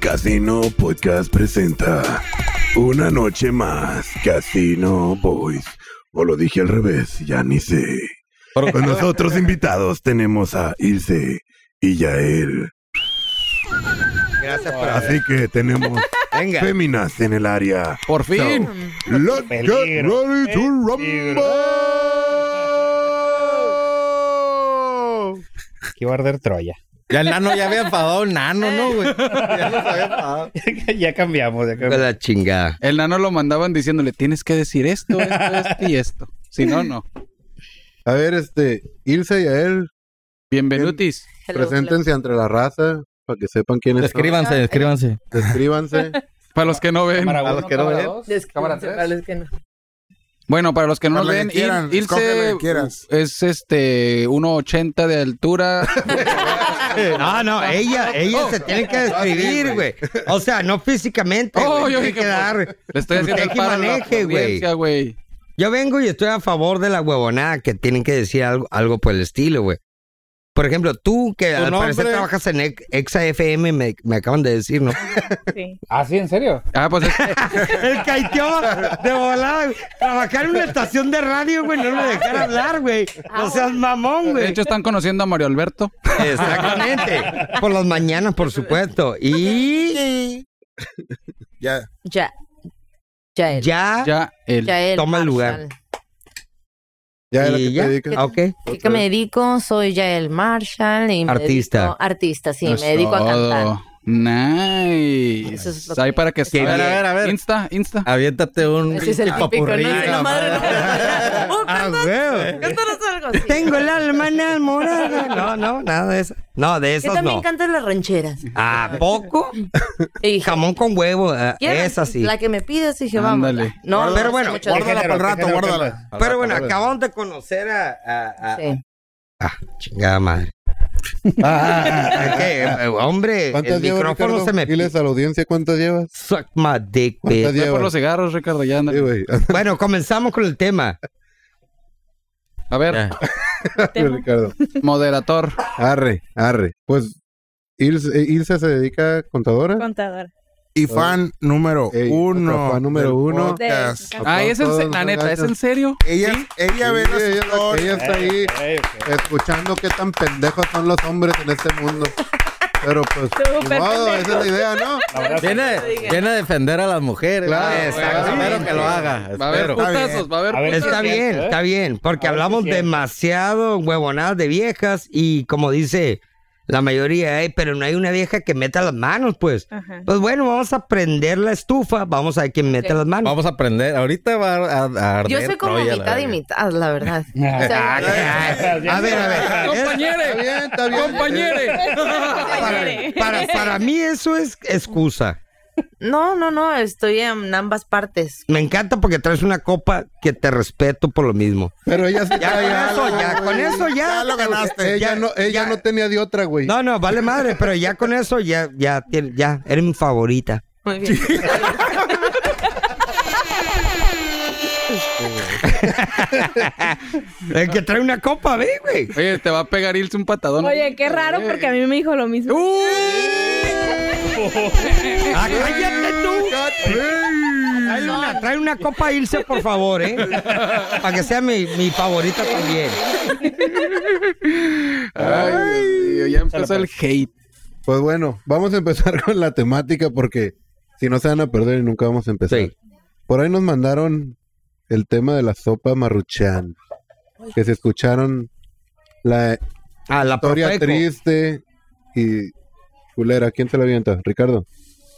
Casino Podcast presenta Una noche más Casino Boys. O lo dije al revés, ya ni sé. Con nosotros invitados tenemos a Ilse y Yael. Gracias por Así que tenemos Venga. féminas en el área. Por fin. Let's get Peligro. ready to rumble. Que iba a arder Troya. Ya el nano ya había enfadado el nano, ¿no, güey? Ya los había enfadado. ya cambiamos, ya cambiamos. la chingada. El nano lo mandaban diciéndole, tienes que decir esto, esto, esto y esto. Si no, no. A ver, este, Ilse y Yael, Bienvenutis. Hello, hello. preséntense entre la raza para que sepan quiénes son. Descríbanse, descríbanse. Descríbanse. Para los que no ven. Cámara A uno, los que no cámara ven. dos, cámara Descúbranse tres. para los que no. Bueno, para los que no nos Para lo que ven, quieran, Il- escoge Ilse lo que quieras. es este 1.80 de altura. No, no, ella, ella se tiene que describir, güey. O sea, no físicamente. Oh, güey, yo tiene dije, que dar. Le estoy haciendo el Teje y paro a la maneje, güey. audiencia, güey. Yo vengo y estoy a favor de la huevonada que tienen que decir algo, algo por el estilo, güey. Por ejemplo, tú que al parecer trabajas en Ex- Exa FM, me, me acaban de decir, ¿no? Sí. Ah, sí, en serio. Ah, pues es- El caiteó de volada. güey. Trabajar en una estación de radio, güey, no me dejar hablar, güey. Ah, No seas mamón, de hecho están conociendo a Mario Alberto. Exactamente. Por las mañanas, por supuesto. Y Ya. Ya. Ya él. ya, Ya el Ya él. toma el lugar. Marshall. ya, ¿a qué y te ya. dedicas? Ah, ok. ¿Qué que me dedico? Soy Yael Marshall. Y me Artista. Pues dedico- artista, sí. Es me dedico a todo. cantar. Eso Nice. es lo Ahí que- para que A ver, a ver, a ver. Insta, Insta. Aviéntate un Ese es el típico, ¿no? popurrí, la Es la madre. Uh, Ah, güey. Cántanos algo así. Tengo el alma enamorada. No, no, nada de eso. No, de Que esas también no. cantas las rancheras. ¿A poco? Y Jamón con huevo. eh, ¿quieres? Esa sí. La que me pides, dije, vamos. Ándale. No, no, Pero sí, bueno, muchas Guárdala género, qué para el rato, género guárdala. Pero bueno, acabamos de conocer a, a- a- gracias. Sí. Ah, chingada madre. Es que, eh, hombre, el ¿Cuántas llevas, micrófono Ricardo? se me Diles a la audiencia cuántas llevas. Suck my dick, ¿Cuántas bitch. Ve por llevas? los cigarros, Ricardo, ya anda. Sí, güey. Bueno, comenzamos con el tema. A ver, Ricardo. moderator. Arre, arre. Pues Ilse, eh, Ilse se dedica a contadora. contador. Y fan número Ey, uno. otra fan número del uno. podcast. Aplausos, Ah, es en se- la muchachos. neta, ¿es en serio? Ella, ella Sí, ve ella, las es la que- stories. ella está Eh, ahí escuchando qué tan pendejos son los hombres en este mundo. Pero pues, Súper ni modo, pendejos. esa es la idea, ¿no? Viene, a defender a las mujeres. Claro, Exactamente. claro. Espero que lo haga. Va a haber espero. Está bien. putazos, va a haber A ver, Pues putazos. Está Sí, bien, ¿eh? está bien, porque A ver si hablamos es cierto. demasiado huevonadas de viejas y como dice la mayoría, "Ey, pero no hay una vieja que meta las manos, pues. Ajá. Pues bueno, vamos a prender la estufa, vamos a ver quién mete Ok. las manos. Vamos a aprender. Ahorita va a, a Yo arder soy como Troya, la mitad y verga. mitad, la verdad. O Ah, sea, qué- a ver, a ver. Está Compañere, bien, está bien. compañere. Para, para- para mí eso es excusa. no, no, no, estoy en ambas partes. Me encanta porque traes una copa que te respeto por lo mismo. Pero ella sí Ya con trae eso, algo, ya güey. con eso ya. Ya lo ganaste. Ella, Ya- no, ella ya- no tenía de otra, güey. No, no, vale madre, pero ya con eso ya ya tiene- ya eres mi favorita. Muy bien. El que trae una copa, ve, güey. Oye, te va a pegar Ilse un patadón. Oye, qué raro porque a mí me dijo lo mismo. Ah, cállate tú. Trae una, trae una copa Ilse, por favor, ¿eh? Para que sea mi, mi favorita también. Ay, Dios mío, ya empezó el hate. Pues bueno, vamos a empezar con la temática porque si no se van a perder y nunca vamos a empezar. Sí. Por ahí nos mandaron el tema de la sopa marruchan. Que se escucharon la A la historia Profeco. triste y culera. ¿Quién se la avienta? Ricardo.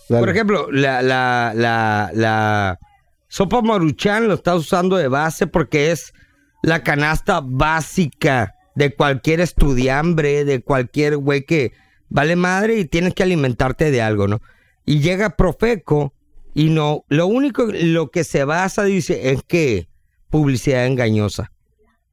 Dale. Por ejemplo, la, la, la, la sopa maruchan lo estás usando de base porque es la canasta básica de cualquier estudiambre, de cualquier güey que vale madre y tienes que alimentarte de algo, ¿no? Y llega Profeco y no, lo único, lo que se basa, dice, es que publicidad engañosa.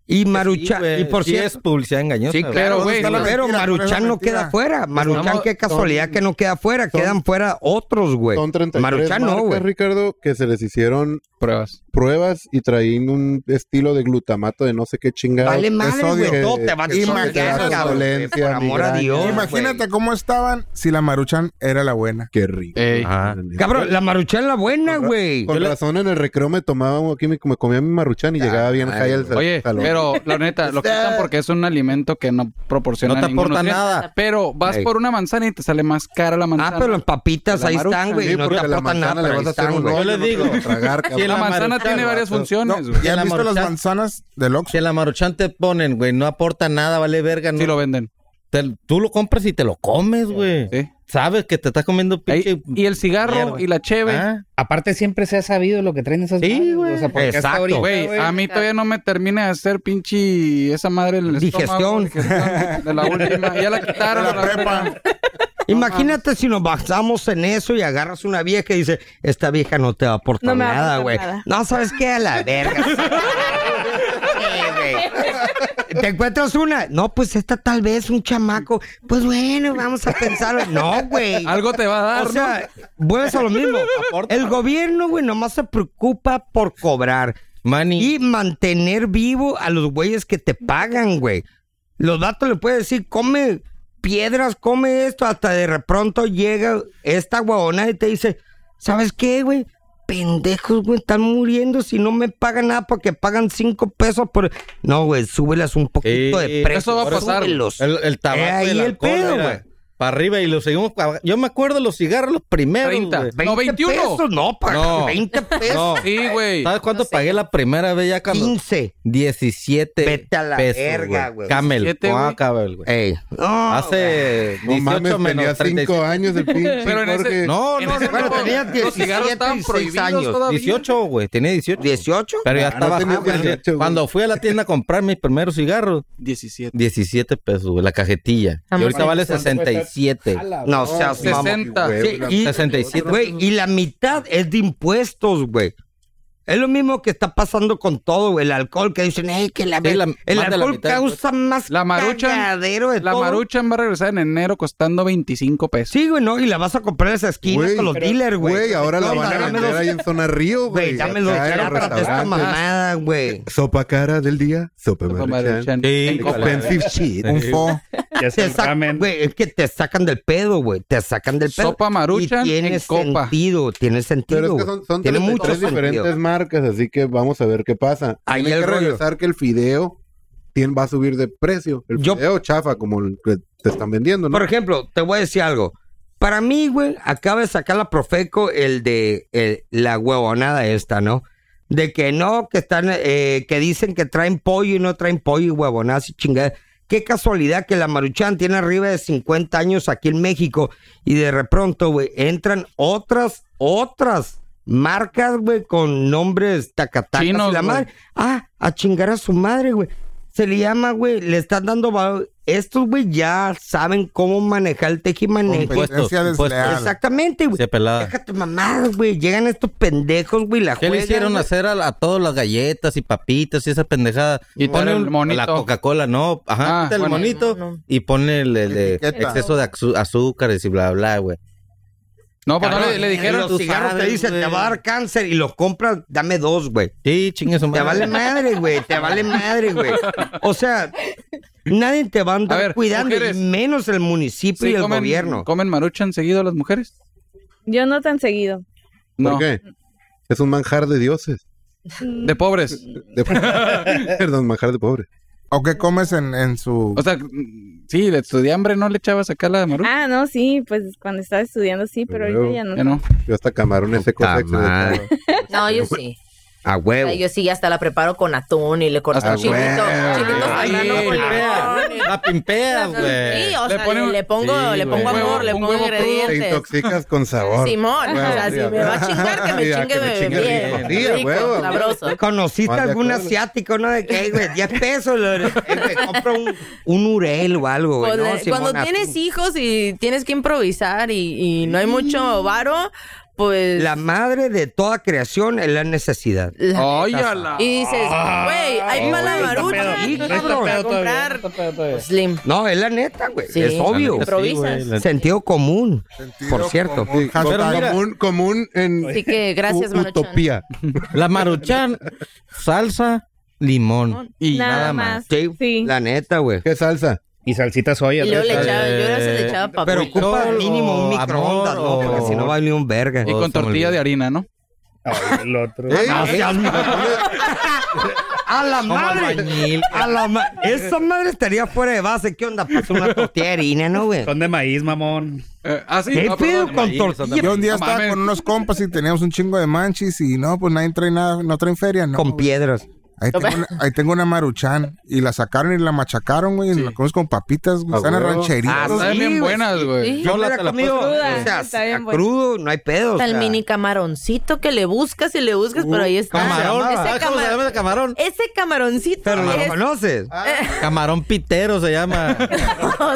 Y Maruchan, y por sí cierto, es publicidad engañosa. Sí, claro, ¿Dónde güey, está la no. pero mentira? Maruchan no mentira. queda fuera. Maruchan, Estamos- qué casualidad que no queda fuera. son- Quedan fuera otros, güey. Son 33 Maruchan no, marcas, güey. Ricardo, que se les hicieron Pruebas. pruebas y traían un estilo de glutamato de no sé qué chingada. Vale madre, sodio, güey. que- Todo te va a que chingar, te da cabrón, dolencia, por amor a migraña. Dios. Imagínate cómo estaban si la Maruchan era la buena. Qué rico. Ey. Ajá. Cabrón, la maruchan la buena, Con ra- güey. Con razón en el recreo me tomaba aquí, me, me comía mi maruchan y Ah, llegaba bien high al sal- Oye, salón. pero la neta, lo quitan porque es un alimento que no proporciona No te ningún aporta nutriente. nada. Pero vas Ey. por una manzana y te sale más cara la Ah, manzana. pero las papitas La ahí Maruchan, están, güey. Sí, No te porque la aportan nada, pero manzana ahí le vas a hacer están, un güey. Yo hoyo, les no te lo digo. vas a tragar, cabrón. Si la manzana Maruchan, tiene varias vato. funciones, No, güey. ¿Ya la has visto las Maruchan- manzanas del Oxxo? Si en la maruchan te ponen, güey, no aporta nada, vale verga. No, Sí lo venden. Te- tú lo compras y te lo comes, güey. Sí. Sabes que te estás comiendo Ahí- pinche... y el cigarro mierda. y la cheve. Ah, Aparte siempre se ha sabido lo que traen esas Sí, madres, güey. O sea, porque hasta Exacto. ahorita, Güey, güey, a mí todavía no me termina de hacer pinche esa madre en el estómago, Digestión. digestión de la última. Ya la quitaron. De la prepa. última. Imagínate si nos basamos en eso y agarras una vieja y dices, esta vieja no te va a aportar No me va a nada, aportar güey. nada. No, ¿sabes qué? A la verga. Sí, güey. Te encuentras una. No, pues esta tal vez un chamaco. Pues bueno, vamos a pensar. No, güey. Algo te va a dar, O sea, vuelves a lo mismo. El gobierno, güey, nomás se preocupa por cobrar Manny. y mantener vivo a los güeyes que te pagan, güey. Los datos le pueden decir, come piedras, come esto, hasta de pronto llega esta guabona y te dice, ¿sabes qué, güey? Pendejos, güey, están muriendo si no me pagan nada porque pagan cinco pesos por... No, güey, súbelas un poquito Sí, de precio. eso va a pasar. súbelos. El, el tabaco Eh, ahí y el, el pedo, güey. Para arriba y lo seguimos pa' abajo. Yo me acuerdo los cigarros los primeros, 30. güey. No, 21. pesos, no, para No. 20 pesos, No. Sí, güey. ¿Sabes cuánto pagué la primera vez ya cuando? 15. 17 Vete a la pesos, verga, güey. Camel. 17, Ah, güey. Camel, güey. Ey. No, Hace No 18 mames, tenía menos 35. 5 años el pinche Pero en ese- Jorge. No, En no, ese no, bueno, tiempo, tenía los 17 cigarros y estaban 16 prohibidos años. todavía. 18, güey. Tenía 18. 18. Pero ya Ah, no estaba tenía joven. 18, güey. Cuando fui a la tienda a comprar mis primeros cigarros, 17. 17 pesos, güey, la cajetilla. Ah, Y ahorita sí, vale ¿cuánto cuesta? 67. Ala, No, seas mamón. 60. güey. Sí, y, 67. Güey, y la mitad es de impuestos, güey. Es lo mismo que está pasando con todo, güey. El alcohol que dicen, "Ey, que la, Sí, la- el más de la alcohol mitad, causa más La Maruchan- cagadero de La pues, todo". maruchan va a regresar en enero costando 25 pesos. Sí, güey, no, y la vas a comprar en esas esquinas Güey, con los pero- dealers, güey. Güey, ahora la van a vender ahí en Zona Río, Güey, güey. ya me lo Acá en los de esta restaurantes. mamada, güey. Sopa cara del día, sopa Sopa maruchan. Maruchan. En copa. Expensive shit. Un fo. ya es Te el saca- ramen. güey, es que te sacan del pedo, güey. Te sacan del pedo. Sopa Maruchan Y tiene en copa. sentido, tiene Pero sentido. es que güey. son, son tiene tres, mucho tres diferentes sentido. marcas, así que vamos a ver qué pasa. Ahí Tienen el que rollo. regresar que el fideo tiene- va a subir de precio. El Yo- fideo chafa, como el que te están vendiendo, ¿no? Por ejemplo, te voy a decir algo. Para mí, güey, acaba de sacar la Profeco el de el- la huevonada esta, ¿no? De que no, que están, eh, que dicen que traen pollo y no traen pollo y huevonadas y chingadas. Qué casualidad que la Maruchan tiene arriba de 50 años aquí en México y de repronto, güey, entran otras, otras marcas, güey, con nombres tacatacas y Chinos, la güey. madre. Ah, a chingar a su madre, güey. Se le llama, güey, le están dando valor. Estos, güey, ya saben cómo manejar el tejimanejo. Impuestos, Competencia impuestos. desleal. Exactamente, güey. Se pelada. Déjate mamadas, güey. Llegan estos pendejos, güey, la ¿Qué le juegan, hicieron güey. hacer a, a todas las galletas y papitas y esa pendejada? Y pone ponen el monito. La Coca-Cola, no. Ajá, Ah, quita el bueno. monito No, no. y pone el, el de Etiqueta. exceso de azu- azúcares y bla, bla, güey. No, pues no le, le los dijeron. tú cigarros te sabes, dicen, güey. te va a dar cáncer y los compras, dame dos, güey. Sí, chingue su Te madre. vale madre, güey. Te vale madre, güey. O sea, nadie te va a andar A ver, cuidando, y mujeres. menos el municipio Sí, y el comen, gobierno. ¿Comen maruchan seguido las mujeres? Yo no tan seguido. ¿Por No. qué? Es un manjar de dioses. De pobres. De- Perdón, manjar de pobre. ¿O qué comes en, en su... O sea, sí, de estudiambre no le echabas acá la maruchan. Ah, no, sí, pues cuando estaba estudiando sí, pero ahorita Luego. ya no. Ya no. Yo hasta camarones secos Puta sexo de madre. todo. No, yo sí. A O huevo. sea, yo sí, hasta la preparo con atún y le corto Ah, un chiquito. güey. Chiquito Ay, serrano güey. con Pimpea, limón. La pimpeas, güey. Sí, o Le sea, pone un- le pongo, Sí, le pongo güey. amor, le Un pongo huevo crudo. Te ingredientes. intoxicas con sabor. Simón, Huevo, o sea, si sí, me va a chingar, que me Ya, chingue, que me chingue bien. rico. Sí, rico, huevo. sabroso. ¿Conociste Más de algún acuerdo. asiático, no? De que, "Ey, güey, 10 pesos, lo- eh, güey, compra un, un urel o algo, güey. Pues, No, eh, Simona, cuando tú- tienes hijos y tienes que improvisar y, y no hay mucho varo, Pues. La La... madre de toda creación es la necesidad. Ay, a la- Y dices, güey, hay para la marucha. pedo, y no Ah, está cabrón, pedo para comprar Pues, Slim. No, es la neta, güey. Sí. Es obvio. La neta, sí, güey, Sentido común. Sentido por cierto. común. Hashtag Pero mira- común, común en Así que gracias, U- Maruchan. Utopía. La maruchan, salsa, limón. Y nada, más. Sí, Sí. La neta, güey. ¿Qué salsa? Y salsita soya. Y luego le echaba, yo ahora se le Eh, echaba papel. Pero ocupa Sol, mínimo un o microondas, ¿no? amor, Porque o- si no va a venir un verga. Y con tortilla de harina, ¿no? Ay, el otro. No seas mamón. A la madre. A la ma- Esa madre estaría fuera de base. ¿Qué onda? Pues una tortilla de harina, ¿no, güey? Son de maíz, mamón. Eh, ah, sí. ¿Qué no, pedo perdón. con Maíz, tortilla? Yo un día No estaba mames. con unos compas y teníamos un chingo de manchis y no, pues nadie trae nada, no traen feria, no. Con güey. piedras. Ahí tengo, una, ahí tengo una maruchan y la sacaron y la machacaron, güey, y la comemos con papitas, güey, Ah, están huevo. Ah, rancheritos. Están sí, bien güey. buenas, güey. Sí. Yo Yo me la la te la comido. puedo- cruda, O sea, está bien a buena. crudo, no hay pedo. o Hasta el sea. mini camaroncito que le buscas y le buscas, pero ahí está. Camarón. Ese, Ah, ¿Sabes cómo se cama- llama ese camarón? ese camaroncito. Pero no lo es- conoces. Ah, Eh. Camarón pitero se llama.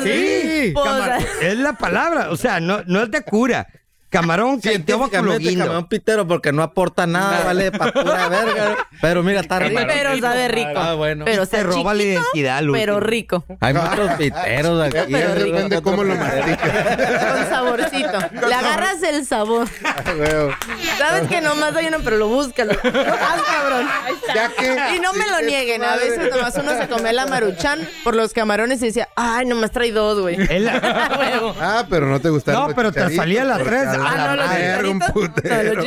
Sí, Pues, camar- es la palabra. O sea, no, no es de cura. Camarón que te va con lo Científicamente guindo. camarón pitero porque no aporta nada, vale, pa' pura verga. Pero mira, está rico. pero sabe rico. Ah, bueno. Pero está Te roba la chiquito, identidad, al pero último. rico. Hay muchos piteros aquí. Pero rico. Depende cómo lo Con saborcito. Le agarras el sabor. Sabes que nomás hay uno, pero lo buscas. Lo haz, cabrón. Y no me lo nieguen. A veces nomás uno se come la maruchan por los camarones y decía, ay, nomás trae dos, güey. Es la- Huevo. Ah, pero no te gustaron No, los pero pues, te chicharitos, salía a las porque tres. a la Ah, no, los verga, un chicharitos. No, putero. los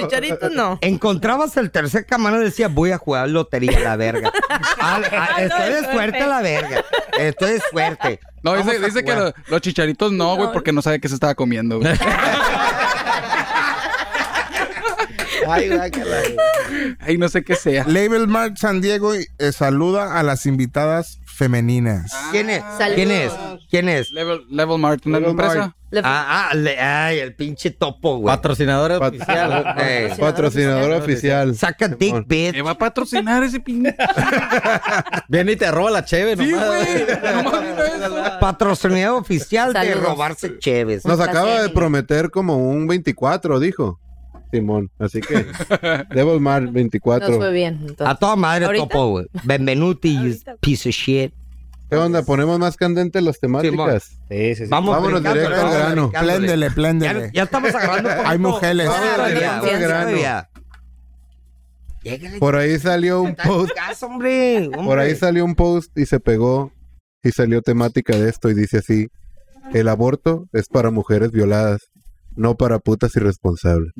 chicharitos no. Encontrabas el tercer camarón y decías, voy a jugar lotería, la verga. Al- Ah, a- estoy de suerte, la verga. Estoy de suerte. No, Vamos dice, a dice que jugar. lo- los chicharitos no, güey, porque no sabe qué se estaba comiendo, güey. Ay, guácala. Ay, no sé qué sea. Label Mark San Diego eh, saluda a las invitadas femeninas. ¿Quién es? Saludos. ¿Quién es? ¿Quién es? Level, Level Mart, una Level empresa. Mart. Le- Ah, ah, le- ay, el pinche topo, güey. Patrocinador Pat- oficial. Eh, Patrocinador oficial. Saca dick, bitch. Me va a patrocinar ese pinche. Viene y te roba la cheve nomás. Patrocinador oficial de Saludos. robarse cheves. Nos acaba de placer. prometer como un 24, dijo Simón. Así que Devil Mar Nos 24. fue bien. A entonces. toda madre ¿Ahorita? topo, güey. Benvenuti, you piece of shit. ¿Qué onda? Ponemos más candentes las temáticas. Sí, sí, sí. Vamos Vámonos brincando, directo al vamos grano. brincándole. Ya, Pléndele, pléndele. ya estamos agarrando. un poquito- Hay mujeres. Ah, Vamos todavía, brincando al todavía. grano. Llégale, Por ahí salió un está en post, casa, hombre. por ahí salió un post y se pegó y salió temática de esto y dice así: El aborto es para mujeres violadas, no para putas irresponsables.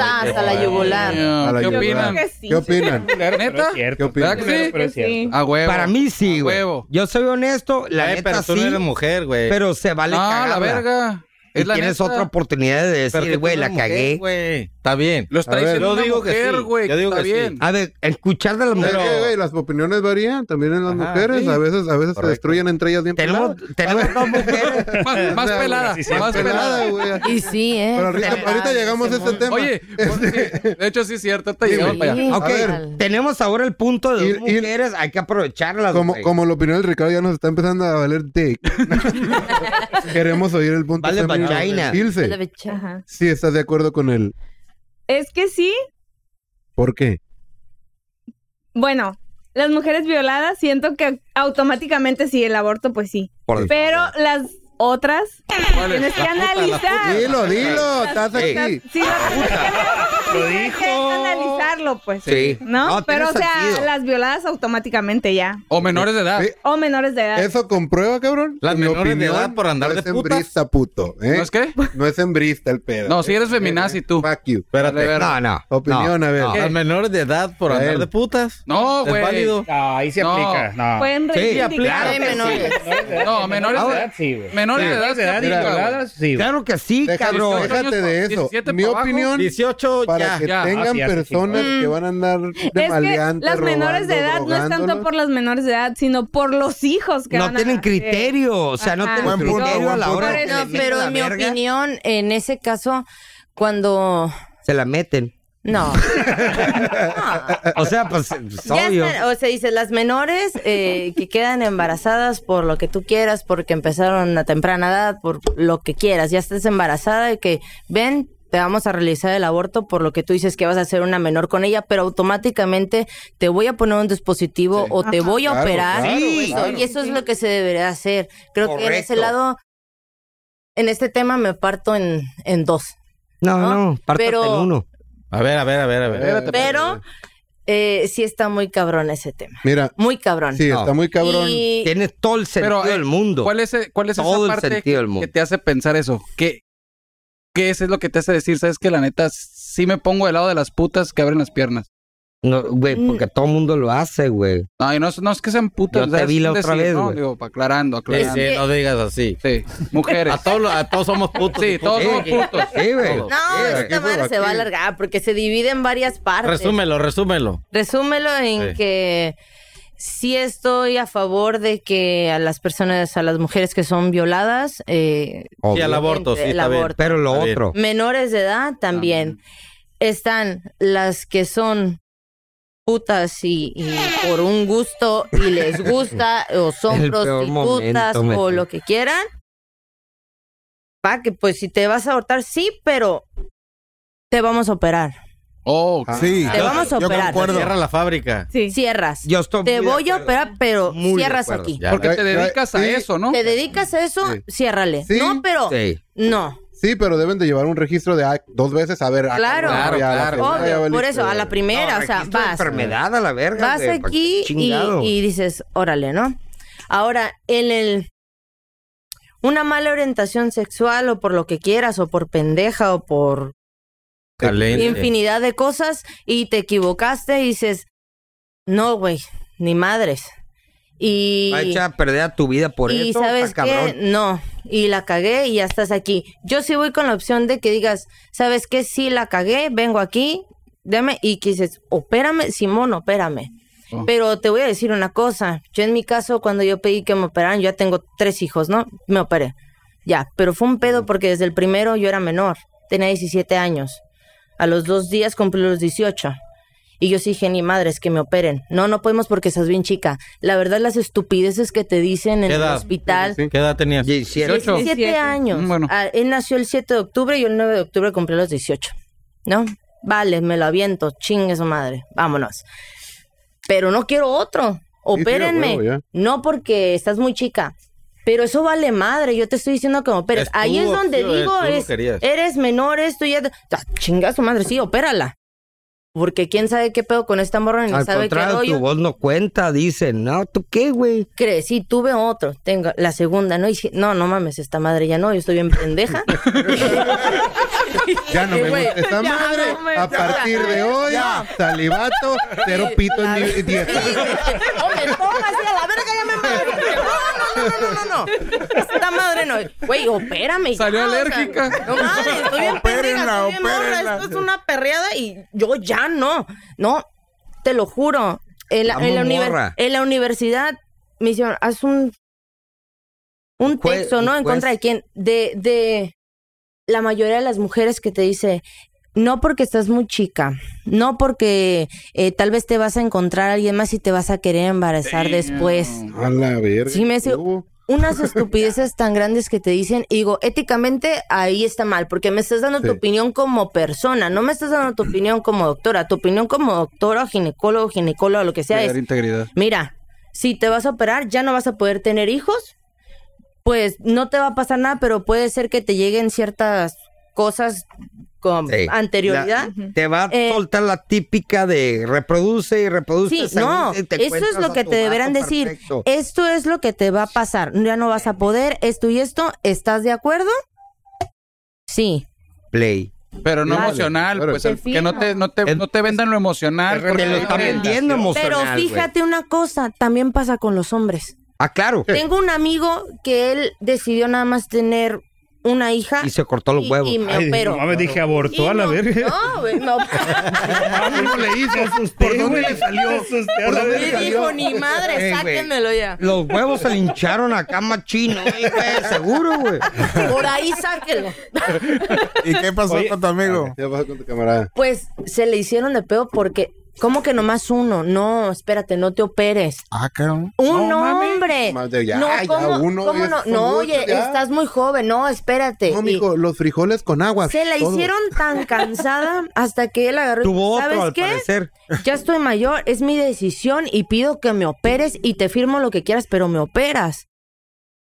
Ah, Hasta la yugular. A la ¿Qué llorona. opinan? Creo que sí. ¿Qué opinan? ¿Neta? ¿Qué opinas? ¿Verdad que sí? Creo que sí. A huevo. Para mí sí, A güey. huevo. Yo soy honesto, la Ay, neta Eh, pero tú sí, no eres mujer, güey. pero se vale no, cagarla. la verga. Y Es la tienes neta. otra oportunidad de Pero que decir, tú güey, la eres mujer, cagué. güey. Está bien. Los traes A ver. en Yo una digo que mujer, sí. güey. Yo digo está que sí. bien. A ver, escuchar de las Es mujeres. que, güey, las opiniones varían también en las Ajá, mujeres. sí. A veces, a veces se Correcto. destruyen entre ellas bien Tenemos, peladas. tenemos dos mujeres. Más, más O sea, pelada, sí, sí, más pelada. güey. Y sí, ¿eh? Pero ahorita, Se ahorita va, llegamos se a este mueve. tema. Oye, porque- de hecho sí es cierto, te llegamos Sí. para allá. A Ok, ver. tenemos ahora el punto de dos Y- y- mujeres, hay que aprovecharlas. Como, güey. como la opinión del Ricardo ya nos está empezando a valer dick. Queremos oír el punto Vale vagina. femenino. La Ilse, becha. Ajá. si estás de acuerdo con él, Es que sí, ¿por qué? bueno, las mujeres violadas siento que automáticamente sí, el aborto pues sí. Por- Pero las otras ¿Cuál es? tienes que La puta, la analizar. Dilo, dilo, estás aquí. Sí, lo, lo dijo. analizarlo, pues. Sí. ¿No? No, tiene Pero, o sea, sentido. las violadas automáticamente ya. O menores de edad. Sí. O menores de edad. Eso comprueba, cabrón. Las Mi menores de opinión edad por andar no de es embrista, puto. ¿eh? ¿No es qué? No es embrista el pedo. No, si eres feminazi tú. Fuck you. De Espérate. verdad. No, no. Opinión, no, a ver. no. Las menores de edad por Él. andar de putas. No, Es válido. güey. No, ahí se No. aplica. No. Pueden Sí, reivindicar. claro Ay, que sí. menores. No, menores de de edad. edad, sí, güey. Menores de edad, Menores de edad y mira, güey. violadas, sí, güey. Claro que sí, Deja- cabrón. deja- déjate de eso. 17 Mi para opinión, 18 para ya. que ya. tengan Así, así, personas que Mm. van a andar de Es que maleantes, las menores de edad robando, no es tanto drogándolos. por las menores de edad, sino por los hijos que No van a tienen nacer. criterio, o sea, no Ajá. tienen Buen punto, criterio a buen la punto. hora de que No, les meten pero la en mi verga, opinión, en ese caso, cuando... se la meten. No. no. Eh, O sea, pues, es Ya obvio. están- o sea, dice, las menores eh, que quedan embarazadas por lo que tú quieras, porque empezaron a temprana edad, por lo que quieras, ya estás embarazada y que ven, te vamos a realizar el aborto por lo que tú dices que vas a hacer una menor con ella, pero automáticamente te voy a poner un dispositivo o te voy a Claro, operar. claro, y eso- Y eso es lo que se debería hacer. Creo que en ese Correcto. lado, en este tema me parto en, en dos. No, ¿no? no, parte Pero- en uno. A ver, a ver, a ver, a ver. Espérate, Pero eh, sí está muy cabrón ese tema. Mira, Muy cabrón. sí, está muy cabrón. Y- Tienes todo el sentido Pero, eh, del mundo. ¿Cuál es, cuál es Todo el esa parte sentido del que- mundo. que te hace pensar eso? ¿Qué, ¿Qué es, es lo que te hace decir? ¿Sabes que la neta sí me pongo del lado de las putas que abren las piernas? No, güey, porque todo el mundo lo hace, güey. No, y no, es- no es que sean putas. Yo o sea, te vi es la un otra decir, vez, ¿no? güey. Digo, pa- aclarando, aclarando. Sí, no digas así. Sí, mujeres. A todos, lo- a todos somos putos. Sí, y putas. todos somos Sí, putos. Sí, güey. Todos. No, esta madre se va a alargar porque se divide en varias partes. Resúmelo, resúmelo. Resúmelo en Sí. que sí estoy a favor de que a las personas, a las mujeres que son violadas, eh, Sí, al aborto, sí, El está bien. aborto. Pero lo Está bien. otro. menores de edad también. Están las que son putas y, y por un gusto y les gusta o son El peor prostitutas momento, me- o lo que quieran. Pa' que pues si te vas a abortar, sí, pero te vamos a operar. Oh, ok. Sí, Ah, Te vamos a yo operar. concuerdo. Cierra la fábrica. Sí. Cierras. Yo estoy te muy de voy a acuerdo. operar, pero Muy de cierras acuerdo. aquí. Ya. porque te Ay, ay, dedicas a sí. eso, ¿no? Te dedicas a eso, Sí. ciérrale. Sí. No, pero Sí. no. Sí, pero deben de llevar un registro de ah, dos veces a ver. ah, Claro. cabrón, ya, la Claro, segunda ya Obvio, por valiste, eso, a la güey. primera, No, o sea, registro de vas. enfermedad a la verga. Vas güey, pa' aquí y, chingado. y dices, órale, ¿no? Ahora, en el. Una mala orientación sexual o por lo que quieras, o por pendeja, o por Caliente. infinidad de cosas, y te equivocaste y dices, no, güey, ni madres. Y. Va a echar a perder a tu vida por y eso. sabes está qué, cabrón. no, y la cagué y ya estás aquí. Yo sí voy con la opción de que digas, sabes qué, sí la cagué, vengo aquí, dame y que dices, opérame, Simón, opérame. Oh. Pero te voy a decir una cosa, yo en mi caso cuando yo pedí que me operaran, yo ya tengo tres hijos, ¿no? Me operé. Ya, pero fue un pedo porque desde el primero yo era menor, tenía 17 años. A los dos días cumplí los 18. Y yo sí dije, ni madres, que me operen. No, no podemos porque estás bien chica. La verdad, las estupideces que te dicen en ¿Qué el edad? hospital. ¿Qué edad tenías? Y hicieron- 18. 17 años. Mm, bueno. Ah, él nació el 7 de octubre y yo el 9 de octubre cumplí los 18. ¿No? Vale, me lo aviento. Chingue su madre. Vámonos. Pero no quiero otro. sí, a Opérenme. huevo, ya. no porque estás muy chica. Pero eso vale madre. Yo te estoy diciendo que me operes. Es tu Ahí es donde opción, digo, tú lo es- querías. eres menor, esto ya... te- Ah, Chinga su madre. Sí, opérala. Porque quién sabe qué pedo con esta morra ni Al sabe qué contrario, tu rollo. voz no cuenta. Dicen, no, ¿tú qué, güey? Crecí, tuve otro, tengo la segunda, ¿no? Y dije, no, no mames, esta madre ya no, yo estoy bien pendeja. Ya no me Güey, gusta esta ya madre. no me a gusta. partir de hoy, salivato, cero pito en mi dieta. No me pongas y a la verga ya me madre. No, no, no, no, no, no. Esta madre no. Güey, opérame. ya, Salió o sea, alérgica. no mames, estoy bien pendeja, Opérenla, estoy bien morra, opérenla. Esto es una perreada y yo ya no. No, te lo juro. En la, en la Vamos, univer- morra. en la universidad me hicieron, haz un, un Un jue- texto, ¿no? un En contra juez. de quién. De, de la mayoría de las mujeres que te dice, no porque estás muy chica, no porque eh, tal vez te vas a encontrar a alguien más y te vas a querer embarazar después. A la verga. Sí, me hace- ¿qué hubo? Unas estupideces tan grandes que te dicen, y digo, éticamente ahí está mal, porque me estás dando tu Sí. opinión como persona, no me estás dando tu opinión como doctora, tu opinión como doctora, ginecólogo, ginecólogo, lo que sea, Cuidar es, integridad. mira, si te vas a operar, ya no vas a poder tener hijos, pues no te va a pasar nada, pero puede ser que te lleguen ciertas cosas con Sí. anterioridad. La- te va a Eh, soltar la típica de reproduce y reproduce. Sí, según no, si te eso encuentras es lo a que tu te deberán vato decir. perfecto. Esto es lo que te va a pasar. Ya no vas a poder, esto y esto. ¿Estás de acuerdo? Sí. Play. Pero no Claro. emocional, Claro. pues al- que no te, no te, Es- no te vendan lo emocional. es porque- Te lo está Ah, vendiendo Pero emocional. güey. fíjate una cosa, también pasa con los hombres. Ah, claro. Tengo un amigo que él decidió nada más tener una hija Y se cortó los y- huevos. y me Ay, operó. no mames, dije abortó a Pues la no- verga. No, güey, me operó. ¿Cómo le hizo? ¿Por dónde le salió? ¿Por Y dijo, ni madre, Eh, güey. sáquenmelo ya. Los huevos se le hincharon acá machino, eh, güey, seguro, güey. Por ahí sáquenlo. ¿Y qué pasó Oye, con tu amigo? ¿Qué pasó con tu camarada? Pues se le hicieron de pedo porque ¿Cómo que nomás uno? No, espérate, no te operes. Ah, cabrón. Un hombre. Más de- ya, no, ya, ¿cómo, uno, cómo es- no? son No, muchos, oye, ya. estás muy joven. No, espérate. No, Y mijo, los frijoles con agua. se la todo. hicieron tan cansada hasta que él agarró. y Tuvo dijo, otro, ¿Sabes al qué? parecer. Ya estoy mayor, es mi decisión y pido que me operes y te firmo lo que quieras, pero me operas.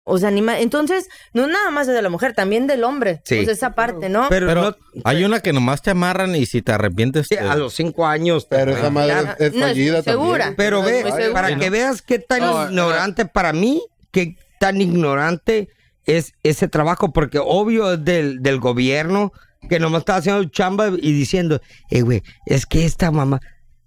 O sea, ni ma- entonces, no nada más de la mujer, también del hombre. Sí. Pues esa parte, ¿no? Pero, Pero no- hay una que nomás te amarran y si te arrepientes. sí, eh, te- a los cinco años. te- Pero esa madre es, es Ah, No, fallida estoy segura. también. Pero ve, Estoy segura. para que veas qué tan No, ignorante para mí, qué tan ignorante es ese trabajo, porque obvio es del, del gobierno que nomás está haciendo chamba y diciendo, eh, güey, es que esta mamá,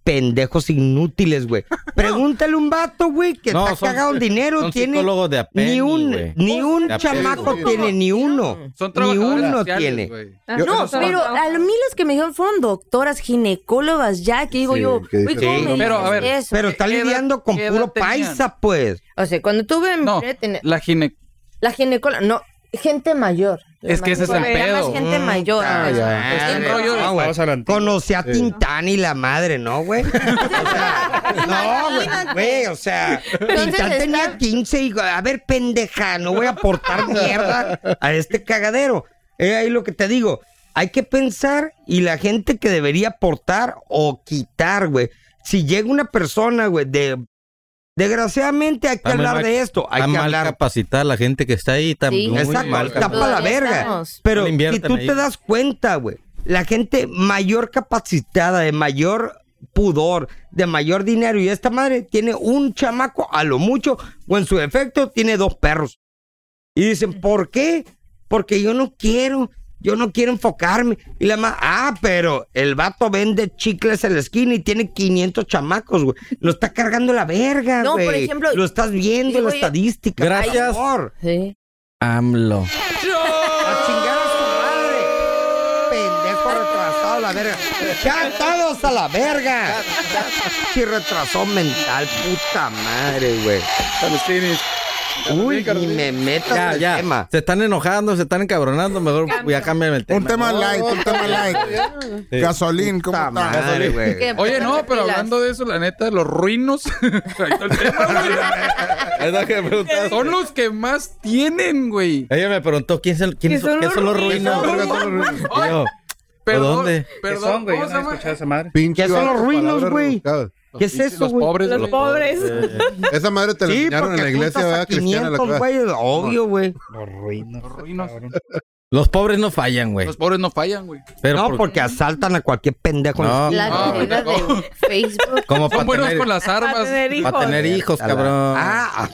pendejos inútiles, güey. Pregúntale a un vato, güey, que No, está son- cagado en dinero, son tiene psicólogos de a ni penny, un, güey. ni un De a penny, chamaco güey. tiene, ni uno, Son ni trabajadores uno sociales, tiene. güey. Ah, Yo- No, son- pero son- a mí los que me dijeron fueron doctoras, ginecólogas, ya, que digo Sí, yo, que "Uy, dices, ¿cómo sí, me pero, a dices ver, eso?" Pero está ¿Qué edad- lidiando con qué edad puro tenían? paisa, pues. O sea, cuando tuve mi No, primer- la gine... la ginecóloga, no, gente mayor. Es que ese es el Era pedo. más gente Mm, mayor. ah, pues. ya. Es que Ah, rollo- no, Estamos güey. a la antigua. Conocí a Tintán y la madre, ¿no, güey? O sea, no, güey, güey, o sea, Entonces Tintán está- tenía 15 y, a ver, pendeja, no voy a aportar mierda a este cagadero. Es ahí lo que te digo, hay que pensar y la gente que debería aportar o quitar, güey. Si llega una persona, güey, de... Desgraciadamente hay que Está muy hablar mal- de esto, hay está que mal hablar capacitada la gente que está ahí. Está Sí. muy Exacto, mal está capacitada. para la Todavía verga. estamos. Pero No le si invierten tú ahí. te das cuenta, güey, la gente mayor capacitada, de mayor pudor, de mayor dinero, y esta madre tiene un chamaco a lo mucho, o en su defecto tiene dos perros. Y dicen, ¿por qué? Porque yo no quiero, yo no quiero enfocarme. Y la más, ah, pero el vato vende chicles en la esquina y tiene 500 chamacos, güey. Lo está cargando la verga, No, por güey. ejemplo, lo estás viendo, la digo yo- estadística. por Gracias. favor. Sí. AMLO. A chingar a su madre. Pendejo retrasado, la verga. Ya todos a la verga. Si retrasó mental, puta madre, güey. Salustinis. Uy, ni me metas Ya, al ya. tema. Se están enojando, se están encabronando. Mejor ya cámbiame el tema. Un tema light, un tema light. Gasolín, ¿cómo Puta está? madre, güey. Que- Oye, no, pero pilas. hablando de eso, la neta, los ruinos. ahí está el tema, güey. Es lo que me preguntaste. Son los que más tienen, güey. Ella me preguntó quién, es el- quién ¿Qué es- qué son, son los los ruinos? ruinos. ¿Qué Y yo, Perdón, dónde? ¿Qué Perdón, son, güey? Yo ¿cómo no se he llama? escuchado esa madre. Pinche ¿Qué son vatos, los ruinos, palabras güey? rebuscadas. ¿Qué es Pinches eso, los güey? pobres, Los güey. pobres. Esa madre te la Sí, enseñaron en porque la iglesia, juntas a ¿verdad? Cristiana, la 500, clase. güey. Obvio, güey. Los ruinos. Los ruinos. cabrón. los pobres no fallan, güey. Los pobres no fallan, güey. Pero No, por- porque asaltan a cualquier pendejo. en No. la La Ah, comunidad no. de Facebook. como Son para buenos tener, con las Para armas. tener hijos. pa' tener hijos, esquina. cabrón. Ah,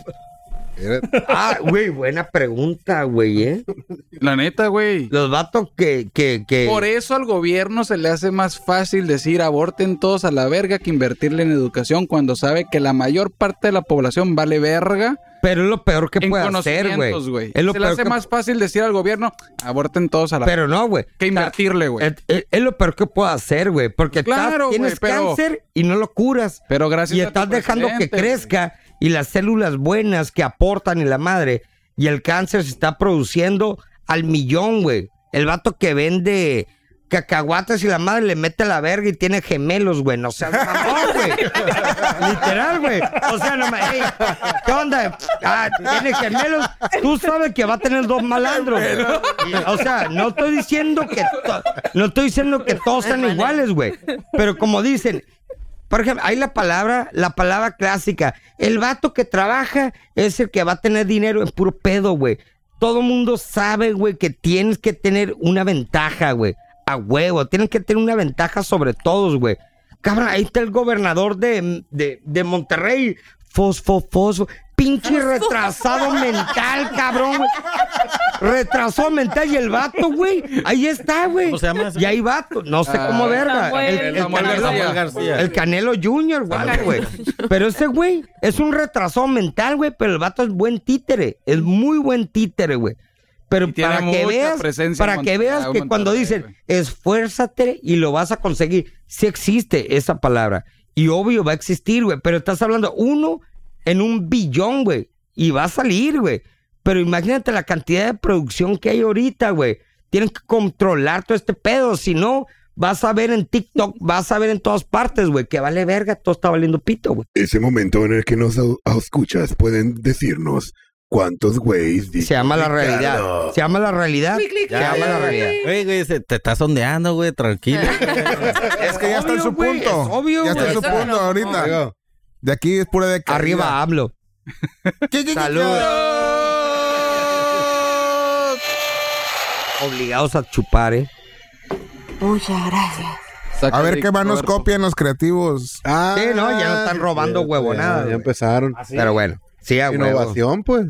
Era- ah, güey, buena pregunta, güey, ¿eh? La neta, güey. Los vatos que, que, que... Por e- eso al gobierno se le hace más fácil decir aborten todos a la verga que invertirle en educación cuando sabe que la mayor parte de la población vale verga Pero es lo peor que en puede hacer, güey. conocimientos, güey. Es lo Se le peor hace que... más fácil decir al gobierno aborten todos a la verga Pero no, güey. que invertirle, güey. Es, es- es lo peor que puedo hacer, güey. Porque Claro, estás- güey, tienes pero- cáncer y no lo curas. Pero gracias y a tu estás dejando que presidente, güey. crezca y las células buenas que aportan en la madre y el cáncer se está produciendo al millón, güey. El vato que vende cacahuates y la madre le mete la verga y tiene gemelos, güey. No seas mamón, güey. Literal, güey. O sea, no me... ey, ¿Qué onda? Ah, tiene gemelos. Tú sabes que va a tener dos malandros. güey. O sea, no estoy diciendo que... to- No estoy diciendo que todos sean iguales, güey. Pero como dicen, por ejemplo, hay la palabra, la palabra clásica. El vato que trabaja es el que va a tener dinero en puro pedo, güey. Todo mundo sabe, güey, que tienes que tener una ventaja, güey. A huevo, tienes que tener una ventaja sobre todos, güey. Cabrón, ahí está el gobernador de, de, de Monterrey. Fosfo, fosfo. Pinche retrasado mental, cabrón, güey. Retrasado mental y el vato, güey. Ahí está, güey. ¿Cómo se llama ese? Y hay vato. No sé cómo Ah, verga. Samuel. El- el Samuel Canelo- García. García. el Canelo Junior, guapo, güey. Pero ese güey es un retrasado mental, güey. Pero el vato es buen títere. Es muy buen títere, güey. Pero Y tiene para que mucha veas, presencia en para que Monterrey, veas que en cuando Monterrey, dicen güey. esfuérzate y lo vas a conseguir, sí existe esa palabra. Y obvio va a existir, güey. Pero estás hablando uno en un billón, güey. Y va a salir, güey. Pero imagínate la cantidad de producción que hay ahorita, güey. Tienen que controlar todo este pedo. Si no, Vas a ver en TikTok, vas a ver en todas partes, güey, que vale verga, todo está valiendo pito, güey. Ese momento en el que nos au- escuchas pueden decirnos cuántos güeyes Se llama la realidad. Se llama la realidad. Se Ya, llama la güey. realidad. Oye, güey, se- te estás ondeando, güey, tranquilo. Es que ya está en Obvio, su güey, punto. es obvio, ya está en güey. su punto ahorita. De aquí es pura de Arriba hablo. Salud. Obligados a chupar, eh. Muchas gracias. A ver qué más nos copian los creativos. Ah, Sí, no, ya no están robando ya, huevonadas. ya güey. empezaron. Pero bueno, sí, a huevo. Innovación, pues.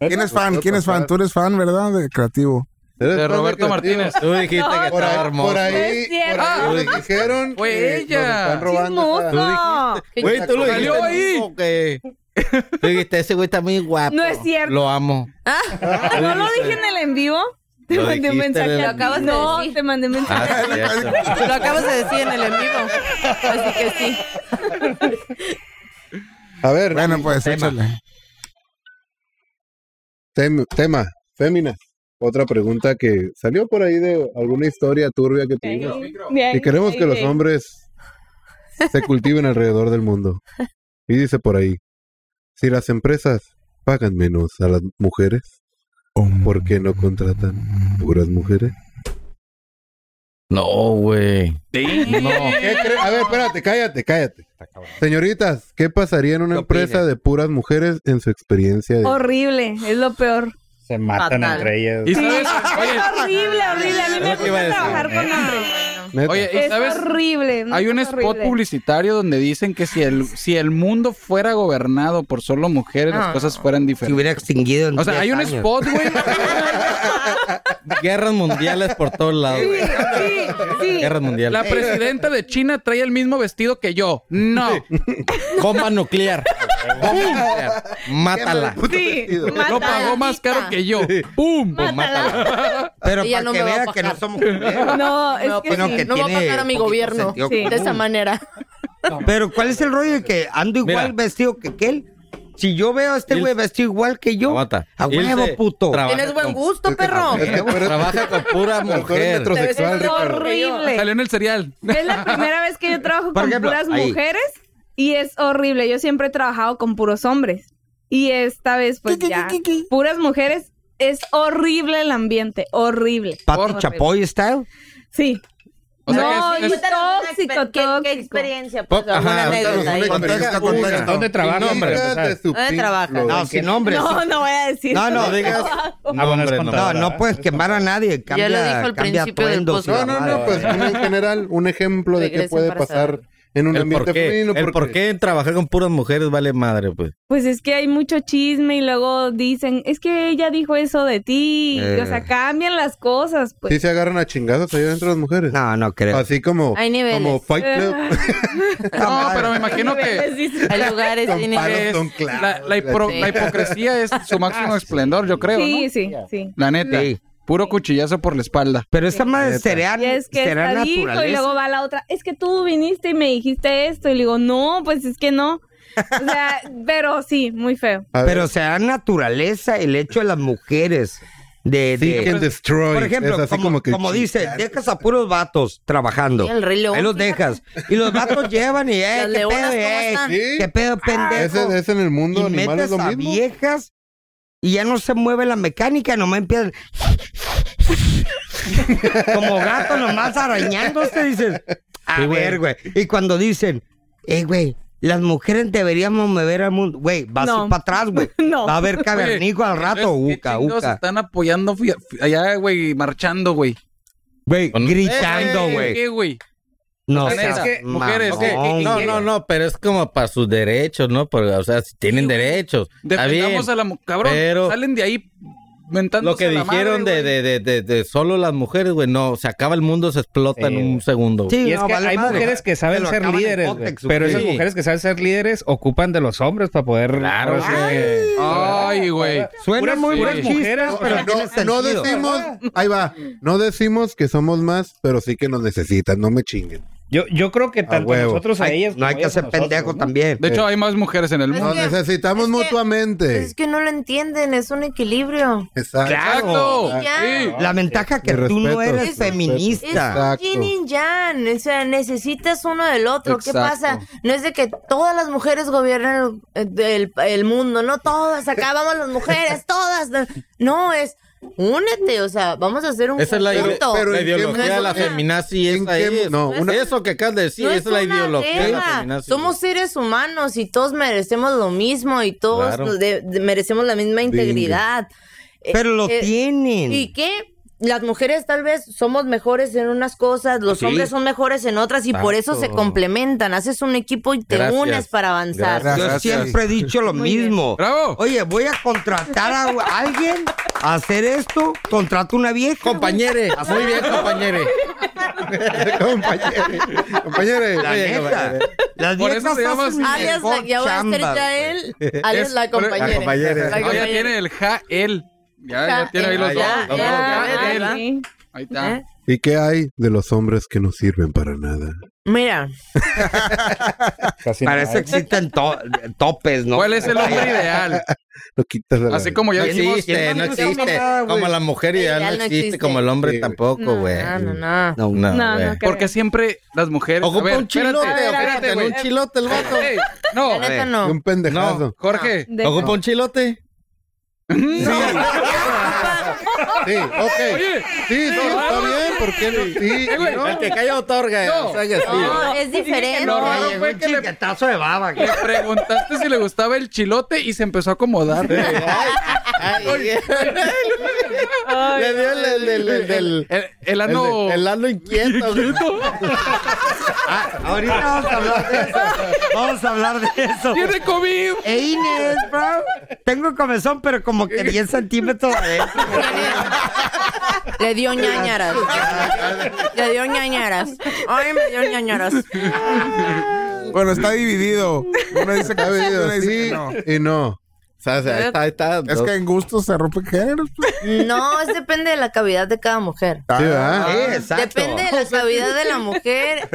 ¿Quién es fan? ¿Quién es fan? Tú eres fan, ¿verdad? De creativo. Eres De fan Roberto creativo. Martínez. Tú dijiste que Por estaba ahí, hermoso. por ahí, Es cierto. por ahí nos dijeron. Fue que ella. nos están robando acá. ¡Chismoso! Güey, tú lo Salió dijiste ahí. mismo que- Tú dijiste, ese güey está muy guapo. No es cierto. Lo amo. ¿No lo dije en el Ah, en vivo? Te Lo mandé un dijiste en mensaje. el- a Lo ti. acabas de No, decir. te mandé un mensaje. Ah, cierto. Lo acabas de decir en el en vivo. Así que sí. A ver, Bueno, pues échale. tem- tema, féminas. Otra pregunta que salió por ahí de alguna historia turbia que tuvimos. Bien. Y queremos que los hombres se cultiven alrededor del mundo. Y dice por ahí, si las empresas pagan menos a las mujeres, ¿por qué no contratan puras mujeres? No, güey. No. ¿Qué cre- a ver, espérate, cállate, cállate. Señoritas, ¿qué pasaría en una ¿Qué empresa opinan? de puras mujeres en su experiencia? De... Horrible, es lo peor. Se matan Fatal. entre ellas. ¿Y sabes? Oye, Es horrible, horrible. A mí me lo que iba gusta a decir. trabajar con hombres. Neta. oye, ¿y Es Eh, sabes? horrible. no, Hay un es spot horrible. publicitario donde dicen que si el, si el mundo fuera gobernado por solo mujeres, las Ah. cosas fueran Se diferentes. hubiera extinguido en O sea, 10 hay un años. spot, güey. Guerras mundiales por todos lados. Sí, güey. sí, sí. Guerras La mundiales. presidenta de China trae el mismo vestido que yo. No. Bomba nuclear. Bomba nuclear. Mátala. Sí, mátala. No pagó más caro que yo. ¡Pum! Pues mátala. Pero Ella para no que me va a vea pagar. que no somos culeros. No, es No, que pues Bueno, sí. que no va a tiene pagar a mi poquito gobierno sentido Sí. de común. esa manera. Pero ¿cuál es el rollo de que ando igual Mira. vestido que aquel? Si yo veo a este Il- güey vestido igual que yo, Aguanta. a huevo, Ilse, puto. trabaja Tienes buen con- gusto, perro. Es que tú eres- Trabaja con pura tú eres mujer. Te ves metrosexual, horrible. Ricardo. Salió horrible. en el cereal. Es la primera vez que yo trabajo Por con ejemplo, puras ahí. mujeres y es horrible. Yo siempre he trabajado con puros hombres y esta vez pues ya puras mujeres es horrible el ambiente, horrible. Pati Chapoy style. Sí. O sea no, que es- y es- tóxico, ¿Qué, tóxico. qué experiencia? Po- Pues, alguna Ajá, anécdota ahí. Contexto, contexto. ¿Dónde trabaja? hombre? Hijas O sea, de su ¿Dónde pin- trabajas? lo- No, sin nombres. No, no voy a decir. No, no, No digas. buenas nombres, No, contadoras. no puedes quemar a nadie. Cambia, dijo al cambia principio del atuendos y podcast. No, la no, madre. no, pues en general, un ejemplo de qué Regresen puede para pasar saber. en un El ambiente por qué, femenino. el por qué trabajar con puras mujeres vale madre, pues. Pues es que hay mucho chisme y luego dicen, es que ella dijo eso de ti. Eh. O sea, cambian las cosas, pues. Sí se agarran a chingazos allá dentro las mujeres. No, no creo. Así como, Hay niveles. Ah, como Fight Club. No, pero me imagino que Hay lugares, hay niveles. es- la, la hipro- Sí. la hipocresía es su máximo esplendor, yo creo. sí, sí, ¿no? sí. La neta. Sí. Puro cuchillazo por la espalda. Pero esa madre será, Y es que será esta dijo y naturaleza. luego va la otra, es que tú viniste y me dijiste esto. Y le digo, no, pues es que no. O sea, pero sí, muy feo. A ver, Pero será naturaleza el hecho de las mujeres de, de- Seek and Destroy. por Es ejemplo, así como, como que como dice, chingar. dejas a puros vatos trabajando. Sí, el Rey León, Ahí los dejas. fíjate. Y los vatos llevan y, eh, Las qué leonas, pedo, ¿cómo eh, están? Sí. qué pedo, pendejo. Ah, Ese, ese en el y mundo animal es metes lo a mismo. viejas y ya no se mueve la mecánica, nomás empiezan. Como gato nomás arañándose, dices. A Sí, güey. ver, güey. Y cuando dicen, eh, güey, las mujeres deberíamos mover al mundo. Güey, vas No. para atrás, güey. No. Va a haber cavernico al rato, Entonces, ¿qué uca, chingados uca. están apoyando fi- fi- allá, güey, marchando, güey. Güey, Con- gritando, Eh, güey. ¿Qué, güey? No, Es seas que, mamón, mujeres, Ok, no, no, no, pero es como para sus derechos, ¿no? Porque, o sea, si tienen derechos. Está bien. Defendamos a la mu- cabrón. pero- salen de ahí mentando. Lo que dijeron de, de, de, de, de solo las mujeres, güey, no, se acaba el mundo, se explota Sí, en güey. un segundo. güey. Sí, Y es no, que vale hay madre. mujeres que Te saben lo ser acaban en líderes, güey. context, Pero güey. esas Sí. mujeres que saben ser líderes ocupan de los hombres para poder... Claro, ahora sí que- Ay, güey. Suena Puras- muy puras buen chiste, mujeres, pero No, tiene no, sentido. decimos, ahí va, no decimos que somos más, pero sí que nos necesitan, no me chinguen. Yo, yo creo que tanto huevo. nosotros a Hay- ellas. no hay como que ellas a ser nosotros, pendejo ¿no? también. De hecho, hay más mujeres en el Es mundo. Nos que- necesitamos es que- mutuamente. Pues Es que no lo entienden, es un equilibrio. Exacto. Oh, ¡Exacto! Y ya. Sí. La ventaja que Mis tú no respetos, eres mis respetos. feminista. Exacto. Yin y yang, o sea, necesitas uno del otro. ¿Qué Exacto. pasa? No es de que todas las mujeres gobiernan el, el- el mundo, no todas, acá vamos las mujeres, todas. No, es únete, o sea, vamos a hacer un Esa es la, ide- conjunto. Pero pero la ¿en qué- ideología de la no es una- feminazi. ¿en Esa qué- es. no, una- Eso que acabas de decir, No esa es es la una ideología de la guerra. feminazi. Somos seres humanos y todos merecemos lo mismo y todos Claro. de- de- merecemos la misma integridad. Eh, Pero lo eh, tienen. ¿Y qué? Las mujeres tal vez somos mejores en unas cosas, los Sí. hombres son mejores en otras y por eso se Exacto. complementan. Haces un equipo y te Gracias. unes para avanzar. Yo Gracias. siempre he dicho lo Muy bien. mismo. ¡Bravo! Oye, voy a contratar a a alguien a hacer esto. Contrato una vieja. Compañere, Ah, muy bien, compañere. compañeros. compañeros. La Oye, neta. compañero. Las Por viejas eso se hacen llama Alias, la, mejor ya voy a ser chamba, ya güey. él, alias Es- la compañera. la compañera. La No, Ah, ya compañera. tiene el ja, él. Ya, ya Ja, tiene ahí él, los dos. ya, Los dos, ya, ya, ya, él. ya. Sí. Ahí está. ¿Eh? ¿Y qué hay de los hombres que no sirven para nada? Mira, Parece que Casi nada. ¿eh? existen to- topes, ¿no? ¿Cuál es el hombre ideal? Lo quitas de la- Así como ya No dijimos. existe, no existe. Como la mujer ideal no existe, como el hombre Sí, güey. tampoco, No, güey. no, no, no. No, Eh, No, No, no güey. creo. Porque siempre las mujeres. A Ocupa ver, un chilote, espérate, espérate, espérate, un güey. chilote el vato. Ey, No, La neta eh, no. Un pendejazo. Jorge. De- ¿Ocupa un chilote? Sí, ok. sí, sí, está bien. ¿Por qué no? Sí, Eh, güey, no. El que calla otorga. No. o sea que sí. No, es diferente. No, raro Llegó fue un que le- chiquetazo de baba. güey. Le preguntaste si le gustaba el chilote y se empezó a acomodar. Ay, Le dio el, el, el, el, el, El, el el, ano. el ano inquieto. güey. Ah, ahorita vamos a hablar de eso. Vamos a hablar de eso. Tiene COVID. E Inés, bro. Tengo comezón, pero como que 10 centímetros adentro. Le dio ñañaras. Le dio ñañaras. Ay, me dio ñañaras. Bueno, está dividido. Uno dice que Está sí, venido uno dice que así no. y no. O sea, ahí está, ahí está. Es que en gusto se rompen géneros. pues. No, es depende de la cavidad de cada mujer. Sí, ¿verdad? Sí, Ah, exacto. Depende de la cavidad de la mujer.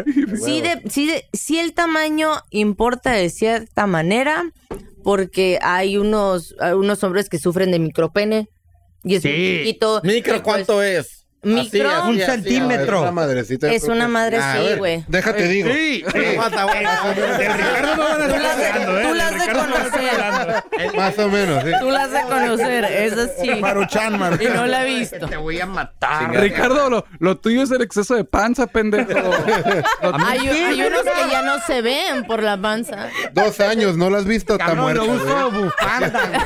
Sí, de, sí, de- sí el tamaño importa de cierta manera, porque hay unos, hay unos hombres que sufren de micropene. Y es Sí. muy chiquito. Micro, ¿cuánto es? pues, Micro, un Es una centímetro. madrecita. yo Es creo una que- madre Ah, a sí, ver. güey. Déjate digo. Sí. Aguanta, aguanta. Tú las de- tú las de conocer. Más o menos, sí. Tú la has de conocer, es así. Maruchan, Y Maruchan. no la he visto. Te voy a matar. Ah, Ricardo, lo, lo tuyo es el exceso de panza, pendejo. Lo- Hay, hay unos que ya no se ven por la panza. Dos años, no la has visto, está Cabrón, muerta. no güey. uso bufanda,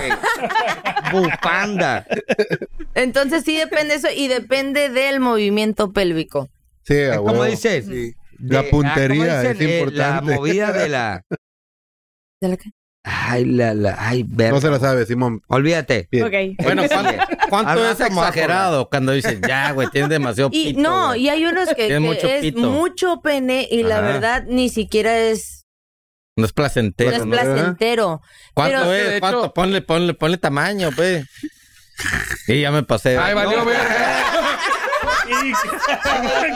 güey. Bufanda. Entonces sí depende eso y depende del movimiento pélvico. Sí, a ¿Cómo huevo. dices? Sí. De- La puntería ah, ¿cómo es dicen? Eh, importante. la movida de la... ¿De la qué? Ay, la, la... Ay, ver... No se la sabe, Simón. Olvídate. Bien. Ok. Bueno, ¿cuánto, cuánto Al es rato me va a exagerado cuando dicen, ya, güey, tienes demasiado Y pito, no, güey"? y hay unos que, Es que mucho es pito. mucho pene y la Ajá. verdad ni siquiera es, No es no placentero. es ¿no? placentero. ¿Cuánto Pero- es? de hecho- ¿Cuánto? Ponle, ponle, ponle tamaño, pues. Y ya me pasé. Ay, valió, güey.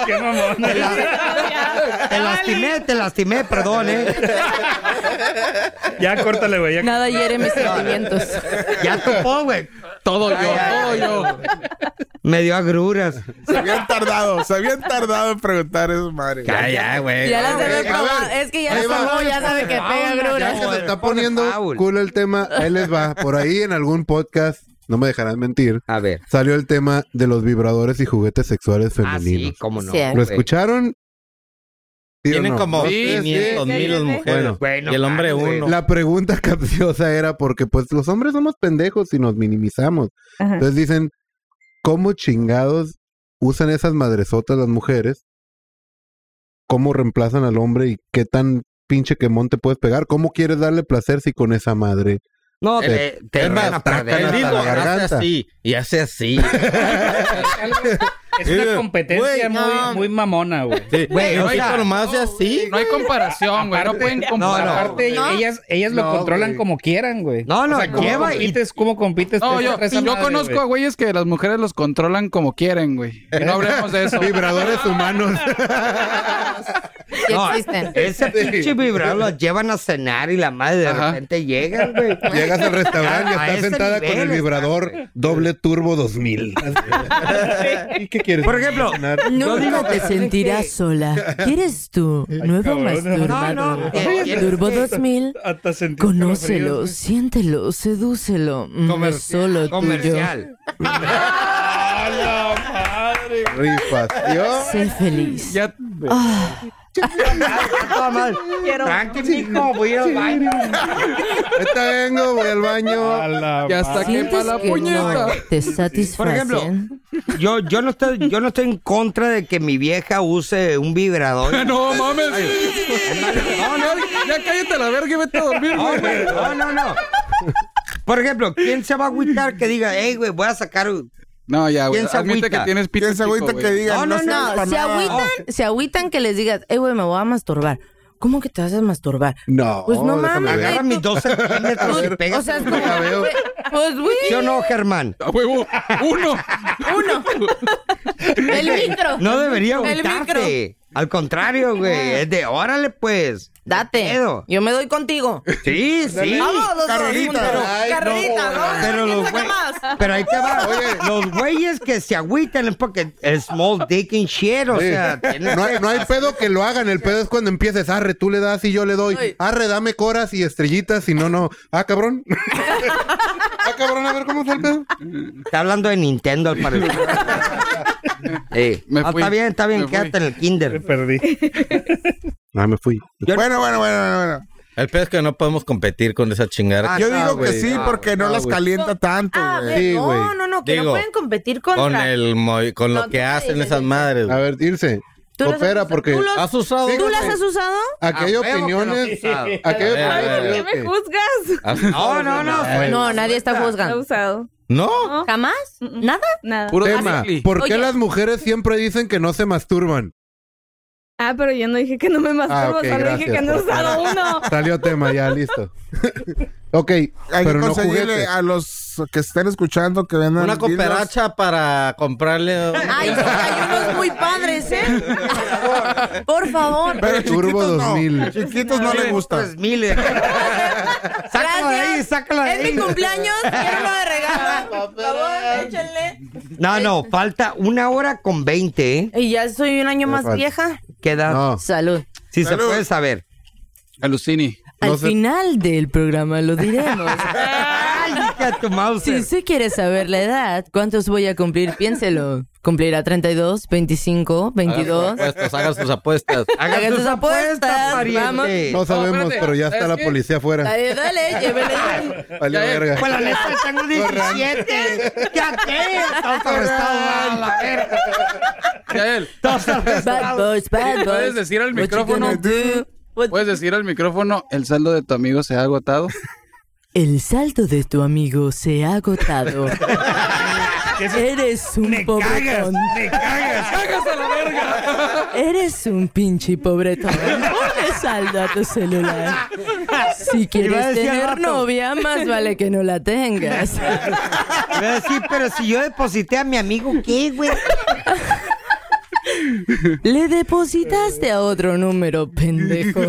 Qué mamón. Te lastimé, te lastimé, perdón, eh. Ya córtale, güey. ya Nada hiere mis sentimientos. Ya topó, güey. Todo yo, todo yo. Me dio agruras. Se habían tardado, se habían tardado en preguntar eso, madre. Ya, ya, güey. Ya las a debe ver, probar. a ver. Es que ya Ahí las va. probó, ya sabe que pega Ya que gruras. se está poniendo Paul. culo el tema, ahí les va. Por ahí en algún podcast, no me dejarán mentir, A ver. salió el tema de los vibradores y juguetes sexuales Ah, sí, femeninos. cómo no. Sí. ¿Lo güey. escucharon? ¿Sí o Tienen no? como Sí, sí. 500 sí. mil las mujeres. Bueno. Bueno, y el hombre claro, güey. uno. La pregunta capciosa era porque pues los hombres somos pendejos y nos minimizamos. Ajá. Entonces dicen, ¿cómo chingados usan esas madresotas las mujeres? ¿Cómo reemplazan al hombre y qué tan pinche quemón te puedes pegar? ¿Cómo quieres darle placer si con esa madre? No, pues, Eh, te, te Es van más, a traca él perder. la mismo hace garganta. así y hace así. Es una competencia Güey, muy, no. muy mamona, güey. Sí. Güey, No o hay sea, con- nomás sea así. No hay comparación, güey. No pueden comparar. Aparte, No. ellas, ellas lo No, controlan güey. como quieran, güey. No, no, O sea, ¿cómo lleva y- compites? ¿Cómo compites? No, yo, Esa- esa yo madre, conozco güey. a güeyes que las mujeres los controlan como quieren, güey. No hablemos de eso. Vibradores humanos. Sí No, existen. ese pinche vibrador los llevan a cenar y la madre de Ajá. repente llegan, güey. Llegas al restaurante y A estás ese sentada nivel con el está, vibrador doble turbo 2000. ¿Y qué quieres? Por ejemplo, Cenar. yo digo Nunca que te sentirás sola. ¿Quieres tú? Nuevo cabrón, masturbador. no, no, que- Turbo que- 2000. Hasta sentí Conócelo, escalofríos. siéntelo, sedúcelo. Mm, es solo tuyo. comercial. ¡A la madre! Rifas. Yo, Sé feliz. Ya- Toda madre. Tranqui, mijo, voy al baño. ahorita vengo, voy al baño. A la ya está que ¿Sientes para la que puñeta. no te satisfacen? Por Yo, yo no estoy, yo no estoy en contra de que mi vieja use un vibrador. No mames. No, no, ya cállate a la verga y vete a dormir, No, güey. güey, no, no, no. Por ejemplo, ¿quién se va a agüitar que diga, hey, güey, voy a sacar un-"? No, ya, güey. ¿Quién se Admite agüita? que tienes pito Piensa, güey, chico, que güey. digan, No, no, no, sirves No, pa' se nada. agüitan, se agüitan que les digas, eh, güey, me voy a masturbar. ¿Cómo que te vas a masturbar? No, pues no déjame mames. ver. güey, Agarra mis tú- dos centímetros y tú- pega. O sea, es como, güey, pues, ¿Sí o güey, no, Germán? A huevo. Uno. uno. El micro. No debería El agüitarte. Al contrario, güey. Es de, órale, pues. Date. Pedo. Yo me doy contigo. Sí, sí. Vamos, los Carolita. dos juntos. Ay, no. Carolita, no, Pero ¿quién los saca güeyes. más? Pero ahí te va. Los güeyes que se agüitan es porque es small dick and shit. O Sí. sea, tienen No hay, no hay pedo que lo hagan, el pedo es cuando empieces, arre, tú le das y yo le doy, Ay. arre, dame coras y estrellitas, si no, no, ah, cabrón, ah, cabrón, a ver cómo está el pedo. Está hablando de Nintendo, al parecer. Sí. Me Ah, fui. está bien, está bien, Me fui. quédate en el Me kinder. perdí. Ah, me fui. Yo- Bueno, bueno, bueno, bueno. bueno. El peor es que no podemos competir con esa chingada. Ah, Yo no, digo que güey, sí, no, porque no, no, las güey. calienta tanto, Ah, güey. ver, Sí, güey. no, no, no, que no Digo, pueden competir con contra. el movi- con No, lo tú que no hacen dices esas eso. madres. A güey. ver, irse, ¿Tú las has coopera usado? porque ¿Tú, los- ¿Has usado? ¿tú güey? las has usado? aquí hay A huevo que no opiniones, se sabe. aquí hay A ver, ¿Por opiniones, qué me juzgas? ¿Has usado? No, no, no. No, nadie está No he juzgando. usado. ¿No? ¿Jamás? ¿Nada? Nada. Puro tema, chicle. ¿por qué Oye. las mujeres siempre dicen que no se masturban? Ah, pero yo no dije que no me masturbo, ok, solo dije gracias, que no he por usado uno. Salió tema, ya, listo. ok, Hay pero que no conseguirle juguetes. a los que estén escuchando que vendan Una dildos. cooperacha para comprarle. Ay, sí, hay unos muy padres, ¿eh? Por favor. Pero chiquitos Turbo 2000. no. Chiquitos no les gusta. Pues miles. Sácalo de ahí, Gracias. sácalo de Es mi ahí. cumpleaños, quiero uno de regalo. Por favor, échenle. No, no, falta una hora con 20, ¿eh? Y ya soy un año más falta. vieja. Queda. No. Salud. Si se puede saber. Alucini. Al final del programa lo diremos. Ay, Ah. hija, tu mouse. Si usted quiere saber la edad, ¿cuántos voy a cumplir? Piénselo. ¿Cumplirá 32, 25, 22? Apuestas, hagan sus apuestas. Hagan sus apuestas, pariente. vamos. No sabemos, espérate, pero ya está ¿sabes la qué? policía afuera. Dale, dale, eh, llévele. Valió ya, ya. verga. Pues la neta, tengo 17. ¿Ya qué? Estamos arrestados a la verga. Yael, Estamos Bad arrestados. boys, bad boys. ¿puedes decir al What you micrófono? Pues- gonna do? What- ¿Puedes decir al micrófono el saldo de tu amigo se ha agotado? El saldo de tu amigo se ha agotado. Eres un Me cagas, pobretón. me cagas. Eres un pinche pobretón. Ponle saldo a tu celular. Si Iba a quieres decir al tener vato. novia, más vale que no la tengas. Voy a decir, pero si yo deposité a mi amigo, ¿qué, güey? Le depositaste a otro número, pendejo.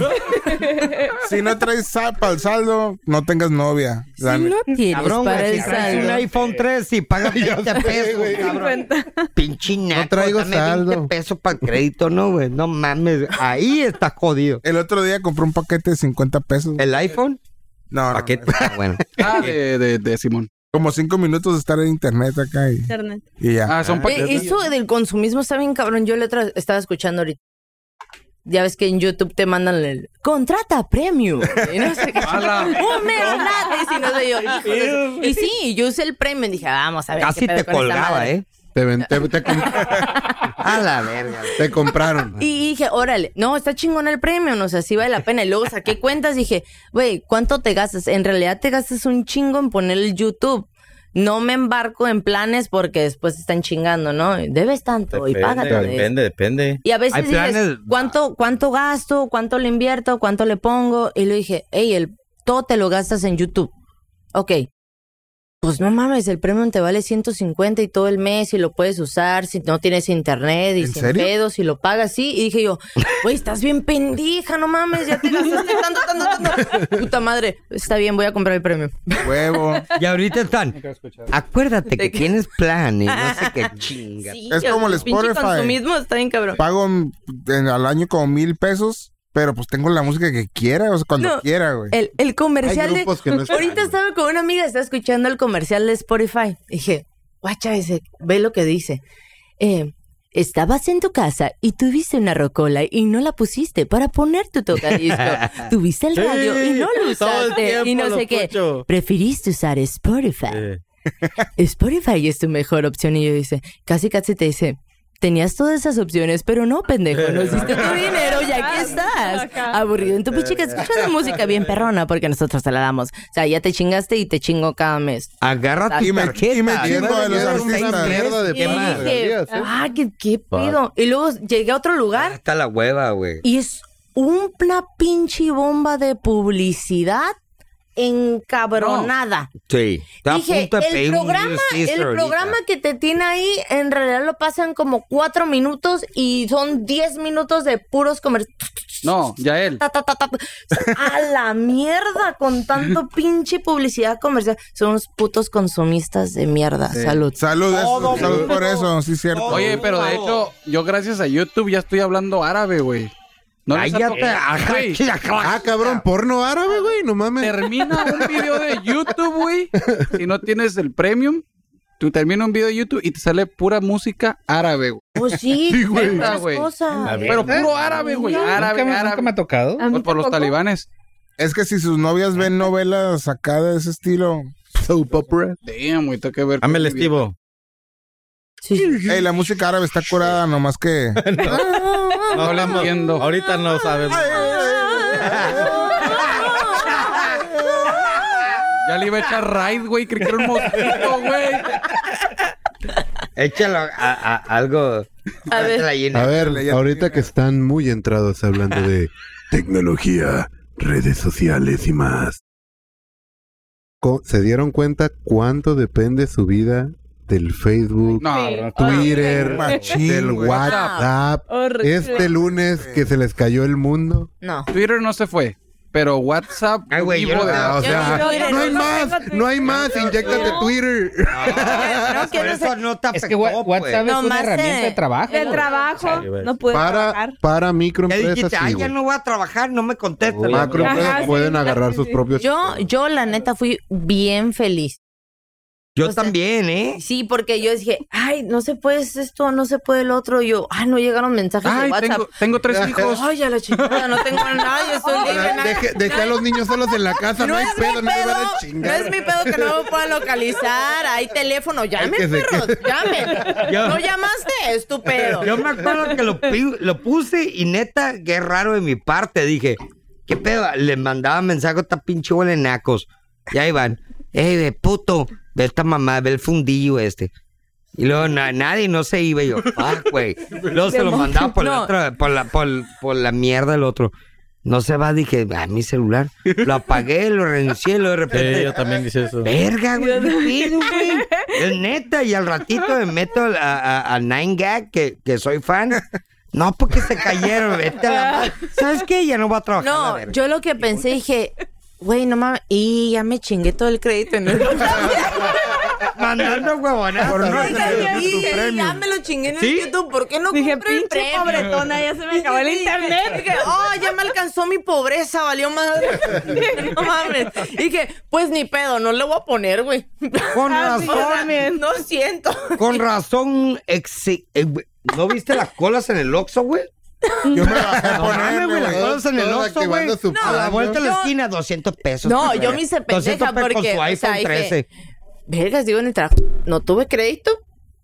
Si no traes sal para el saldo, no tengas novia. Si La no tienes Cabrón, para güey, el si traes un saldo. iPhone 3 y pagas 20 pesos, cabrón. Pinche naco, traigo dame saldo. 20 pesos para crédito, no, güey. No mames, ahí estás jodido. El otro día compré un paquete de 50 pesos. ¿El iPhone? No, no, Paquete. Ah, bueno. Ah, de, de, de Simón. como 5 minutos de estar en internet acá y, Internet. y ya. Ah, son Oye, paquetes. Eh, eso del consumismo está bien cabrón. Yo lo otra- estaba escuchando ahorita. Ya ves que en YouTube te mandan el contrata premium. Y no sé qué. Un mes gratis. Y, no sé yo, hijo de- y sí, yo usé el premium. Dije, "Ah, vamos a ver. Casi qué pedo te con esta colgaba, madre. ¿eh? Te, ven- te- te com- A la verga. te compraron. Y dije, órale, no, está chingón el premio, no sé, sí vale la pena. Y luego saqué cuentas y dije, güey, ¿cuánto te gastas? En realidad te gastas un chingo en poner el YouTube. no me embarco en planes porque después están chingando, ¿no? Debes tanto y págate. Depende, depende. Y a veces dices, ¿cuánto, ¿cuánto gasto? ¿Cuánto le invierto? ¿Cuánto le pongo? Y le dije, hey, el, todo te lo gastas en YouTube. Ok. Pues no mames, el premium te vale 150 y todo el mes y lo puedes usar si no tienes internet y ¿En sin serio? pedos y lo pagas, sí. Y dije yo, güey, estás bien pendija, no mames, ya te gastaste tanto, tanto, tanto. Puta madre, está bien, voy a comprar el premium. Huevo. Y ahorita están. Acuérdate que tienes planes, no sé qué chinga. Sí, Es como el pinche Spotify. consumismo está bien cabrón. Pago mm, en- al año como mil pesos, pero pues tengo la música que quiera, o sea, cuando No, eh, quiera, güey. El, el comercial Hay de. grupos que no están. Ahorita estaba con una amiga, estaba escuchando el comercial de Spotify. Dije, guacha, dice, ve lo que dice. Eh, Estabas en tu casa y tuviste una rocola y no la pusiste para poner tu tocadisco. tuviste el radio y no lo todo el usaste y tiempo no lo sé qué. escucho. Preferiste usar Spotify. Spotify es tu mejor opción. Y yo dice, casi casi te dice, tenías todas esas opciones, pero no, pendejo, no hiciste tu dinero y aquí estás. Aburrido en tu pichica, escuchando música bien perrona porque nosotros te la damos. O sea, ya te chingaste y te chingo cada mes. Agarra tu Y me- tarjeta. y me chingo a los Era una artistas. mierda de Y pago de dije, regalías, ¿eh? ah, qué, qué pedo. Y luego llegué a otro lugar Está la hueva, güey. y es una pinche bomba de publicidad encabronada. Sí. Está Dije, el pedir un programa, Little Caesar el ahorita. programa que te tiene ahí, en realidad lo pasan como cuatro minutos y son diez minutos de puros comerciales. No, ya él. A la mierda con tanto pinche publicidad comercial. Son unos putos consumistas de mierda. Salud. Salud, es- Todo salud mundo. por eso, sí, cierto. Oye, pero de hecho, yo gracias a YouTube ya estoy hablando árabe, güey. No les ha Cállate, tocado- ajá, Güey, chila, jala. Ah, cabrón, porno árabe, güey, no mames. termina un video de YouTube, güey. Si no tienes el premium, tú termina un video de YouTube y te sale pura música árabe, güey. Pues sí, Sí, güey. hay muchas Ah, güey. cosas. Pero puro árabe, güey. Árabe, Nunca me- nunca me ha árabe. Pues tocado. Ah, A mí Por, por los tampoco. talibanes. Es que si sus novias ven novelas acá de ese estilo. Soap opera. Damn, güey, tengo que ver. Dame el estivo. Sí. Ey, la música árabe está curada, nomás que. No Ah. hablamos. entiendo. Ahorita no sabemos. Ya le iba a echar raid, güey. Creí que era un mosquito, güey. Échalo a, a- algo. A ver. la llena. A ver, ahorita que están muy entrados hablando de Tecnología, redes sociales y más. co- se dieron cuenta cuánto depende su vida del Facebook, No, Sí. no. Twitter, Machín, del güey. WhatsApp. Horrible. Este lunes que se les cayó el mundo. No. Twitter no se fue. Pero WhatsApp. Ay, güey, yo vivo no- de- Ah, o Yo sea, no veo no hay Twitter, no más, no hay más, inyéctate Twitter. No Por quiero eso ser. no te Es afectó, que wa- pues. WhatsApp es No, una más herramienta de- de trabajo. De trabajo, Sí, güey. no puedes Para, trabajar. para Ya microempresas, dijiste, sí, ay, ya güey. Ah, no voy a trabajar, no me Ah, contestas. Uy, Macro. Macroempresas Ajá, sí, pueden sí, agarrar sí, sus sí. propios. Yo, yo la neta fui bien feliz. Yo o sea, también, ¿eh? Sí, porque yo dije, ay, no se puede esto, no se puede el otro. Y yo, ay, no llegaron mensajes Ay, de WhatsApp. tengo, tengo tres hijos. Ay, a la chingada, no tengo nada, yo estoy libre. nada. Deje, dejé a los niños solos en la casa, no, No hay es pedo, mi no me van pedo, a no chingar. es mi pedo que no me puedan localizar. Hay teléfono, que llamen, se perros, llamen. Yo- No llamaste, estupendo. Yo me acuerdo que lo, pi- lo puse y neta, qué raro de mi parte. Dije, ¿qué pedo? Le mandaba mensaje a esta pinche bola de nacos. Y ahí van, ¡ey, ve, puto! Ve esta mamá, ve el fundillo este. Y luego na- nadie no se iba. Y yo, fuck, güey. Luego se lo mandaba por, la No. otra- por, la, por, por la mierda del otro. No se va, dije, a mi celular. Lo apagué, lo reinicié, lo de repente. Sí, yo también hice eso. Verga, güey, qué pedo, güey. Es neta, y al ratito me meto a, a, a Nine Gag, que, que soy fan. No, porque se cayeron, vete a la madre. ¿Sabes qué? Ya no voy a trabajar. la No, verga. yo lo que pensé, dije, güey, no mames, y ya me chingué todo el crédito en el Mandando huevonadas. Por no Oiga, tener ya tu dije, premio. ya me lo chingué en el ¿Sí? YouTube, ¿por qué no Dije, compré el pinche premio? pobretona, ya se me acabó el Sí, sí, sí. internet. Dije, oh, ya me alcanzó mi pobreza, valió madre. no mames. Dije, pues ni pedo, no le voy a poner, güey. Con Ah, sí, yo razón, también. No siento. con razón. exi- eh, güey, ¿No viste las colas en el Oxxo, güey? Yo me la dejé No mames, poner, güey, las güey. colas en el Todos Oxxo, güey. activando su A la plan, vuelta de la ¿no? esquina, 200 pesos. No, yo me hice 200 pendeja pesos porque, con su o eh, iPhone sea, dije, 13. Vergas, digo en el trabajo, no tuve crédito,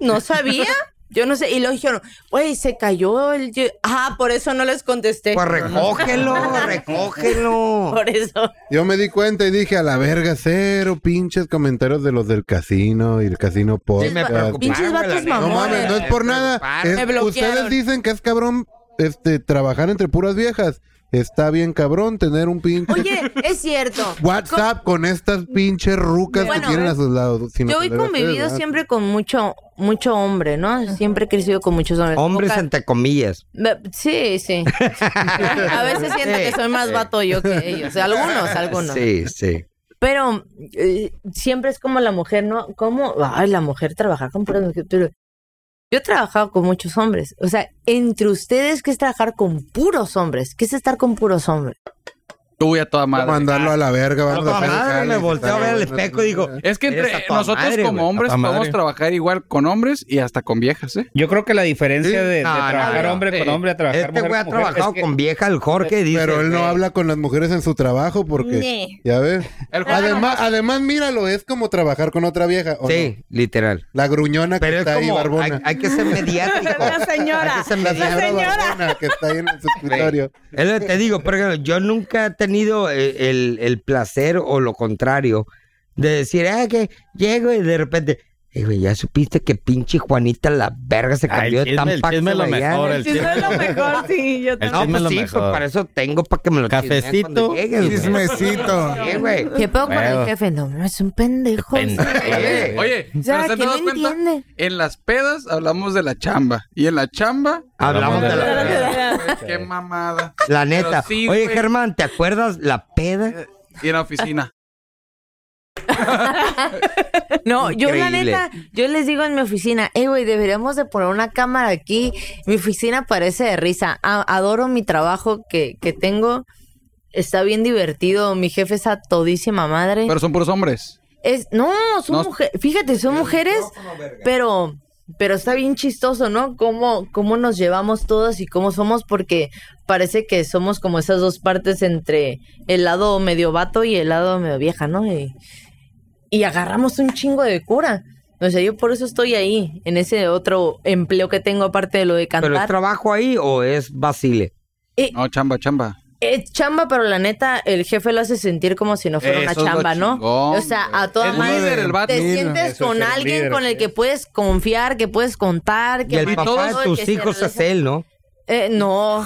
no sabía. Yo no sé, y luego dijeron, güey, se cayó el... ye-". Ah, por eso no les contesté. Pues recógelo, recógelo. Por eso. Yo me di cuenta y dije, a la verga, cero pinches comentarios de los del casino y el casino podcast. me preocuparon, Pinches güey, la vatos neta. No mamones. mames, no es por nada. preocuparon. Es- Me bloquearon. ustedes dicen que es cabrón este trabajar entre puras viejas. Está bien cabrón tener un pinche Oye, es cierto. WhatsApp con estas pinches rucas Bueno, que tienen a sus lados. Si me Yo he tolera convivido ustedes, siempre con mucho, mucho hombre, ¿no? Siempre he crecido con muchos hombres. Hombres Poca- entre comillas. Be- Sí, sí. A veces siento que soy más vato yo que ellos. Algunos, algunos. Sí, sí. Pero eh, siempre es como la mujer, ¿no? ¿Cómo? Ay, la mujer trabaja con puras mujeres, pero yo he trabajado con muchos hombres. O sea, entre ustedes, ¿qué es trabajar con puros hombres? ¿Qué es estar con puros hombres? Tú y a toda ¿verdad? madre. Mandarlo a la verga. vamos a hacer el Madre, jale, me está volteo a ver el bien, no espejo te- y digo, Es que entre Eres a toda nosotros madre, como güey, hombres a toda podemos madre. trabajar igual con hombres y hasta con viejas, ¿eh? Yo creo que la diferencia de, de No, no, trabajar no. hombre con hombre a trabajar este mujer güey ha con mujer es trabajado que- con vieja, el Jorge dice. Pero él no güey. habla con las mujeres en su trabajo porque, Ne. ya ves. El Jorge Además, además, míralo, es como trabajar con otra vieja. ¿o Sí, literal. no? La gruñona que Pero es está ahí, como, hay, barbona. hay que ser mediático. La señora. Esa es la La señora, señora. barbona que está ahí en su escritorio. Es lo que te digo, pero yo nunca he tenido eh, el, el placer o lo contrario de decir, ah, que llego y de repente, "Eh, güey, ya supiste que pinche Juanita la verga se Ay, cambió el de chisme, el tampax chisme es lo a la llave". mejor, El chisme es lo mejor, sí, yo El también. No, chisme es pues lo sí, mejor. pues para eso tengo, para que me lo chismeen Cafecito cuando llegues, güey. Chismecito. Sí, güey. ¿Qué puedo con Bueno. el jefe? No, no, es un pendejo. ¿Eh? Pendejo. Oye, O ¿pero sea, se han ¿quién dado lo cuenta? entiende? En las pedas hablamos de la chamba. Y en la chamba, Hablamos de la peda. qué mamada. La neta. Pero sí, Oye, güey. Germán, ¿te acuerdas la peda? Y en la oficina. No, yo la Increíble. neta, yo les digo en mi oficina, hey, güey, deberíamos de poner una cámara aquí. Mi oficina parece de risa. A- adoro mi trabajo que, que tengo. Está bien divertido. Mi jefe es a todísima madre. Pero son puros hombres. Es, no, son No. mujeres. Fíjate, son mujeres, pero, pero está bien chistoso, ¿no? Cómo, cómo nos llevamos todas y cómo somos, porque parece que somos como esas dos partes entre el lado medio vato y el lado medio vieja, ¿no? Y, y agarramos un chingo de cura. O sea, yo por eso estoy ahí, en ese otro empleo que tengo aparte de lo de ¿Pero es cantar. trabajo ahí o es Basile? No, chamba, chamba. Es chamba, pero la neta, el jefe lo hace sentir como si no fuera Eso es una lo chamba, ¿no? chingón, o sea, a güey. toda Es madre. líder el vato. Te Mira, sientes eso es con ser alguien líder, con el sí. que puedes confiar, que puedes contar, que Y el mandó, papá de que tus se hijos es realiza- él, ¿no? Eh, no,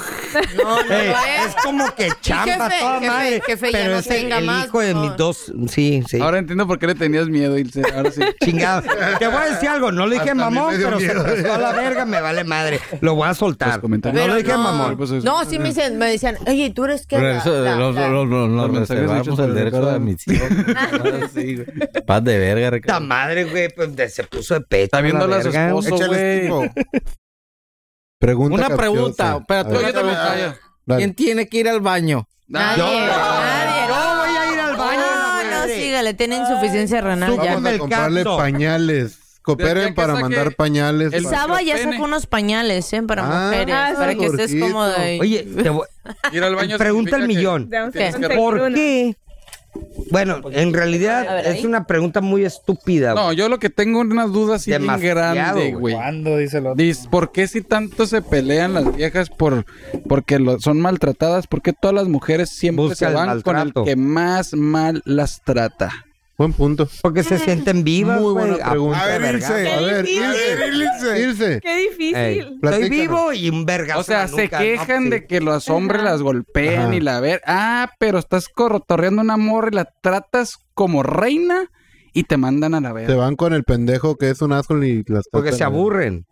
no, no lo Ey, es. es como que chamba jefe, toda jefe, madre. jefe, ya pero no es el, tenga el más, hijo de no. mis dos. Sí, sí. Ahora entiendo por qué le tenías miedo, Ilse. Ahora sí. Chingado. Te voy a decir algo. No le dije Hasta a mí mamón, me dio pero miedo. se pasó a la verga. Me vale madre. Lo voy a Los soltar. No comentarios. Pero le dije no. mamón. Pues eso. No, sí me, dicen, me decían, oye, tú eres que. Pero eso, la- la- los- la- los- los- nos Los mensajes reservamos hechos el por el derecho de Ricardo. admisión. Ah, Sí, güey. Paz de verga, Puta Ricardo. madre, güey. Pues de- se puso de pecho. Está viendo la a su verga. esposa. Échale, güey. tipo. Pregunta Una capciosa. pregunta, espérate, A ver, Yo también- ah, ya. dale. ¿Quién tiene que ir al baño? Nadie, nadie. Yo voy a ir al baño. No, no, sígale, tiene insuficiencia renal Tú ya. Vamos Del a comprarle canto. pañales. Del Cooperen que para saque mandar pañales. el- para- Saba ya Pene. sacó unos pañales, ¿eh? Para Ah, mujeres, ah, para que estés gorjito. cómoda ahí. Oye, te voy- Ir al baño pregunta el significa que- millón. Tenemos que ¿Qué? conseguir ¿Por una. qué? Bueno, en Pues, A ver, realidad ahí. es una pregunta muy estúpida. No, yo lo que tengo una duda así bien Demasiado, grande, güey. güey. ¿Cuándo? Dice el otro. Dices, ¿Por qué si tanto se pelean las viejas por porque lo- son maltratadas? ¿Por qué todas las mujeres siempre Busca se el van maltrato. con el que más mal las trata? Buen punto. Porque se sienten vivas. Muy güey. Ah, buena A- pregunta. A ver, Ilse. Qué A ver, difícil. Ilse. Ilse. Qué difícil. Ey, estoy Platícanos. vivo y un vergazo O sea, en la se nuca, quejan ¿no? de que los hombres las golpean Ajá. y la ver. Ah, pero estás corretorreando una morra y la tratas como reina y te mandan a la Se verga. van con el pendejo que es un asco y las Porque tratan se a- aburren.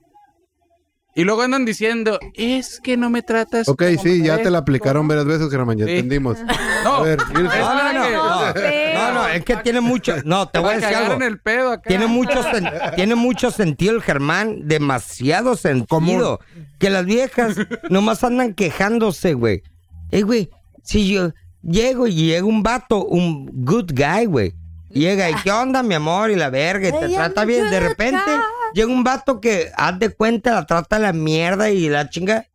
Y luego andan diciendo, es que no me tratas. Ok, como sí, ya merezco". te la aplicaron varias veces, Germán, ya Sí. entendimos. A No, ver, Ilse. Ah, No, no, no, no. Pero- No, no, es que tiene mucho. No, te te voy a va decir cagar algo. en el pedo acá. Tiene mucho, sen- tiene mucho sentido el Germán, demasiado sentido. Que las viejas nomás andan quejándose, güey. Eh, güey, si yo llego y llega un vato, un good guy, güey. Llega y ¿qué onda, mi amor? Y la verga, y te Ay, trata bien. De ayuda. repente llega un vato que, haz de cuenta, la trata a la mierda y la chinga.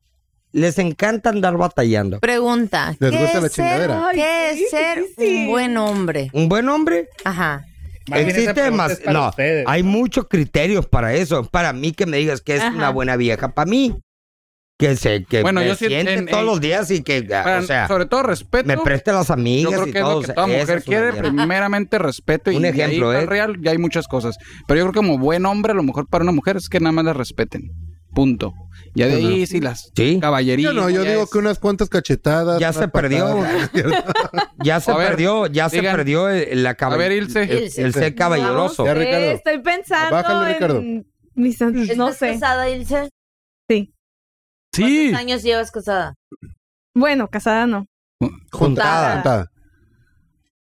Les encanta andar batallando. Pregunta. Les ¿qué gusta es la chingadera. Ser, ¿Qué Ay, es sí, ser sí. un buen hombre? Un buen hombre Ajá. Más bien ese Existe pregunta más. es para No, ustedes. hay muchos criterios para eso. Para mí que me digas que es Ajá. una buena vieja. Para mí. Que se que Bueno, me yo sí, siente en- todos en- los días y que, ah, Para- o sea, sobre todo respeto. me preste las Yo amigas creo y que es todo. lo o que sea, toda esa mujer es una quiere, mierda. primeramente respeto y Un de ejemplo, ahí para ¿eh? real ya hay muchas cosas. Pero yo creo que como buen hombre, a lo mejor para una mujer es que nada más la respeten. Punto. Ya de ahí si las Sí. caballerías. Yo no, yo ya digo es- que unas cuantas cachetadas. Ya una se perdió. patada. Ya se A ver, perdió, ya digan- se perdió el, la caba- A ver, Ilse. el- el, Ilse. ser caballeroso. Ya, Eh, Ricardo. Estoy pensando Bájale, Ricardo. en mis an- no ¿Estás sé. casada, Ilse? Sí. ¿Cuántos años llevas casada? Bueno, casada no. Juntada. Juntada.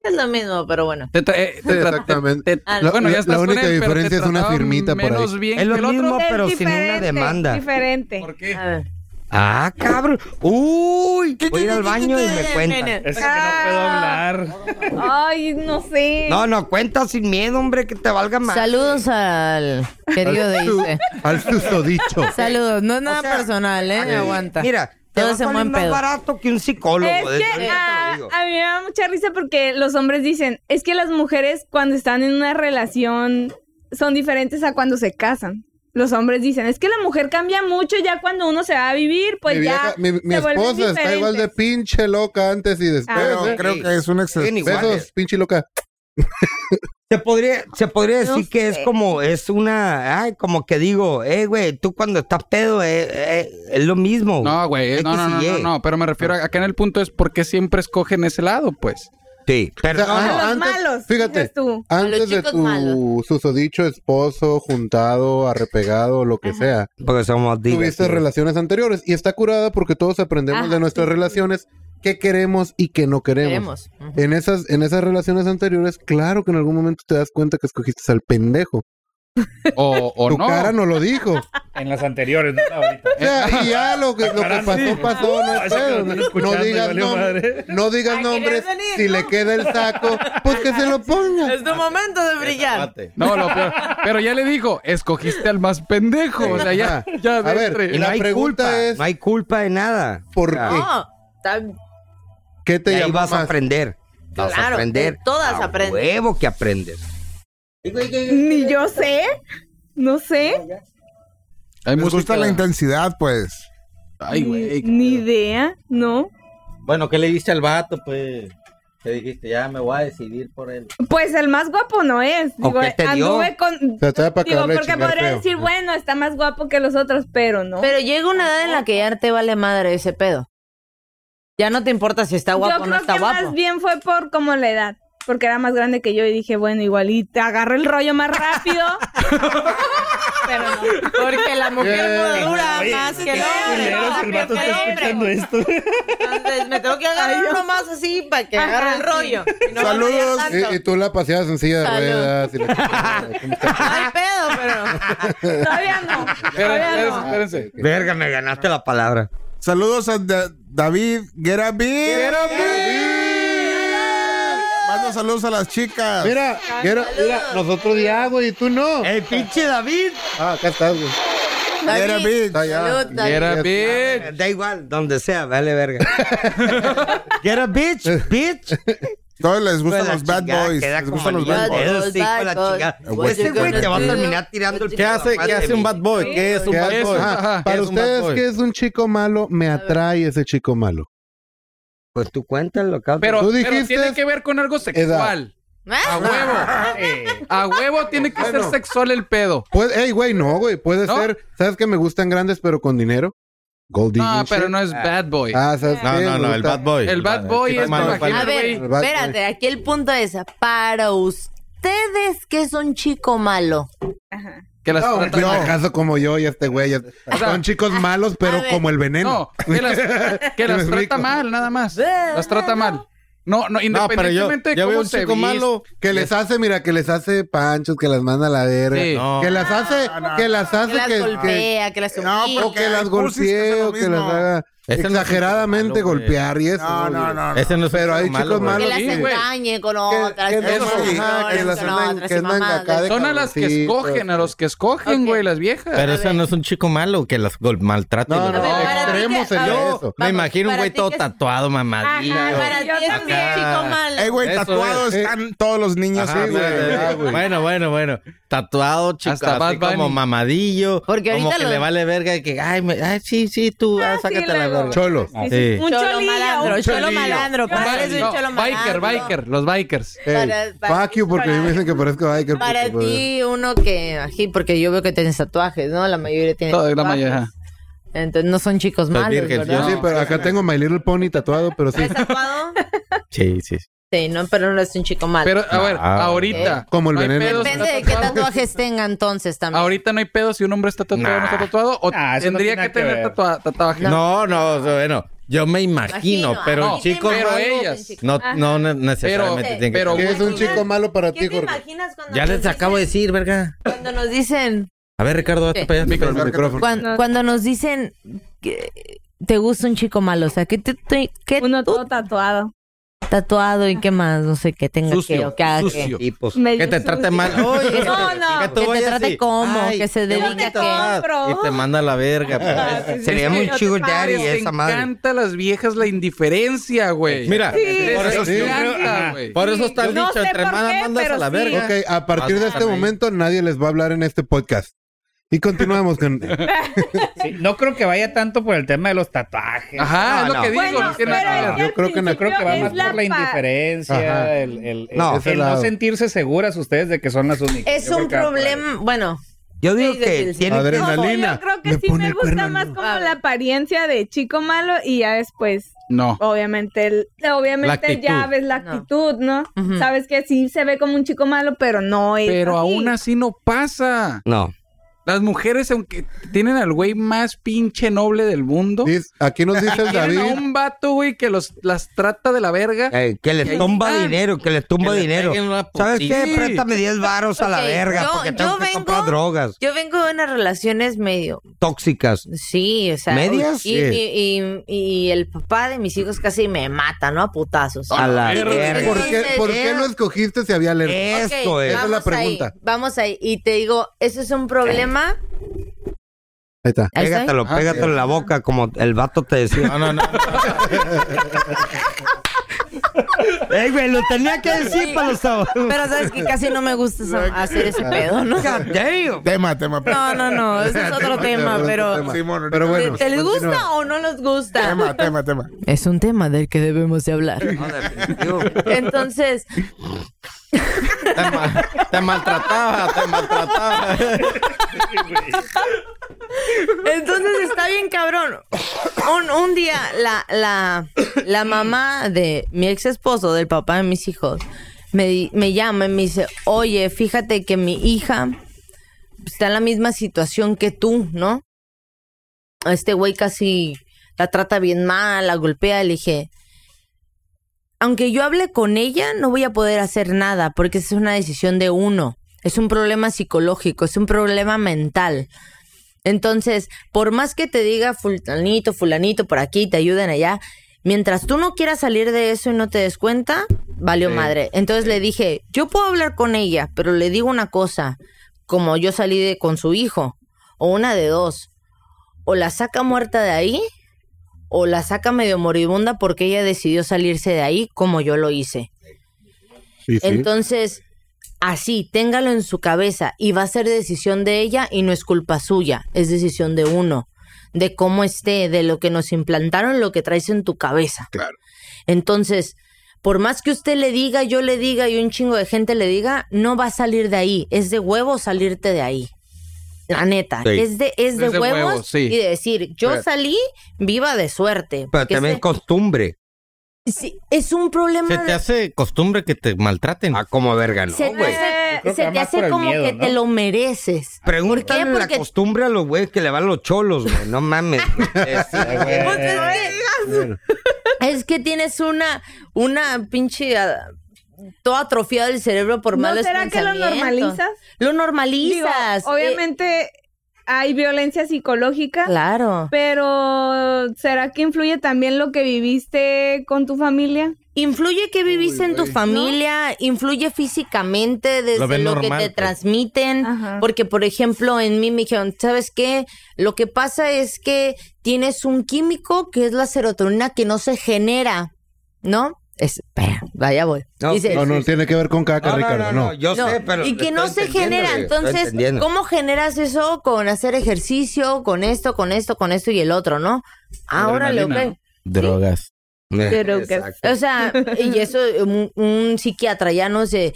Es lo mismo, pero bueno. Te tra- eh, te tra- exactamente. te- te- Ah, La- bueno, la- ya estás la con única él, pero te diferencia es una trataban firmita por ahí. menos bien Es que lo el otro. mismo, Es pero sin una diferente, demanda. Diferente. ¿Por qué? A ver. Ah, cabrón. Uy, voy a ir al baño y me cuentan. Es que no puedo Ah. hablar. Ay, no sé. No, no, cuenta sin miedo, hombre, que te valga más. Saludos al querido de Ilse. Al susodicho. Saludos. No es nada O sea, personal, ¿eh? Aguanta. Mira, te Todo va a ese salir buen más pedo. barato que un psicólogo. Es de- que ah, ahorita te a, lo digo. a mí me da mucha risa porque los hombres dicen, es que las mujeres cuando están en una relación son diferentes a cuando se casan. Los hombres dicen, es que la mujer cambia mucho ya cuando uno se va a vivir, pues mi, ya vieja- mi- mi se vuelven esposa está igual de diferentes. pinche loca antes y después. Ah, Pero ¿eh? creo que es un exceso. Siguen iguales. Besos, pinche loca. Se podría, se podría No decir que es sé. como, es una, ay, como que digo, eh, güey, tú cuando estás pedo, eh, eh, es lo mismo. No, güey. eh, X No, no, y no, no, Y. no, Pero me refiero a acá en el punto es por qué siempre escogen ese lado, pues. Sí, O sea, perdón. an- A los malos, Fíjate. dices tú. A los Antes de chicos tu malos. susodicho esposo, juntado, arrepegado, lo que sea, porque somos tuviste divertidos. relaciones anteriores. Y está curada porque todos aprendemos Ajá, de nuestras relaciones qué queremos y qué no queremos. Queremos. Ujú. En esas, en esas relaciones anteriores, claro que en algún momento te das cuenta que escogiste al pendejo. O, o tu no. cara no lo dijo. O En las anteriores, no ahorita. sea, y ya lo que, lo que Caramba, sí. pasó, pasó. No, es Parece que pedo. lo están escuchando No y digas valió nombres. madre. No digas Ay, nombres. querías venir, Si ¿no? le queda el saco, pues que se lo ponga. Es tu momento de brillar. Mate. No, lo peor. Pero ya le dijo, escogiste al más pendejo. O sea, ya, ya. A de ver, entre. Y no La hay pregunta culpa, es- no hay culpa de nada. ¿Por Ah. qué? No, está- ¿Qué Y te ahí llamó vas a más? aprender. Vas a Claro, aprender. todas A aprenden. huevo que aprendes. Ni yo sé, no sé, Hay Les música. gusta la intensidad, pues. Ay, güey. ni idea, ¿Ah? no. Bueno, ¿qué le diste al vato, pues? Te dijiste, ya me voy a decidir por él. Pues el más guapo no es. ¿O Digo, qué te dio? anduve con... Mm. sea, te da para digo, acabarle de porque chingar podría feo. decir, bueno, está más guapo que los otros, pero no. Pero llega una edad en la que ya te vale madre ese pedo. Ya no te importa si está guapo Yo o creo no está que guapo. más bien fue por como la edad, porque era más grande que yo y dije, bueno, igual y te agarro el rollo más rápido. Pero no. Porque la mujer no dura Oye, más que qué el culero si el vato hombre. está escuchando esto. Entonces me tengo que agarrar uno más así para que agarre el rollo. Y no Saludos. vaya tanto. Y, y tú la paseabas en silla de Salud. ruedas. y la- ¿Cómo está? No hay pedo, pero. Todavía no. Todavía Espérense, no. espérense. Verga, me ganaste la palabra. Saludos a Da- David Gerabi. Mando saludos a las chicas. Mira, quiero- mira, nosotros ya, güey, y tú no. El pinche David. Ah, acá estás, güey. David, bitch. Salud, David. Era bien. Da igual, donde sea, vale verga. Get a bitch, bitch. Todos les gustan Hijo de la los bad chingada, boys. queda Les como gustan los anillo bad al animal. boys. dedo, ese boys. hijo de la Bad boys. chingada. What Ese you güey gonna te va a do? terminar tirando el ¿Qué ¿Qué chico a la hace, madre ¿qué hace de un mí. bad boy? ¿Qué es un ¿Qué bad hace? boy? Ajá. ¿Qué Para es un bad ustedes, boy? ¿qué es un chico malo? Me atrae ese chico malo. Pues tú cuéntalo, cabrón. Pero, Tú pero dijiste tiene que ver con algo sexual. A ¿Ah? huevo. A huevo tiene que ser sexual el pedo. Pues, hey, güey, no, güey. Puede ¿No? ser. ¿Sabes que me gustan grandes, pero con dinero? Goldie. No, pero no es bad boy. Ah, ¿sabes No, qué? no, Me no, el gusta- bad boy. El bad boy chico es malo, como bad Pero, A ver, güey, el bad espérate, aquí el punto es, para ustedes, ¿qué es un chico malo? Que las No, tratan yo, mal. acaso como yo y este güey. ya- Son chicos malos, pero A ver. como el veneno. No, que las, que las Me explico. trata mal, nada más. Las trata mal. No, no, No, pero yo, independientemente de yo veo cómo un se chico viste. malo. Que les hace, mira, que les hace panchos, que las manda a la verga. Sí. No. Que las hace, que las Que hace Pues las que, que- golpea, que las humilla. o que las hay cursis que golpee hacen lo o que las mismo. haga. exageradamente golpear y eso. No, no, güey. no, no. Ese no es Pero hay malo, chicos güey. Que malos. las sí, güey. engañe con Que- otras. que con las- otras, ajá, que con las andan- otras que y andan mamadas. acá de Son a las que cabroncitos. escogen, a los que escogen, Ok. güey, las viejas. Pero eso ver. no es un chico malo que las gol- maltrate. No, güey. no, A ver, para ti extremos que- en a ver. eso. Me imagino un para güey ti todo que es- tatuado, Ay, mamadillo. para ti es un también. chico malo. Eh, güey, Eso tatuados es. están todos los niños. Ajá, sí, güey, güey. güey. ah, güey. Bueno, bueno, bueno. Tatuado, chico, Hasta así Bad Bunny. como mamadillo. Porque como ahorita que lo- le vale verga y que, ay, me- ay, sí, sí, tú, ah, sí, sácate la luego. verga. Cholo. Ah, Dice, sí. Un Cholo cholillo, malandro, un cholo cholillo. malandro. Pareces un No, cholo biker, malandro. biker, los bikers. Hey, Para- para- fuck you, porque a mí me dicen que parezco biker. Para porque- pues, ti, uno que. Aquí, porque yo veo que tienes tatuajes, ¿no? La mayoría tiene. Toda la tatuajes. mayoría. Entonces no son chicos Los malos. vírgenes, ¿verdad? Sí, pero acá tengo My Little Pony tatuado, pero sí. ¿Estás tatuado? Sí, sí. sí. Sí, no, pero no es un chico malo. Pero, a ver, ahorita. Como el no hay veneno. pedo si Depende está de qué tatuado. tatuajes tenga entonces también. Ahorita no hay pedo si un hombre está tatuado o no está tatuado. O Nah, eso no tendría tiene que nada que tener ver. tatua- tatuaje. No, no, o sea, bueno, yo me imagino, pero no, un chico pero malo, ellas. no, no ne- necesariamente Pero- tiene que pero- ¿Qué es un chico malo para ti, ¿Qué te Jorge? imaginas cuando Ya nos les dicen- acabo de decir, verga. Cuando nos dicen, A ver, Ricardo, ¿Qué? hazte para allá, hazte para allá. El micrófono. cuan- cuando, No. nos dicen que te gusta un chico malo, o sea, que te, te- que Uno tú todo tatuado. tatuado y qué más, no sé, que tenga que Sucio, o que haga sucio. Tipos. Medio Que te trate sucio. mal. Oye, No, no. tú Que te vayas trate y, como, ay, que se qué dedique bonito a que- estás. Compro. Ah, Y te manda a la verga. pues. Sería muy chico daddy Les esa madre. encanta a las viejas la indiferencia, güey. Mira, Les por eso sí. encanta, Ajá. güey. Por eso está Yo el no dicho, sé entre por más qué, mandas a pero la sí. verga. Ok, a partir de este Pásame. momento nadie les va a hablar en este podcast. Y continuamos con... Sí, no creo que vaya tanto por el tema de los tatuajes. Ajá, es No, lo que no. digo. Bueno, no tiene pero nada que es ver. que Yo al creo que no. Yo creo que va principio más es la pa- por la Ajá. indiferencia, el, el- el- No. Ese el no lado. sentirse seguras ustedes de que son las únicas. Es Yo creo un que va por ahí. problema, bueno, Yo digo Sí, que difícil. tiene que... Adrenalina. No, yo creo que Me sí pone me el gusta cuerno, más no. como la apariencia de chico malo y ya después, No. obviamente, el- La obviamente actitud. ya ves la No. actitud, ¿no? Ujú. Sabes que sí se ve como un chico malo, pero no es Pero así. aún así no pasa. No. Las mujeres, aunque tienen al güey más pinche noble del mundo, Diz- Aquí nos dice el tienen David... a un vato, güey, que los, las trata de la verga. Eh, que les tumba están. dinero, que les tumba Que les dinero. peguen una ¿Sabes putiza. qué? Préstame 10 varos a la Ok, verga yo- porque yo tengo que vengo- comprar drogas yo vengo de unas relaciones medio, tóxicas. Sí, o sea, ¿Medias? Y, y- y- y el papá de mis hijos casi me mata, ¿no? A putazos. A la Entonces, verga. ¿Por qué, por qué lo escogiste si había alerta? Ok, Esto es. Esa es la vamos pregunta. ahí, vamos ahí. Y te digo, eso es un problema. Ahí está. Ahí estoy. Pégatelo, pégatelo en la boca como el vato te decía. No, no, no. Ey, güey, lo tenía que decir para los sábados. Pero sabes que casi no me gusta eso- hacer ese pedo, ¿no? Tema, tema. No, no, no, ese es otro tema, pero... tema. Simón, Pero ¿Te, bueno. te les continúa. gusta o no les gusta? Tema, tema, tema. Es un tema del que debemos de hablar. Entonces, Te, ma- te maltrataba, te maltrataba. Entonces está bien cabrón. Un, un día la, la, la mamá de mi ex esposo, del papá de mis hijos, me, di- me llama y me dice, oye, fíjate que mi hija está en la misma situación que tú, ¿no? A Este güey casi la trata bien mal, la golpea, le dije, aunque yo hable con ella, no voy a poder hacer nada, porque esa es una decisión de uno. Es un problema psicológico, es un problema mental. Entonces, por más que te diga fulanito, fulanito, por aquí, te ayuden allá, mientras tú no quieras salir de eso y no te des cuenta, valió madre. Entonces le dije, yo puedo hablar con ella, pero le digo una cosa, como yo salí de, con su hijo, o una de dos, o la saca muerta de ahí, o la saca medio moribunda porque ella decidió salirse de ahí como yo lo hice. Sí, sí. Entonces, así, téngalo en su cabeza y va a ser decisión de ella y no es culpa suya, es decisión de uno, de cómo esté, de lo que nos implantaron, lo que traes en tu cabeza. Claro. Entonces, por más que usted le diga, yo le diga y un chingo de gente le diga, no va a salir de ahí, es de huevo salirte de ahí. La neta, Sí. es de, es de Es de huevos huevo, sí. y de decir, yo salí viva de suerte. Pero porque también ese- costumbre. sí, es un problema Se de- te hace costumbre que te maltraten. Ah, como verga, no, se te güey. hace, Yo creo que se va te más por hace el como miedo, que ¿no? te lo mereces. Pregúntale ¿Por qué? Porque- la costumbre a los güeyes que le van los cholos, güey. No mames. güey. Eh, sí, Ay, güey. Pues es, eh, Bueno, que, es que tienes una, una pinche ah, todo atrofiado del cerebro por ¿No malos será que lo pensamientos. normalizas? Lo Digo, normalizas. eh, obviamente hay violencia psicológica. Claro. Pero ¿será que influye también lo que viviste con tu familia? Influye que vivís en tu familia, influye físicamente desde Lo lo, ven que normal, te pues. transmiten, Ajá. porque por ejemplo en mí me dijeron, ¿sabes qué? Lo que pasa es que tienes un químico que es la serotonina que no se genera, ¿no? Es, espera, vaya voy. No, Dice, No, no tiene que ver con caca, Ricardo, no. yo no, sé, pero. y que estoy no se entendiendo, genera. güey, estoy Entonces, entendiendo. ¿cómo generas eso? Con hacer ejercicio, con esto, con esto, con esto y el otro, ¿no? Ahora lo Adrenalina. que... Drogas. Pero que- Exacto. O sea, y eso un, un psiquiatra ya no sé.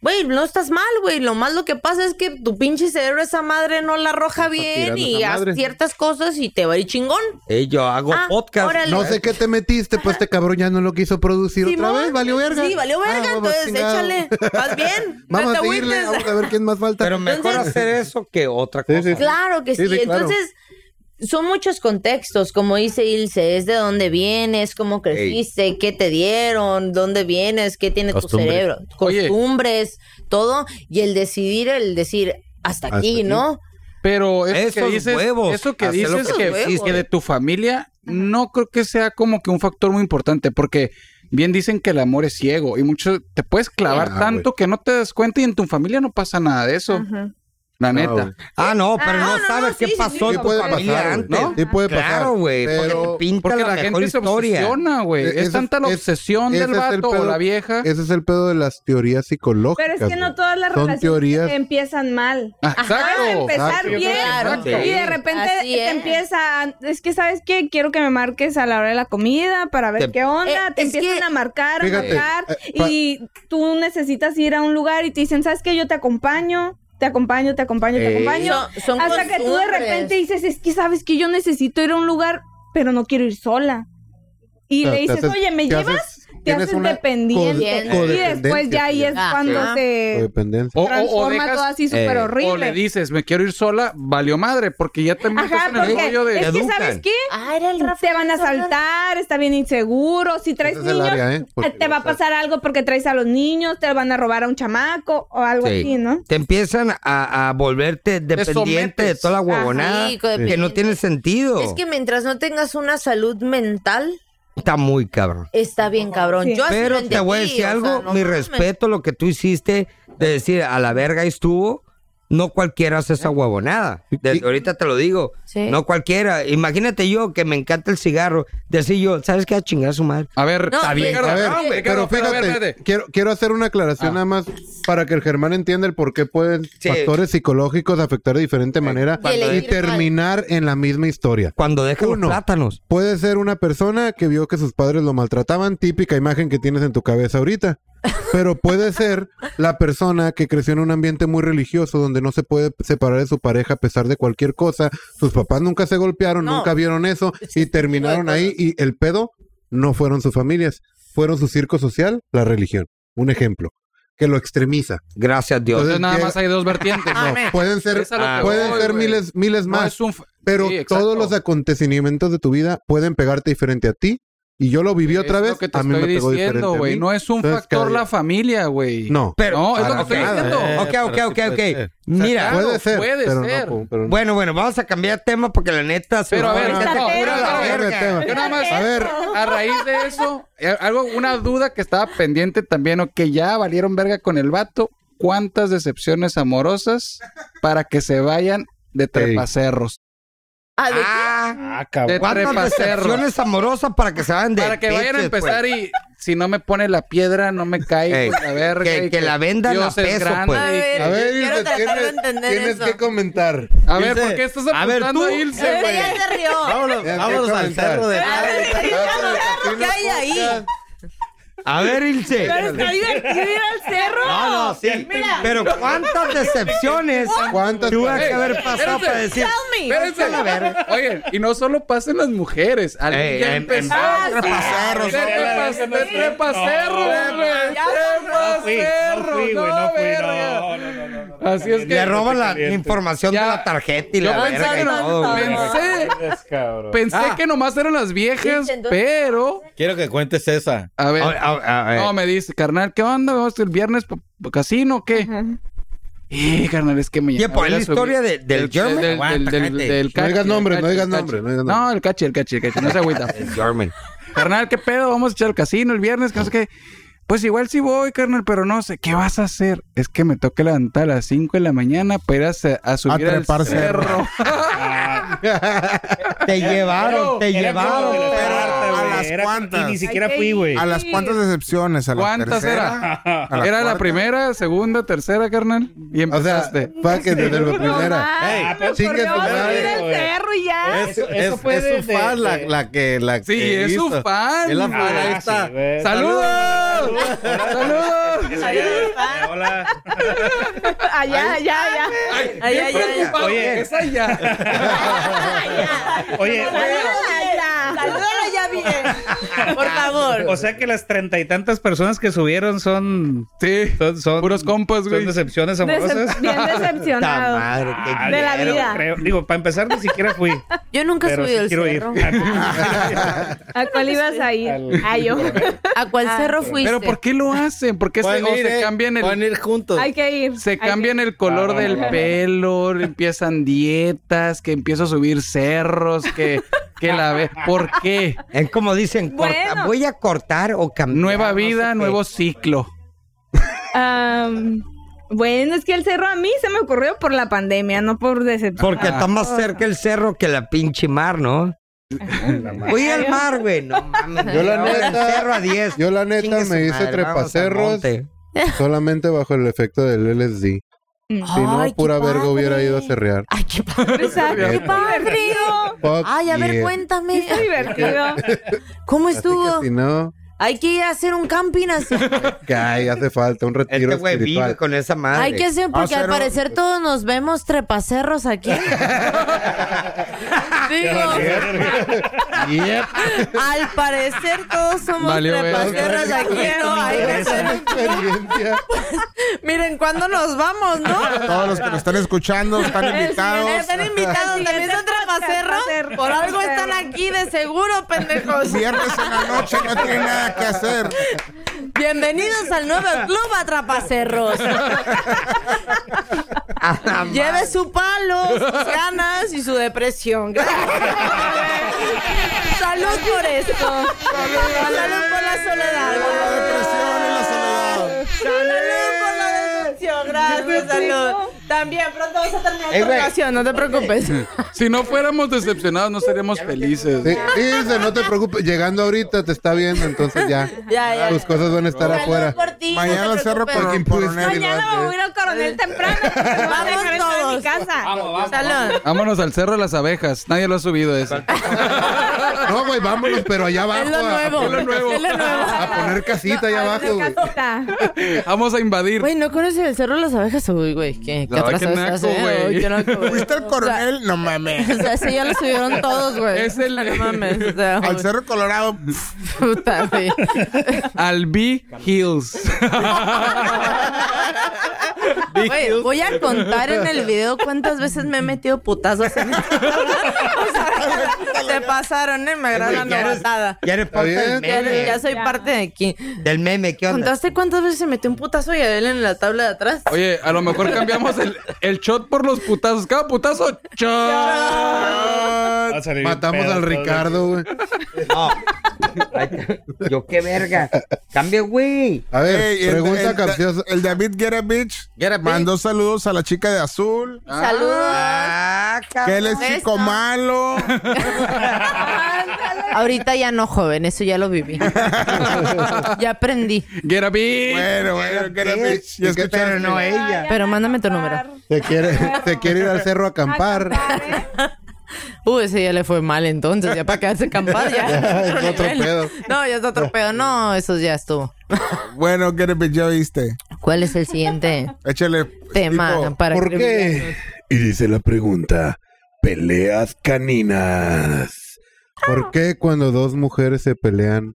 Güey, no estás mal, güey. Lo más lo que pasa es que tu pinche cerebro, esa madre, no la arroja tirando bien y esa haz madre. ciertas cosas y te va a ir chingón. Ey, yo hago Ah, podcast. órale. No sé qué te metiste, pues este cabrón ya no lo quiso producir otra Simón. vez, valió verga. Sí, valió verga. Ah, vamos, entonces, chingado. échale. Vas bien. Vamos no a te seguirle, agüites. vamos a ver quién más falta. Pero mejor Entonces- hacer eso que otra Sí, cosa. sí, sí. Claro que sí. Sí, sí, claro. Entonces, son muchos contextos, como dice Ilse, es de dónde vienes, cómo creciste, qué te dieron, dónde vienes, qué tiene Costumbres. tu cerebro, Oye. costumbres, todo, y el decidir, el decir hasta Hasta aquí, aquí. ¿no? Pero eso Esos que dices, huevos, eso que hacer lo dices que que, quisiste. que de tu familia, no creo que sea como que un factor muy importante, porque bien dicen que el amor es ciego y mucho te puedes clavar Ah, tanto que no te das cuenta y en tu familia no pasa nada de eso, Ajá. la No, neta. güey. Ah, no, pero Ah, no, no, no, sabes sí, qué sí, pasó sí. en Sí tu puede familia pasar, antes. ¿no? Sí puede pasar. Claro, güey, Pero- porque te pinta la, Porque la, mejor gente se historia. obsesiona, güey. E-, Ese Es tanta la es- obsesión ese del es el vato o pedo. la vieja. Ese es el pedo de las teorías psicológicas. Pero es que no güey. todas las Son relaciones teorías- empiezan mal. Ah, Pueden Exacto. empezar exacto. bien Claro. y de repente Así te es. empieza, a- es que sabes qué, quiero que me marques a la hora de la comida para ver Te- qué onda, Eh, te es empiezan que- a marcar, a Fíjate, marcar eh, pa- y tú necesitas ir a un lugar y te dicen, "¿Sabes qué? Yo te acompaño." Te acompaño, te acompaño, te Ey. acompaño. Son- son hasta que tú de costumbres. repente dices, es que sabes que yo necesito ir a un lugar, pero no quiero ir sola. Y O sea, le te dices, haces- oye, ¿me te llevas? haces- te tienes haces una dependiente. co- Y después ya ahí es Ajá. cuando se codependencia. O, o- o transforma dejas- todo así súper eh, o le horrible. dices, me quiero ir sola, valió madre, porque ya te metes Ajá, en el porque rollo de... es que Educan. ¿sabes qué? Ah, era el Te van a Rafael. saltar, está bien inseguro. Si traes Ese es el niños, ah, área, ¿eh? Porque- te va a pasar algo porque traes a los niños, te van a robar a un chamaco o algo Sí. así, ¿no? Te empiezan a, a volverte dependiente de sometes. toda la huevonada Sí, que no tiene sentido. Es que mientras no tengas una salud mental, Está muy cabrón. está bien cabrón. Sí. Yo así lo Pero te voy a entendí, decir o sea, algo, no mi mames. respeto, lo que tú hiciste de decir a la verga ahí estuvo, no cualquiera hace esa huevonada. Desde ahorita te lo digo, Sí. no cualquiera. Imagínate yo que me encanta el cigarro, decir yo, ¿sabes qué? A chingar a su madre. A ver, No, está bien, y- Ricardo, A ver, no, güey, pero Ricardo, a ver, fíjate, espérate. quiero, quiero hacer una aclaración nada más para que el Germán entienda el por qué pueden factores psicológicos afectar de diferente manera Y y elegir cuál. terminar en la misma historia. Cuando dejan los Uno. plátanos. Puede ser una persona que vio que sus padres lo maltrataban, típica imagen que tienes en tu cabeza ahorita. Pero puede ser la persona que creció en un ambiente muy religioso donde no se puede separar de su pareja a pesar de cualquier cosa. Sus papás nunca se golpearon, No. nunca vieron eso y terminaron ahí. Y el pedo no fueron sus familias, fueron su circo social, la religión. Un ejemplo que lo extremiza. Gracias, Dios. Entonces, Entonces nada llega- más hay dos vertientes. Ah, No, pueden ser, Es a lo que pueden voy, ser güey. miles, miles No más. es un... Pero Sí, exacto. todos los acontecimientos de tu vida pueden pegarte diferente a ti. Y yo lo viví otra Es vez. lo que te a mí estoy me pegó diferente. diciendo, a güey. mí. No es un Entonces, factor cada- la familia, güey. No. Pero, ah, No, es lo que ok, estoy diciendo. ok, ok, ok, ok. Eh, Mira, claro, puede ser. puede pero ser. No, pero no. bueno, bueno, vamos a cambiar de tema porque la neta se Pero a nos va ver, ahorita no, te no, cura no, la no, no, verga. tema. Yo nada más, A ver, a raíz de eso, eh, algo, una duda que estaba pendiente también, o que ya valieron verga con el vato, ¿cuántas decepciones amorosas para que se vayan de trepacerros? Ah, ¿de qué? Ah, Ah, De cabrón. ¿cuántas trepacerros. decepciones amorosas para que se vayan de Para que vayan a pinches, pues? empezar y si no me pone la piedra, no me cae Ey, pues, la verga. que- y que la vendan Dios a es peso, grande pues. A y que- ver, A ver, quiero Ilse, tratar de tienes, entender tienes eso. que comentar. A ver, Ilse, ¿por qué estás a ver, apuntando tú. a Ilse, Ese güey? ya se rió. Vámonos, Tienes que vámonos al comentar. cerro de A ver, ¿Qué hay ahí? A ver, Ilse. Pero está divertido ir al cerro. No, no, sí. Pero cuántas decepciones ¿Cuántas tuve que Ey, haber pasado espérate. para decir. Tell me. Espérense. Oye, y no solo pasa en las mujeres. Alguien Ey, ya em- empezó. em- Trepa trepacerros, cerros, trepa- no, de trepa no, cerros, no, güey. ya Trepa No fui, no cerros, fui, güey, no, no fui, verga. no, no, no, no, no, no. Así es que- Le roban la Caliente. información de Ya. la tarjeta y Yo la verga y pensé, todo. güey. pensé, Es Pues, cabrón. pensé que nomás eran las viejas, Dice, entonces- pero. Quiero que cuentes esa. A ver. A- a- a- a- No, me dice, carnal, ¿qué onda? ¿Vamos el viernes pa- pa- casino o qué? Eh, carnal, es que me Oye, pues, voy a la subir. historia de- del German. Del, del, Aguanta, del, cállate. del No Cachi, digas del nombre, Cachi, no digas del Cachi. nombre, no digas nombre. No, el cachi, el cachi, el cachi. No se agüita. German. carnal, ¿qué pedo? Vamos a echar al casino el viernes, que no sé qué. Pues igual sí voy, carnal, pero no sé. ¿Qué vas a hacer? Es que me toca levantar a las 5 de la mañana para ir a, ce- a subir al trepar cerro. cerro. Te llevaron, te Era como llevaron. de la pero cuarta, a güey, las era- cuantas. Y ni siquiera Ay, fui, ey. güey. ¿A las cuantas decepciones? ¿A la ¿Cuántas tercera? era? Ah, ¿A la era la cuarta? primera, segunda, tercera, carnal. Y O sea, empezaste. fucking desde la No primera. más, Ey, pues, chingue por tu Dios, madre, mira el güey. perro y ya. Es, Eso- eso es- fue es su de- fan de- la, de- la que la Sí, que es su hizo. fan. Es la fan, Ah, ahí sí, está. güey. ¡Saludos! ¡Saludos! Hola. Allá, allá, allá. Allá, allá, allá. Oye, Es allá. oye, Allá. Salúdala ya bien. Por favor. o sea que las treinta y tantas personas que subieron son, Sí. son, son- Puros compas, son güey. decepciones Decep- amorosas. bien Ta decepcionado. madre, qué Ah, De la yo no vida. creo. Digo, para empezar ni siquiera fui. Yo nunca he Pero sí subido el quiero cerro. ir. Ah, pues, ¿A cuál ibas a ir? Al- A yo. ¿A cuál Ah, cerro fuiste? Pero ¿por qué lo hacen? ¿Por qué Pues se, o Pueden ir, se eh, cambian pueden el ir juntos. Hay que ir. se hay que cambian el color Ah, del bueno. pelo, empiezan dietas, que empiezo a subir cerros, que, que la ve. ¿Por qué? Es como dicen, corta- Bueno. voy a cortar o cambiar. Nueva no sé vida, qué. nuevo ciclo. Am, bueno, es que el cerro a mí se me ocurrió por la pandemia, no por decepción. Porque está más cerca el cerro que la pinche mar, ¿no? Voy al mar, güey. No mames. Yo la me voy del neta- cerro a 10. Yo la neta Chingue su me hice madre, vamos al trepacerros monte. solamente bajo el efecto del LSD. Si no, Ay, qué pura verga padre. hubiera ido a cerrear. Ay, qué padre. Exacto, Qué qué divertido. Fuck Ay, a ver, yeah. cuéntame. Qué divertido. ¿Cómo Así que estuvo? Si no, Hay que ir a hacer un camping así. que ay, hace falta un retiro Este güey vive espiritual. con esa madre. Hay que hacer, porque al Hacer un- parecer todos nos vemos trepacerros aquí. Digo, al parecer todos somos Valió verga. trepacerros aquí, ¿no? Hay que hacer un- experiencia. Miren, ¿cuándo nos vamos, no? Todos los que nos están escuchando están Eh, invitados. Están invitados, también son Trapacerro. trepacerros. Por algo están aquí, de seguro, pendejos. Viernes en la noche no tiene nada que hacer. Bienvenidos al nuevo club Atrapacerros. Ah, Lleve su palo, sus ganas y su depresión. Salud por esto. Salud por la soledad. La depresión y la soledad. Salud por la depresión. Gracias, salud. También pronto vas a terminar Ey, tu güey. relación, no te preocupes. Si no fuéramos decepcionados, no seríamos felices. Sí, Pues dice, no te preocupes, llegando ahorita te está viendo, entonces ya. Ya, ya. Tus cosas van a estar afuera. Salud por ti. no Mañana te el cerro preocupes. Fucking con pussy. Mañana me voy a ir al coronel temprano. Vamos Vamos todos. todos. mi casa. Salud. Vámonos al cerro de las abejas. Nadie lo ha subido eso. No, güey, vámonos, pero allá abajo. Es lo a- nuevo. a poner- Es lo nuevo. A poner casita allá abajo, güey. Casita. Vamos a invadir. Güey, ¿no conoces el cerro de las abejas? Uy, güey, qué, qué No, qué atrasados naco, estás, eh. güey. Uy, qué naco, güey. ¿Fuiste al coronel? No mames. O sea, sí, ya lo subieron todos, güey. Es el- No mames, o sea, Al güey, Cerro Colorado. puta, güey. Al B Hills. Güey, voy a contar en el video cuántas veces me he metido putazos en este Se pasaron, ¿eh? Me agarraron la Ya eres- novatada. Ya eres parte bien? del Ya, meme. ya soy parte de aquí. Del meme, ¿qué onda? ¿Contaste cuántas veces se metió un putazo y a él en la tabla de atrás? Oye, a lo mejor cambiamos el, el shot por los putazos. Cada putazo, shot. Va a salir bien Matamos pedo al todo. Ricardo, güey. No. Ay, Yo qué verga. Cambia, güey. A ver, Ey, el- pregunta el- capciosa. El David Guerra Beach Get a bitch. mandó saludos a la chica de azul. Ah. Saludos. Ah, Que él cabrón. es chico malo. Ahorita ya no, joven, eso ya lo viví. ya aprendí. Get a beat. Bueno, bueno, Guerra Beach. Ya ¿Y qué- escucharon. Pero no ella. Pero mándame tu número. Se quiere, se quiere ir al cerro a acampar. Uy, ese ya le fue mal entonces, ya para quedarse acampar, ya. Ya, es otro nivel. pedo. No, ya es otro pedo. No, eso ya estuvo. Bueno, Guerra Beach, ya oíste. ¿Cuál es el siguiente Échale. tema tipo, para ¿Por que- qué? Eh, Y dice la pregunta, peleas caninas. ¿Por qué cuando dos mujeres se pelean?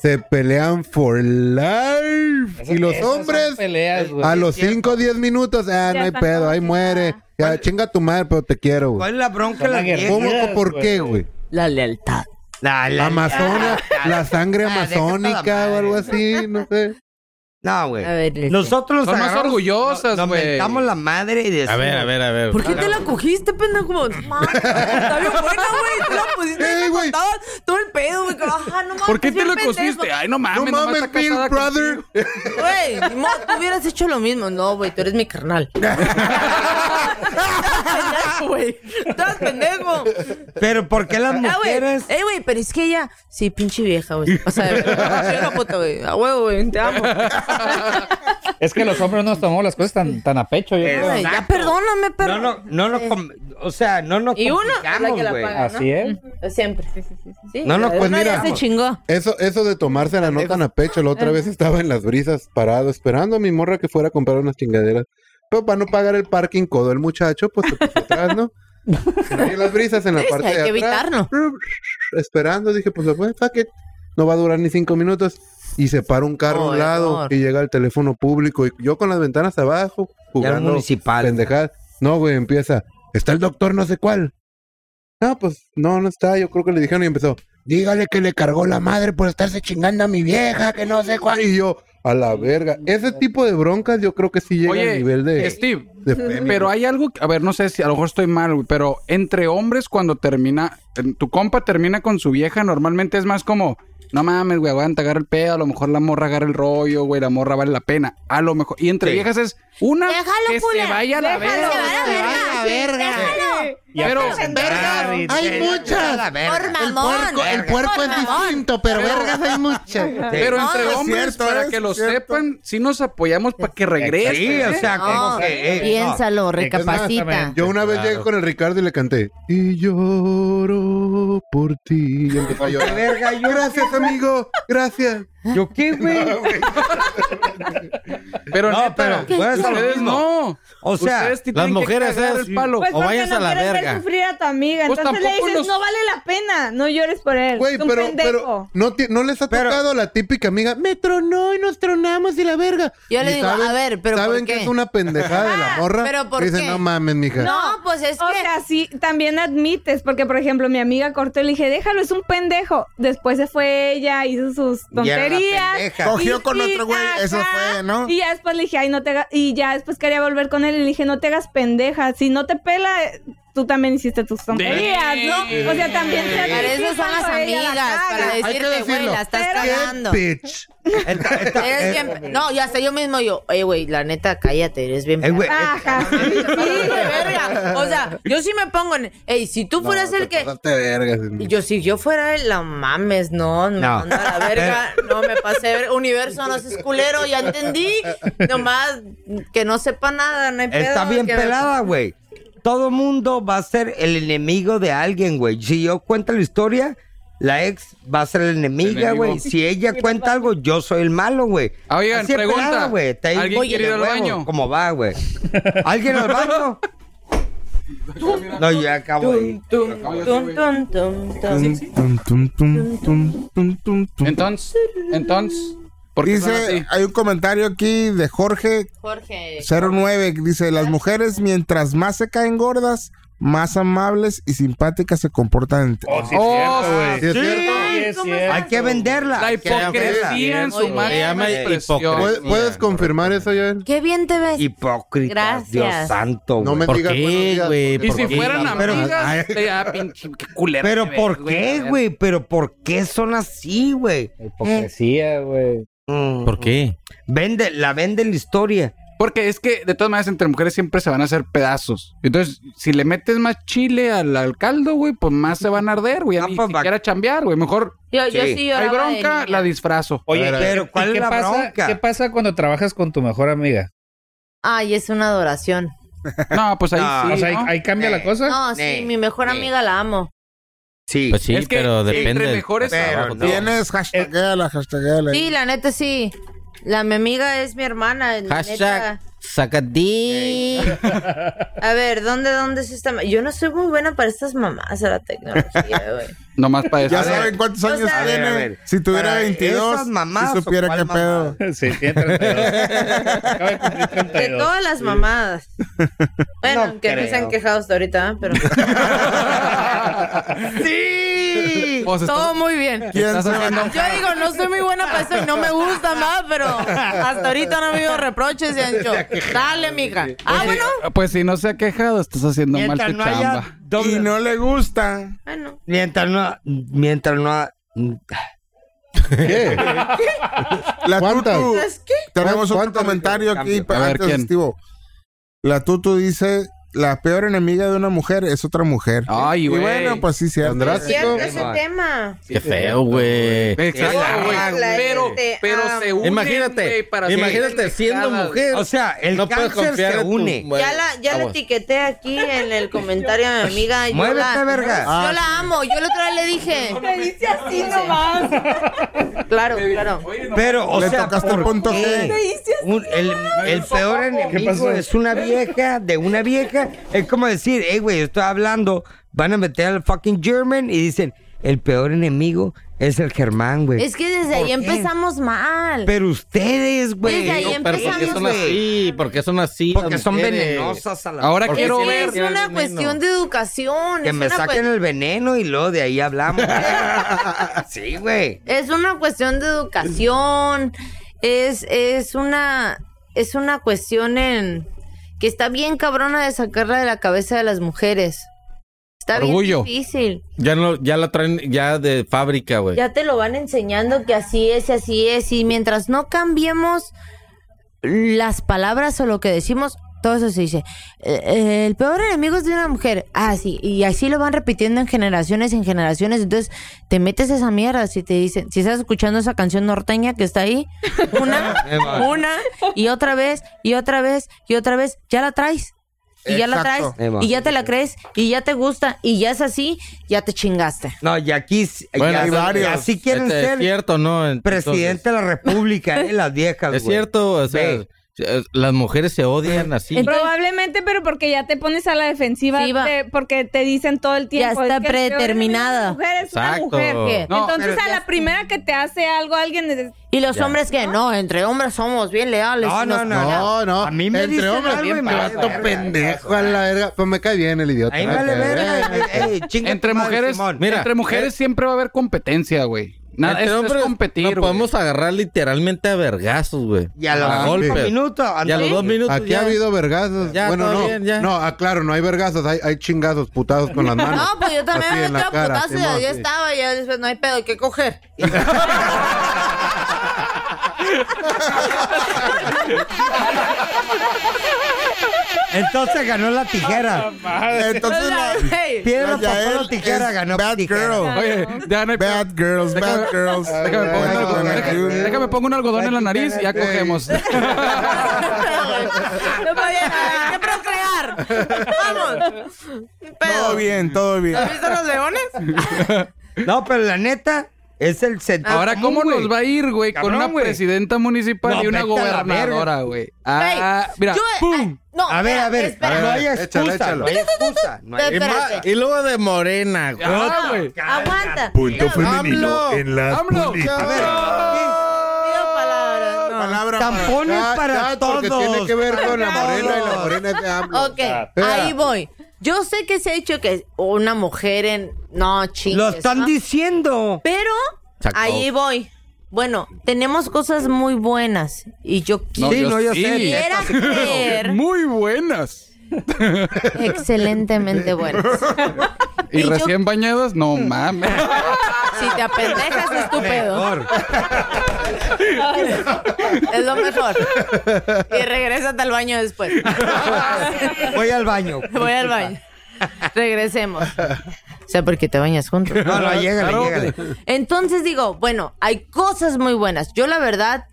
Se pelean for life. Y los Esas son hombres Peleas, güey. a los 5 o 10 minutos, ah, Ya no hay están pedo, ahí conquistadas. muere. Ya chinga tu madre, pero te quiero, güey. ¿Cuál es la bronca? Son La la guerra. vieja? ¿Cómo? Yes, ¿Por güey. qué, güey? La lealtad. La, la- Amazona, la sangre Ah, deja toda amazónica o madre. algo así, no sé. No, güey. A ver, Leslie. Nosotros Son más pues agarramos- orgullosas, nos- Nos güey. mentamos la madre y decimos. A ver, a ver, a ver. ¿Por qué te la cogiste, pendejo? Como, "Madre, Está bien buena, güey. Tú la pusiste Eh, ahí Ey, te güey. contabas todo el pedo, güey. Ajá, no mames. ¿Por qué te bien lo pendejo. cosiste? Ay, no mames. No nomás mames, está Bill casada Brother. contigo. Güey, ni modo, tú hubieras hecho lo mismo. No, güey, tú eres mi carnal. Tú eres pendejo, güey. Tú eres pendejo. Pero ¿por qué las Ah, güey. mujeres? Eh, güey, pero es que ella. Sí, pinche vieja, güey. O sea, soy una puta, güey. A huevo, güey. Te amo. Es que los hombres no nos tomamos las cosas tan, tan a pecho. Yo creo. Güey, ya perdóname, pero. No, no, no nos com- o sea, no nos Y uno es la complicamos, que la güey. paga. Así es. Siempre. No, no, la pues verdad, mira. ya se chingó. Eso, eso de tomarse la no tan a pecho, la otra vez estaba en las brisas parado esperando a mi morra que fuera a comprar unas chingaderas. Pero para no pagar el parking codo el muchacho, pues se puso atrás, ¿no? Se veía las brisas en la Sí, parte hay de que atrás. evitarlo. Esperando, dije, pues bueno, fuck it. No va a durar ni cinco minutos. Y se para un carro a Oh, un lado error. y llega el teléfono público. Y yo con las ventanas abajo, era jugando municipal. pendejadas. No, güey, empieza. Está el doctor no sé cuál. No, pues no, no está. Yo creo que le dijeron y empezó. Dígale que le cargó la madre por estarse chingando a mi vieja, que no sé cuál. Y yo, a la verga. Ese tipo de broncas yo creo que sí llega Oye, al nivel de... Steve, de fémina. Pero hay algo, que- a ver, no sé si a lo mejor estoy mal, güey, pero entre hombres cuando termina, en- tu compa termina con su vieja, normalmente es más como, no mames, güey, aguanta, agarra el pedo, a lo mejor la morra agarra el rollo, güey, la morra vale la pena, a lo mejor. Y entre Sí. viejas es una Déjalo, que culera, se vaya a la déjalo. Se verga. va a la verga. A la verga. Y a Pero- Ah, presentar y- Hay muchas. Por mamón. El puerco es distinto. pero vergas hay muchas. Pero No, entre es hombres, cierto, para es que lo cierto. sepan, sí nos apoyamos para que regrese. Sí, o sea, como No, que. eh, no. piénsalo, recapacita. Exactamente. Yo una vez Claro. llegué con el Ricardo y le canté. Y lloro por ti. Y empezó a llorar. Verga, yo- Gracias, amigo. Gracias. ¿Yo qué, güey? Pero No, neta, pero, pues, ustedes lo mismo. no. O sea, Ustedes sí las tienen que mujeres cagar es- el palo. Pues O porque vayas no a la quieres verga. ver sufrir a tu amiga. Pues Entonces le tampoco dices, los- no vale la pena. No llores por él. Güey, es un pero, pendejo. pero no, ti- no les ha Pero- tocado la típica amiga. Me tronó y nos tronamos y la verga. Yo le Y digo, a ver, pero Saben ¿por que qué? es una pendejada de la Ajá, morra. pero ¿por Y dicen, qué? no mames, mija. No, pues es O que- sea, sí, también admites, porque por ejemplo, mi amiga cortó y le dije, déjalo, es un pendejo. Después se fue ella, hizo sus Y era la tonterías. pendeja. Cogió con otro güey, eso fue, ¿no? Y ya después le dije, ay, no te hagas. Y ya después quería volver con él y le dije, no te hagas pendeja. Si no te pela, eh, tú también hiciste tus tonterías, ¿no? O sea, también te Para eso son las cuando ella la amigas, caga. para Hay que decirte, güey, decirlo. la estás Pero- cagando. Bitch. Esta- esta- Eres eh, bien- No, y hasta yo mismo yo, oye, güey, la neta, cállate, eres bien eh, güey, Ajá. Ah, Sí, de verga. O sea, yo sí me pongo en. Ey, si tú fueras el que. Pasaste vergas. Y Yo, si yo fuera el, la mames, no, me No. manda a la verga, no me pasé de ver- universo, no seas culero, ya entendí, nomás que no sepa nada, no hay pedo. Está bien que- pelada, güey. Todo mundo va a ser el enemigo de alguien, güey. Si yo cuento la historia, la ex va a ser la enemiga, Enemigo. güey. Si ella cuenta algo, yo soy el malo, güey. Ah, oigan, Así es pregunta. pelada, güey. Te- ¿Alguien Oye, quiere ir al huevo, baño? ¿Cómo va, güey? ¿Alguien al baño? no, yo ya acabo de ir. Tum, tum, tum, tum. Tum, tum, tum, tum, tum, tum, tum. Entonces, entonces, ¿por qué son así? Dice, ah, hay un comentario aquí de Jorge Jorge. 09 dice, las mujeres mientras más se caen gordas, más amables y simpáticas se comportan. ante- Oh, sí, Oh, es cierto, güey. Sí, es Sí. cierto. Sí, es ¿cómo cierto. Hay que venderla. La Hay que venderla. hipocresía en su Oye, máxima se llama expresión. Pues, ¿Puedes, hipocresía. puedes confirmar eso, Joel? Qué bien te ves. Hipócrita, Gracias. Dios santo, güey. No me ¿Por digas buenos qué, días. güey? Y ¿Por si qué? fueran Pero- amigas, te- ah, pinche, qué culero Pero te ves, ¿por qué, a ver. güey? Pero ¿por qué son así, güey? Hipocresía, güey. Mm. ¿Por qué? Vende, la vende la historia. Porque es que, de todas maneras, entre mujeres siempre se van a hacer pedazos. Entonces, si le metes más chile al, al caldo, güey, pues más se van a arder, güey. Ah, A mí pues, va- siquiera chambear, güey. Mejor Yo, yo Sí. sí hay lloraba de bronca, niña. la disfrazo. Oye, Pero, ¿y- pero y ¿cuál es qué la pasa, bronca? ¿Qué pasa cuando trabajas con tu mejor amiga? Ay, es una adoración. No, pues ahí No, sí. o sea, ahí, ¿no? ahí cambia la cosa. No, sí, Sí, mi mejor sí. amiga la amo. Sí. Pues sí, Es que pero entre depende. del mejores trabajo, Pero ¿no? Tienes hashtagala, hashtagala. Sí, la neta sí. La mi amiga es mi hermana. la Hashtag neta. sacadí. A ver, ¿dónde, dónde es esta? ma- Yo no soy muy buena para estas mamás de la tecnología, güey. Nomás para eso. Ya saben cuántos o años sea- A ver, tiene. a ver. Si tuviera Para 22, esas mamadas, si ¿o supiera cuál qué mamada? pedo. Sí, tiene 32. Acaba de cumplir De 32. todas las mamadas. Bueno, No que no se creo. han quejado hasta ahorita, ¿eh? pero. ¡Sí! Pues estás- Todo muy bien. ¿Quién estás se- haciendo- Yo digo, no soy muy buena para eso y no me gusta más, pero hasta ahorita no me habido reproches y han dicho, dale, mija. Ah, bueno. Pues si no se ha quejado, estás haciendo mal Mientras tu no chamba. haya doble- Y no le gusta. Bueno. Mientras no... Mientras no... ¿Qué? La ¿Cuántas? tutu. ¿Sabes pues, qué? Tenemos otro ¿Cuántas? comentario aquí Cambio. para A ver, antes, ¿quién? Estivo. La tutu dice, la peor enemiga de una mujer es otra mujer. Ay, y güey. bueno, pues sí, cierto. András. Cierto Sí, ese no. tema. Qué feo, güey. Exacto, eh, Hola, Ah, güey. la Pero, gente, pero ah, se unen, güey, Imagínate, para imagínate hacer siendo pendejadas. mujer. O sea, el no puedes cáncer confiar se en tu- une. bueno, ya la, ya la aguas. etiqueté aquí en el comentario de mi amiga. Yo Muévete, la, verga. Yo la amo. Yo la otra vez le dije. Me dice así nomás. Claro, claro. Pero, o Le sea, tocaste ¿por el punto qué? G. Me dice así. Un- el, el peor enemigo es una vieja, de una vieja. Es como decir, hey, güey, yo estoy hablando, van a meter al fucking German y dicen, el peor enemigo es el Germán, güey. Es que desde ¿Por ahí qué? empezamos mal. Pero ustedes, güey. Desde ahí No, pero ¿por qué empezamos, son güey. así? ¿Por qué son así? Porque las son mujeres? venenosas a la Ahora Es quiero que ver. es una veneno. cuestión de educación. Que es me una saquen cuest- el veneno y luego de ahí hablamos. sí, güey. Es una cuestión de educación. Es, es una es una cuestión en que está bien cabrona de sacarla de la cabeza de las mujeres. Está Orgullo. bien difícil. Ya, no, ya la traen ya de fábrica, güey. Ya te lo van enseñando que así es, y así es. Y mientras no cambiemos las palabras o lo que decimos, todo eso se dice. Eh, el peor enemigo es de una mujer. Ah, sí. Y así lo van repitiendo en generaciones, en generaciones. Entonces te metes esa mierda si te dicen, si estás escuchando esa canción norteña que está ahí, una, una, y otra vez, y otra vez, y otra vez, ya la traes. Y ya la traes, Exacto. Ahí va. y ya te la crees, y ya te gusta, y ya es así, ya te chingaste. No, y aquí s- Bueno, ya- hay varios. y así quieren Este, ser Es cierto, ¿no? Entonces, presidente de la república, eh, las viejas, Es güey. cierto, o sea, Ve. eh, las mujeres se odian así. Probablemente, pero porque ya te pones a la defensiva, Sí, va. te- eh, porque te dicen todo el tiempo. está "Es que el peor predeterminada". enemigo de una Exacto. mujer es una mujer. No, Entonces, pero- a la primera que te hace algo alguien, es- Y los hombres que no, entre hombres somos bien leales. No, y no, nos- no, No, no. A mí me Entre dicen hombres, algo y me vale Vato verga. pendejo a la verga. Pues me cae bien el idiota. Ahí vale Eh, verga. eh, eh, chinga Entre tu madre, mujeres, Simón. Mira, entre mujeres siempre va a haber competencia, güey. Nada, Entre esto es, hombres competir. güey. Nos Este podemos agarrar literalmente a vergazos, güey. Y a los Ah, cinco golpes. minutos. Y a anda- los dos minutos Aquí ya. ha habido vergazos. Ya, bueno, todo no. bien, ya. No, aclaro, no hay vergazos. Hay, hay chingazos, putazos con las Ah, manos. No, pues yo también Así me en la metí a cara, putazo y Simón, ya sí. estaba, ya después no hay pedo, hay que coger. Entonces ganó la tijera. Ah, Entonces la... Hey, Piedra, Yael papel o tijera es ganó Bad tijera. girl. Oye, ya no hay Bad girls, bad girls. Déjame pongo, un algodón, Bueno, déjame, bueno, déjame pongo un algodón en la nariz y ya cogemos. no podía nada, hay que procrear. Vamos. Un Todo Pedo. bien, todo bien. ¿Has visto los leones? No, pero la neta es el sentido. Ahora, común, ¿cómo Ah, güey. nos va a ir, güey? Con Cabrón, una güey. presidenta municipal No, y una vete a la gobernadora, verga. güey. Hey, Ah, mira, yo- ¡pum! ah, no, A ver, a ver, espera, no espera. hay excusa, Échalo, échalo. no hay excusa. No hay Espérate, espérate. Y luego de morena, güey. Ah, güey. Aguanta. Punto Mira, femenino AMLO. en las AMLO. A políticas. ver, pido palabras, no. Palabra tampones Ya, para ya, todos. Porque tiene que ver con la morena y la morena es de Ah, AMLO. Ok, ahí voy. Yo sé que se ha dicho que una mujer en... No, chingues. Lo están ¿no? diciendo. Pero Se acabó. ahí voy. Bueno, tenemos cosas muy buenas y yo No, sí, quiero no, yo sé. Quiera creer Muy buenas. excelentemente buenas. ¿Y, Y yo- recién bañadas? No mames. Si te apendejas, estúpido. Mejor. Es lo mejor. Y regrésate al baño después. Voy al baño. Voy al baño. Regresemos. O sea, porque te bañas juntos. No, no, llégale, llégale. Entonces digo, bueno, hay cosas muy buenas. Yo la verdad,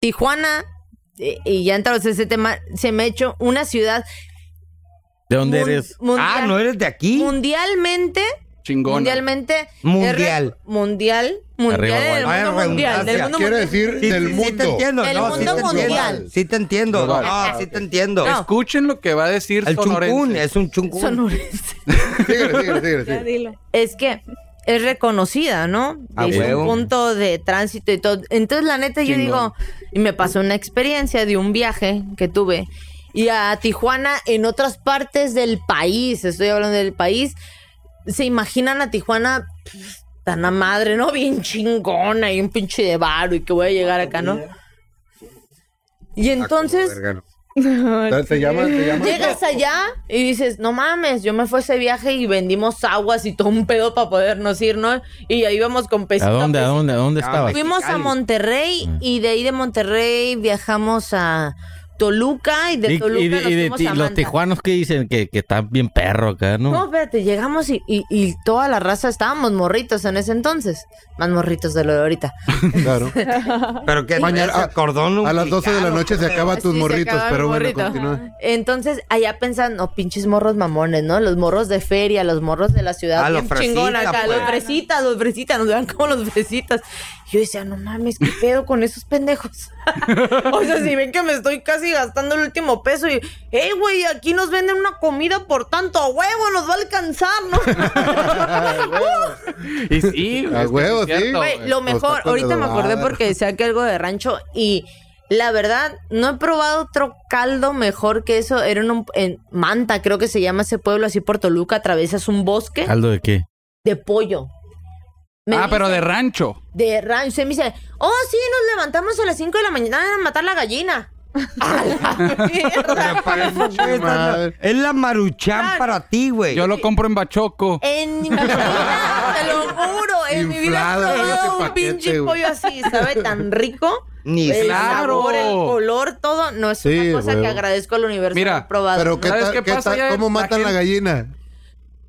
Tijuana, y, y ya entramos en ese tema, se me ha hecho una ciudad ¿De dónde mun- eres? mundial- Ah, ¿no eres de aquí? mundialmente Chingona. mundialmente es re- Mundial. mundial mundial Arriba, en el Guaymas. mundo Vaya mundial del redundancia. mundo Quiere mundial decir Sí, del sí, sí te mundo. entiendo, Del no, sí mundo te entiendo. mundial. Sí te entiendo. Global. Ah, sí te entiendo. No. Escuchen lo que va a decir El chuncún, Sonorense. es un chuncún. sonorense. Síguele, síguele, ya síguele, síguele. dilo. es que es reconocida, ¿no? A Es huevo. un punto de tránsito y todo. Entonces, la neta, yo digo, y me pasó una experiencia de un viaje que tuve y a Tijuana en otras partes del país, estoy hablando del país, se imaginan a Tijuana pf, tan a madre, ¿no? Bien chingona y un pinche de varo y que voy a llegar acá, ¿no? Y entonces Verga, no. Se llama, se llama. llegas allá y dices, no mames, yo me fui a ese viaje y vendimos aguas y todo un pedo para podernos ir, ¿no? Y ahí íbamos con pesito. ¿A dónde, Ah. a pesito. dónde, a dónde estabas? Fuimos a Monterrey y de ahí de Monterrey viajamos a Toluca y de Y, Toluca y de- nos y de fuimos ti- a los Manta. tijuanos que dicen que, que están bien perro acá, No, ¿no? espérate, llegamos y, y- y toda la raza estábamos morritos en ese entonces. Más morritos de lo de ahorita. Claro. Pero que Mañana- es el cordón A las 12 de la umbilical. noche se acaba tus Sí, se morritos, acaba mi pero bueno, morrito. continúa. Entonces, allá pensan, no, pinches morros mamones, ¿no? Los morros de feria, los morros de la ciudad. Ah, los bien fresitas, chingón acá, pues. los fresitas, los fresitas, nos vean como los fresitas. Y yo decía, no mames, ¿qué pedo con esos pendejos? o sea, si ven que me estoy casi gastando el último peso y, hey, güey, aquí nos venden una comida por tanto, a huevo, nos va a alcanzar, ¿no? Y sí, A es que huevo, es cierto, sí. Güey, lo Los mejor, tacos de ahorita me adobada. acordé porque decía que algo de rancho y la verdad, no he probado otro caldo mejor que eso. Era en, un- en Manta, creo que se llama ese pueblo así por Toluca, atravesas un bosque ¿Caldo de qué? de pollo. Me Ah, dice- pero de rancho. de rancho. Se me dice, oh, sí, nos levantamos a las 5 de la mañana a matar la gallina. A la mierda. madre. Es la maruchán Claro. para ti, güey. Yo lo compro en Bachoco. En mi vida, te lo juro, en mi vida Inflado, he ese probado un paquete, pinche güey. pollo así, ¿sabe? Tan rico. Ni el claro. sabor, el color, todo. No es Sí, una cosa huevo. que agradezco al universo. Mira, haber probado. Pero ¿no? ¿qué ¿Sabes tal, qué qué pasa? tal- Ya ¿cómo la matan la gente- gallina?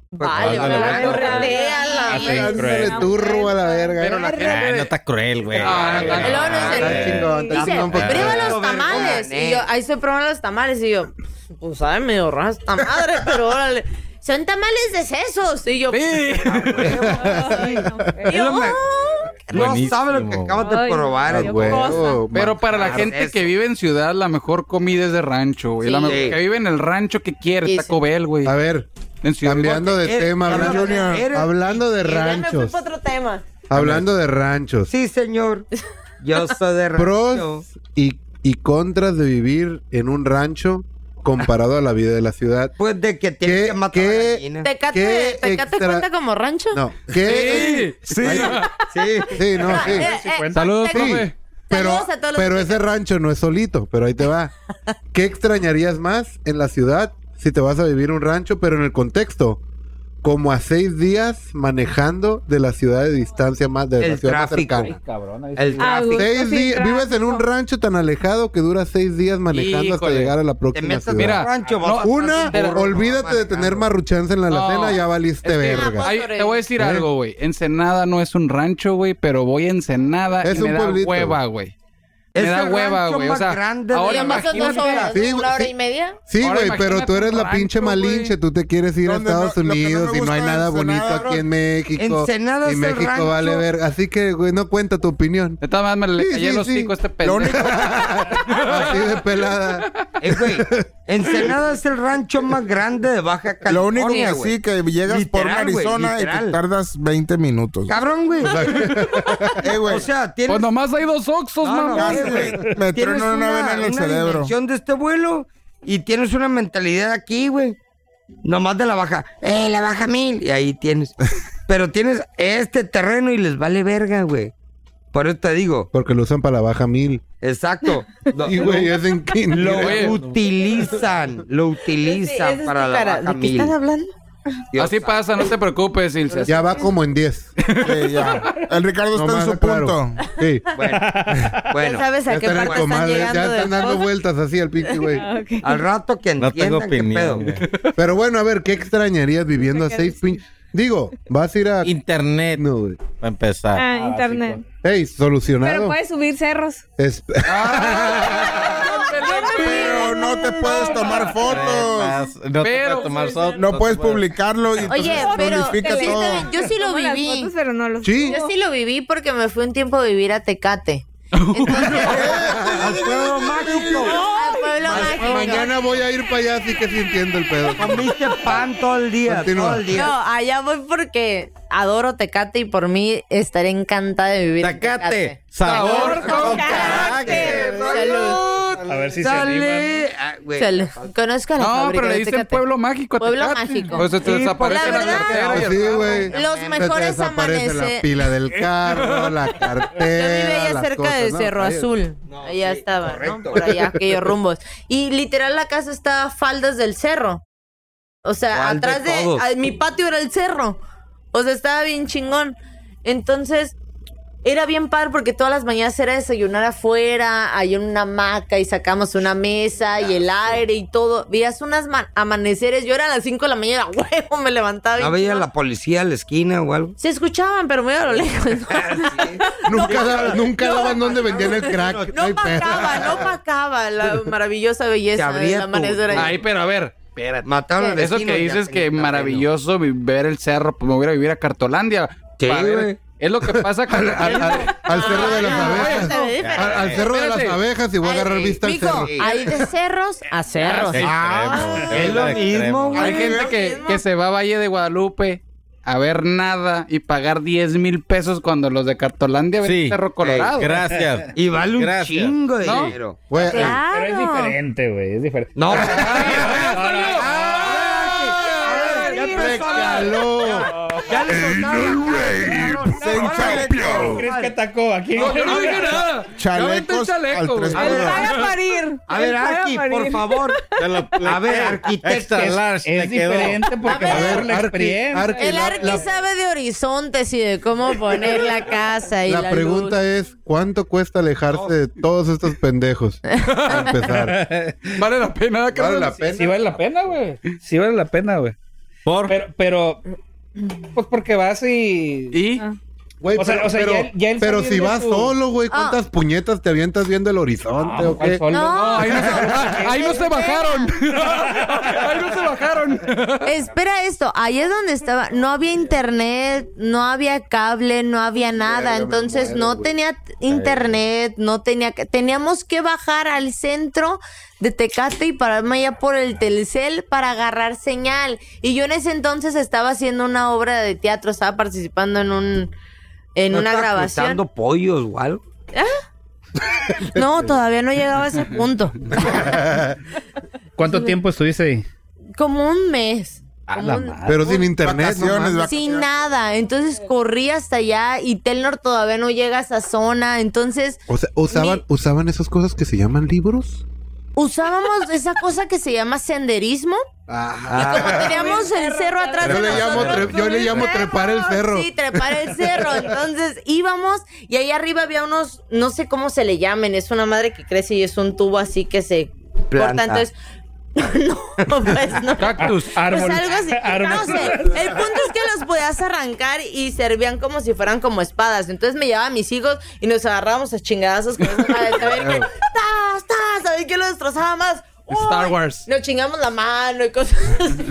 Vale, Ándale, vale, güey. reléala. Ah, sí, Ándale, turro a la verga. Pero la gente- Ah, no está cruel, güey. Ah, no, Y luego nos Está dice, chingón, está dice, chingón, porque- prueba los Quiero ver tamales. cómo Y yo, ahí se prueban los tamales. Y yo, pues sabe medio raro esta madre, pero órale. Son tamales de sesos. Y yo, y yo, lo me- "Oh". No Buenísimo. sabe lo que acabas de Ay, probar. Ah, güey. huevo, Pero man. para la Claro, gente eso. que vive en ciudad, la mejor comida es de rancho, güey. La Sí. mejor- que vive en el rancho que quiere, Sí, Taco Bell, güey. A ver, En ciudad. cambiando de Porque- tema, Eres- rancho. eres- hablando de Y ya me fui ranchos. para otro tema. Hablando de ranchos. Sí, señor. Yo soy de rancho. Pros y, y contras de vivir en un rancho comparado a la vida de la ciudad. Pues de que tienes ¿Qué- que matar a qué- la gallina. ¿Tecate, Qué tecate extra- cuenta como rancho? No, ¿qué? Sí, sí. Sí, no, sí. Eh, eh, Saludos, Taco- Ah, Sí, profe. pero, Saludos a todos los pero ese rancho no es solito, pero ahí te va. ¿Qué extrañarías más en la ciudad si te vas a vivir un rancho, pero en el contexto? Como a seis días manejando de la ciudad de distancia más de la El ciudad más tráfico. cercana. Cabrón, ahí El Ah, tráfico. Augusto, Seis sí, días, tráfico. vives en un rancho tan alejado que dura seis días manejando hasta Híjole. llegar a la Te próxima metes ciudad. en Mira, un rancho. vas no, a- Una, Burro, olvídate de manejando. tener marruchanza en la alacena, No. ya valiste Es que- verga. Ay, te voy a decir ¿Eh? algo, güey. Ensenada no es un rancho, güey, pero voy a Ensenada Es y me un da pueblito. hueva, güey. Es Me da el hueva, rancho güey. O más sea, grande de ahora Pero más o menos imagínate. dos horas, Sí, una hora sí. y media. Sí, Ahora güey, pero tú imagínate eres un la pinche rancho, güey. malinche. Tú te quieres ir a ¿Dónde no- Estados lo que no me Unidos y no gusta hay de nada bonito Ensenada, aquí bro? en México. Ensenada y es el México rancho. vale verga. Así que, güey, no cuenta tu opinión. De todas maneras, me le Sí, cayó sí, los sí. picos a este Lo pendejo. único, Así de pelada. Eh, güey, Ensenada es el rancho más grande de Baja California. lo único que güey. sí, que llegas por una Literal, güey, Arizona y te literal. tardas 20 minutos. Cabrón, güey. Eh, güey. O sea, tienes... Pues nomás hay dos oxos, No, no, mamá. mames, güey. güey. Me Tienes tronó una vena en el una cerebro. dimensión de este vuelo y tienes una mentalidad aquí, güey. Nomás de la baja. ¡Eh, la baja mil! Y ahí tienes. Pero tienes este terreno y les vale verga, güey. Por eso te digo. Porque lo usan para la baja mil. Exacto. No, Y, güey, es en lo Kindle. güey. utilizan. Lo utilizan Ese- ese es para tu la cara. baja ¿De qué mil. estás hablando? Dios Así santo. pasa, no te preocupes, Ilse. Ya va como en 10. Sí, ya. El Ricardo está Nomás en su aclaro. punto. Sí. Bueno, bueno, ya sabes Ya a qué están, en parte están comadre, llegando ya están del dando podcast. vueltas así al pinche güey. al rato que No entiendan tengo qué pedo. opinión. güey. Pero bueno, a ver, ¿qué extrañarías viviendo a seis pin... Digo, vas a ir a... Internet, No, güey. para empezar. Ah, internet. Ey, Pero solucionado. puedes subir cerros. Es- Pero no te puedes tomar fotos. No te Pero, puedes tomar pues, sí, fotos, No puedes te puedes- publicarlo y Oye, entonces pero prolifica sí, todo. está bien. yo sí lo Tomo las viví. fotos, pero no los Sí. Yo sí lo viví porque me fui un tiempo a vivir a Tecate. Entonces, Al pueblo mágico. a Pueblo Mágico. Mañana voy a ir para allá, así que sí entiendo el pedo. Comiste pan todo el día. Continúa. Todo el día. No, allá voy porque adoro Tecate y por mí estaré encantada de vivir. en Tacate, sabor Salud. A ver, ver si se Sale. animan. Ah, güey. Sale. Conozco a la No, fábrica pero le de dicen Tecate. pueblo mágico. Pueblo Tecate. Pues mágico. Por eso te Sí, pues desaparece la la, verdad, cartera y el Pues Sí, carro. güey. Los Se te mejores desaparece amanece- la pila del carro, la Yo cartera. vivía allá las cerca cosas, de ¿no? Cerro Vaya. Azul. No, allá sí, estaba, correcto. ¿no? Por allá, aquellos rumbos. Y literal la casa estaba a faldas del cerro. O sea, ¿Cuál de atrás de, todos? a- mi patio era el cerro. O sea, estaba bien chingón. Entonces, era bien par porque todas las mañanas era desayunar afuera, hay una hamaca y sacamos una mesa y el aire y todo. Veías unas ma- amaneceres. Yo era a las 5 de la mañana, huevo, me levantaba. ¿No bien veía chingón. la policía a la esquina o algo? Se escuchaban, pero muy a lo lejos. Nunca, da- nunca daban donde vendían el crack. No hay pedo. pacaba, no pacaba la maravillosa Se belleza abría del tu- amanecer ahí. Ay, pero a ver, espérate. Mataron al Eso vecino que y ya dices tenía que terreno. maravilloso ver el cerro, pues me voy a ir a vivir a Cartolandia. Sí, Pa' ver- güey. Es lo que pasa con Al, al- al- al cerro de las Ah, abejas. se ve diferente. Al, al cerro de las Espérate. abejas y voy a agarrar vista al Mijo, cerro. hay de cerros a cerros. Ah, es lo mismo, Hay gente que, que se va a Valle de Guadalupe a ver nada y pagar 10 mil pesos cuando los de Cartolandia ven Sí. Eh, el cerro colorado. Gracias. Y vale un Gracias. chingo de ¿No? dinero. Güey, Pero es Claro. diferente, güey. Es diferente. No, Ah, ya Ah, te caló. ya le soltaron. Se ¿Cómo enchaleco. crees que atacó aquí? No, yo no dije nada. Levanta el Chalecos al chaleco, tres güey. El por dos. paga parir. A ver, El paga Arqui, por parir. favor. A ver, arquitecto. Extra large Es te quedó. diferente porque A ver, es por la Arqui, experiencia. Arqui, El la- Arqui la- sabe de horizontes y de cómo poner la casa y la, La pregunta es, ¿cuánto cuesta alejarse de todos estos pendejos? Para empezar. Vale la pena, ¿Vale carnal. la Sí pena? vale la pena, güey. Sí vale la pena, güey. Por. Pero, pero, pues porque vas y... ¿Y? Ah. Güey, O sea, pero- o sea, ya pero- él- ya él pero salir si de vas su- solo, güey, Ah. ¿cuántas puñetas te avientas viendo el horizonte No, o ¿cuál qué? solo? No. Ahí no se, ah, ahí no se bajaron. ahí no se bajaron. Espera esto, ahí es donde estaba, no había internet, no había cable, no había nada, entonces no tenía t- internet, no tenía, ca- teníamos que bajar al centro de Tecate y pararme allá por el Telcel para agarrar señal. Y yo en ese entonces estaba haciendo una obra de teatro, estaba participando en un en ¿No una estás grabación. cruzando pollos o algo? No, todavía no llegaba a ese punto. ¿Cuánto tiempo estuviste ahí? Como un mes. como un- Pero Ah, sin internet, no Vacaciones, mames. vac- Sin nada. Entonces corrí hasta allá y Telnor todavía no llega a esa zona. Entonces O sea, ¿usaban, Mi- ¿usaban esas cosas que se llaman libros? usábamos esa cosa que se llama senderismo. Y Ah. como teníamos el cerro atrás Ah. Yo de le llamo, nosotros, tre- yo le llamo trepar el cerro. Sí, trepar el cerro. Entonces íbamos y ahí arriba había unos, no sé cómo se le llamen, es una madre que crece y es un tubo así que se Planta. corta. Entonces, no, pues no. Cactus. Pues Ah, Árbol. algo así. No Árbol. sé. El punto es que los podías arrancar y servían como si fueran como espadas. Entonces me llevaba a mis hijos y nos agarrábamos a chingadazos con esa madre. A ver qué- ¡Tas, tas! A ver quién lo destrozaba más. ¡Uy! Star Wars. Nos chingamos la mano y cosas así.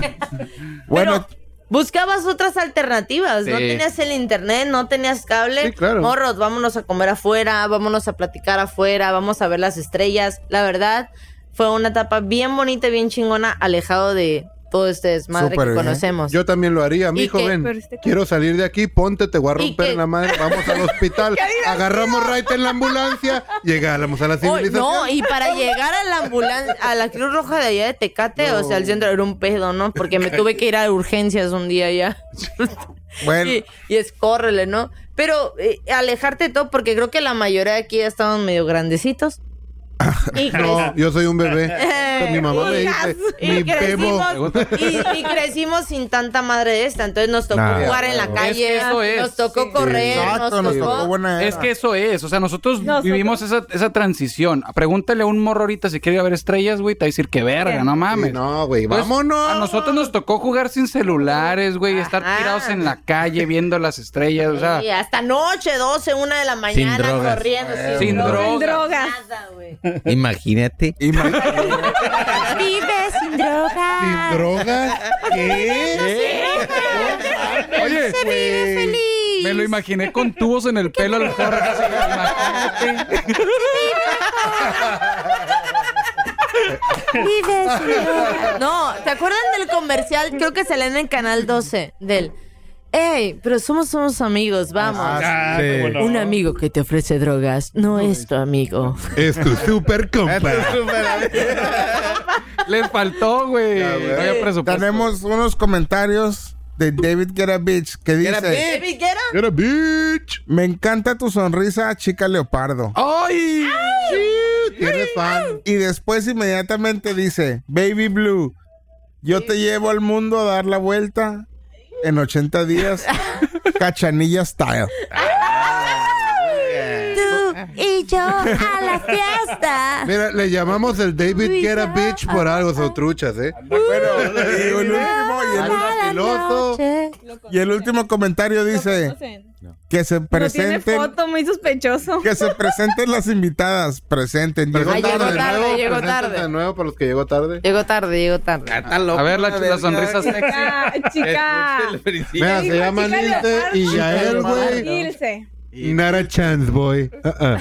Bueno. Pero buscabas otras alternativas. No Sí. tenías el internet, no tenías cable. Sí, claro. Morros, vámonos a comer afuera, vámonos a platicar afuera, vamos a ver las estrellas. La verdad, fue una etapa bien bonita, y bien chingona, alejado de todo este desmadre Súper que bien. conocemos. Yo también lo haría, mi que- joven. pero este- Quiero salir de aquí, ponte, te voy a Y romper que- en la madre, vamos al hospital, agarramos right en la ambulancia, llegamos a la Oh, civilización. no, y para llegar a la ambulancia, a la Cruz Roja de allá de Tecate, o sea, al centro era un pedo, ¿no? Porque me tuve que ir a urgencias un día ya. Bueno. Y, y es córrele, ¿no? Pero eh, alejarte de todo, porque creo que la mayoría de aquí ya estaban medio grandecitos. Y No, yo soy un bebé. Eh, mi mamá me hijas, dice, y mi bebo. crecimos, y, y crecimos sin tanta madre de esta, entonces nos tocó Nah. jugar en la calle, que eso es. nos tocó correr, nos Exacto, nos tocó tocó... buena Es era. que eso es, o sea, nosotros Nosotros. vivimos esa, esa transición. Pregúntale a un morro ahorita si quiere ir a ver estrellas, güey, te va a decir que verga, no mames. Sí, no, güey, Pues, vámonos. A nosotros nos tocó jugar sin celulares, güey, estar Ajá. tirados en la calle viendo las estrellas, o sea, Sí, hasta noche, 12, una de la mañana, drogas. corriendo, Sin drogas. Sin drogas. Nada, güey. Imagínate. Vive sin drogas. Sin drogas. ah, ¿Qué? oye, Se vive feliz. me lo imaginé con tubos en el pelo a la jorra, así, imagínate. Vive sin drogas. No, ¿te acuerdan del comercial? Creo que se leen en Canal 12 del... Ey, pero somos unos amigos, vamos. Ah, sí. cómo no. Un amigo que te ofrece drogas no es tu amigo. Es tu super compa. Les faltó, güey. No había presupuesto. Tenemos unos comentarios de David Get a Bitch que dice: Get a bitch. David Guerra. Get a bitch. Me encanta tu sonrisa, chica leopardo. ¡Ay! Sí, tienes fan. Y después inmediatamente dice: Baby Blue, yo te llevo al mundo a dar la vuelta en 80 días. Cachanilla style. Tú y yo a la fiesta. Mira, le llamamos el David Get a Bitch por algo, son truchas, ¿eh? Y el último, y el A la Filoso. noche. Y el último comentario dice que se No tiene presenten, foto, muy sospechoso. que se presenten las invitadas, presenten. Llegó Ay, tarde. ah, llegó tarde, llegó Presentas De tarde. nuevo para los que llegó tarde. Llegó tarde, llegó tarde. A ver, la, la sonrisa sexy. Ah, chica. Mira, se Chica llaman leopardo, Ilse y chica Yael, leopardo. güey. Ilse. Not a chance, boy. Uh-uh.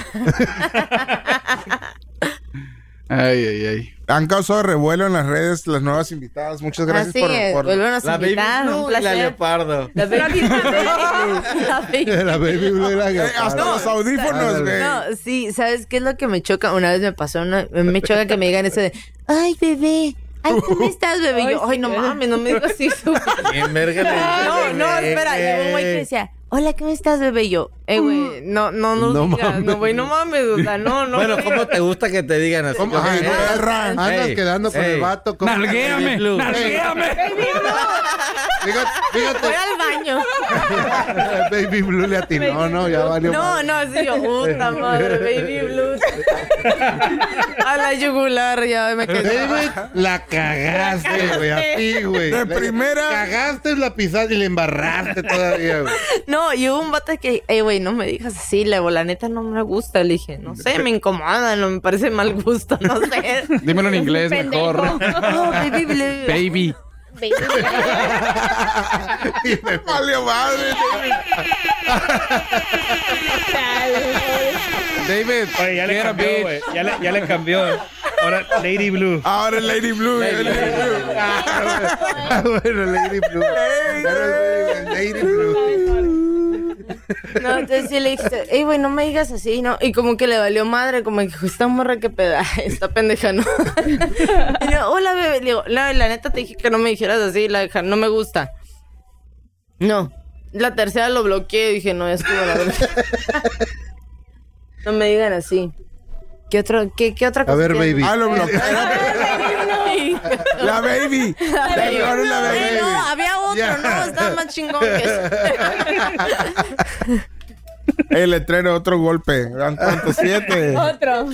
Ay, ay, ay. Han causado revuelo en las redes las nuevas invitadas. Muchas gracias Así por, es, por- vuelvenos a La baby invitar. blue Un y la placer. leopardo. La baby. La baby. La baby blue y la Eh, hasta gaparra. los audífonos, güey. No, sí, ¿sabes qué es lo que me choca? Una vez me pasó, una- me choca que me digan eso de, ay, bebé, ay, ¿cómo estás, bebé? Y yo, ay, no mames, no me digas así. su-". Bien, verga, le No, dije, no, güey, espera, llegó un güey que decía, hola, ¿cómo estás, bebé? Y yo, eh, güey, no, no, no, No digas, mames. no, güey, no mames, o sea, no, no. Bueno, digas. ¿cómo te gusta que te digan así? ¿Cómo? Como, Ay, eh, perra. Andas Ey, quedando con ey. el vato. como- ¡Nalguéame! Blue. ¡Nalguéame! Fíjate, fíjate. Voy al baño. Baby Blue le atinó, no, ya valió. No, madre. no, sí, yo, puta madre, baby blue. A la yugular, ya me quedé. David, la cagaste, güey, a ti, güey. De La- primera. Cagaste la pisaste y le embarraste todavía, güey. No, y hubo un vato que, eh, güey, no me digas así, la, la neta no me gusta. Le dije, no sé, me incomoda, no me parece mal gusto, no sé. Dímelo en inglés Pendejo. mejor. No, baby blue. Baby. Y me valió madre. David, Oye, ya le get a cambió, bitch. güey. Ya le, ya le cambió. Ahora, Lady Blue. Ahora el Lady Blue. el Lady Blue. Ah, bueno, Lady Blue. Pero, güey, Lady Blue. No, entonces sí le dije, ey, güey, no me digas así, ¿no? Y como que le valió madre, como que dijo, esta morra que peda, esta pendeja, ¿no? Y no, hola, bebé. Le digo, no, la neta te dije que no me dijeras así, la hija, no me gusta. No. La tercera lo bloqueé y dije, no, ya estuvo la verdad. no me digan así. ¿Qué, otro, qué, qué otra A cosa? ver, tiene? baby. Ah, lo bloquearon. Ay, La baby. Bloquearon la Ay, baby. no, había otro, Ya. no, estaba más chingón que eso. El letrero, otro golpe. ¿Dan cuánto? Siete. Otro.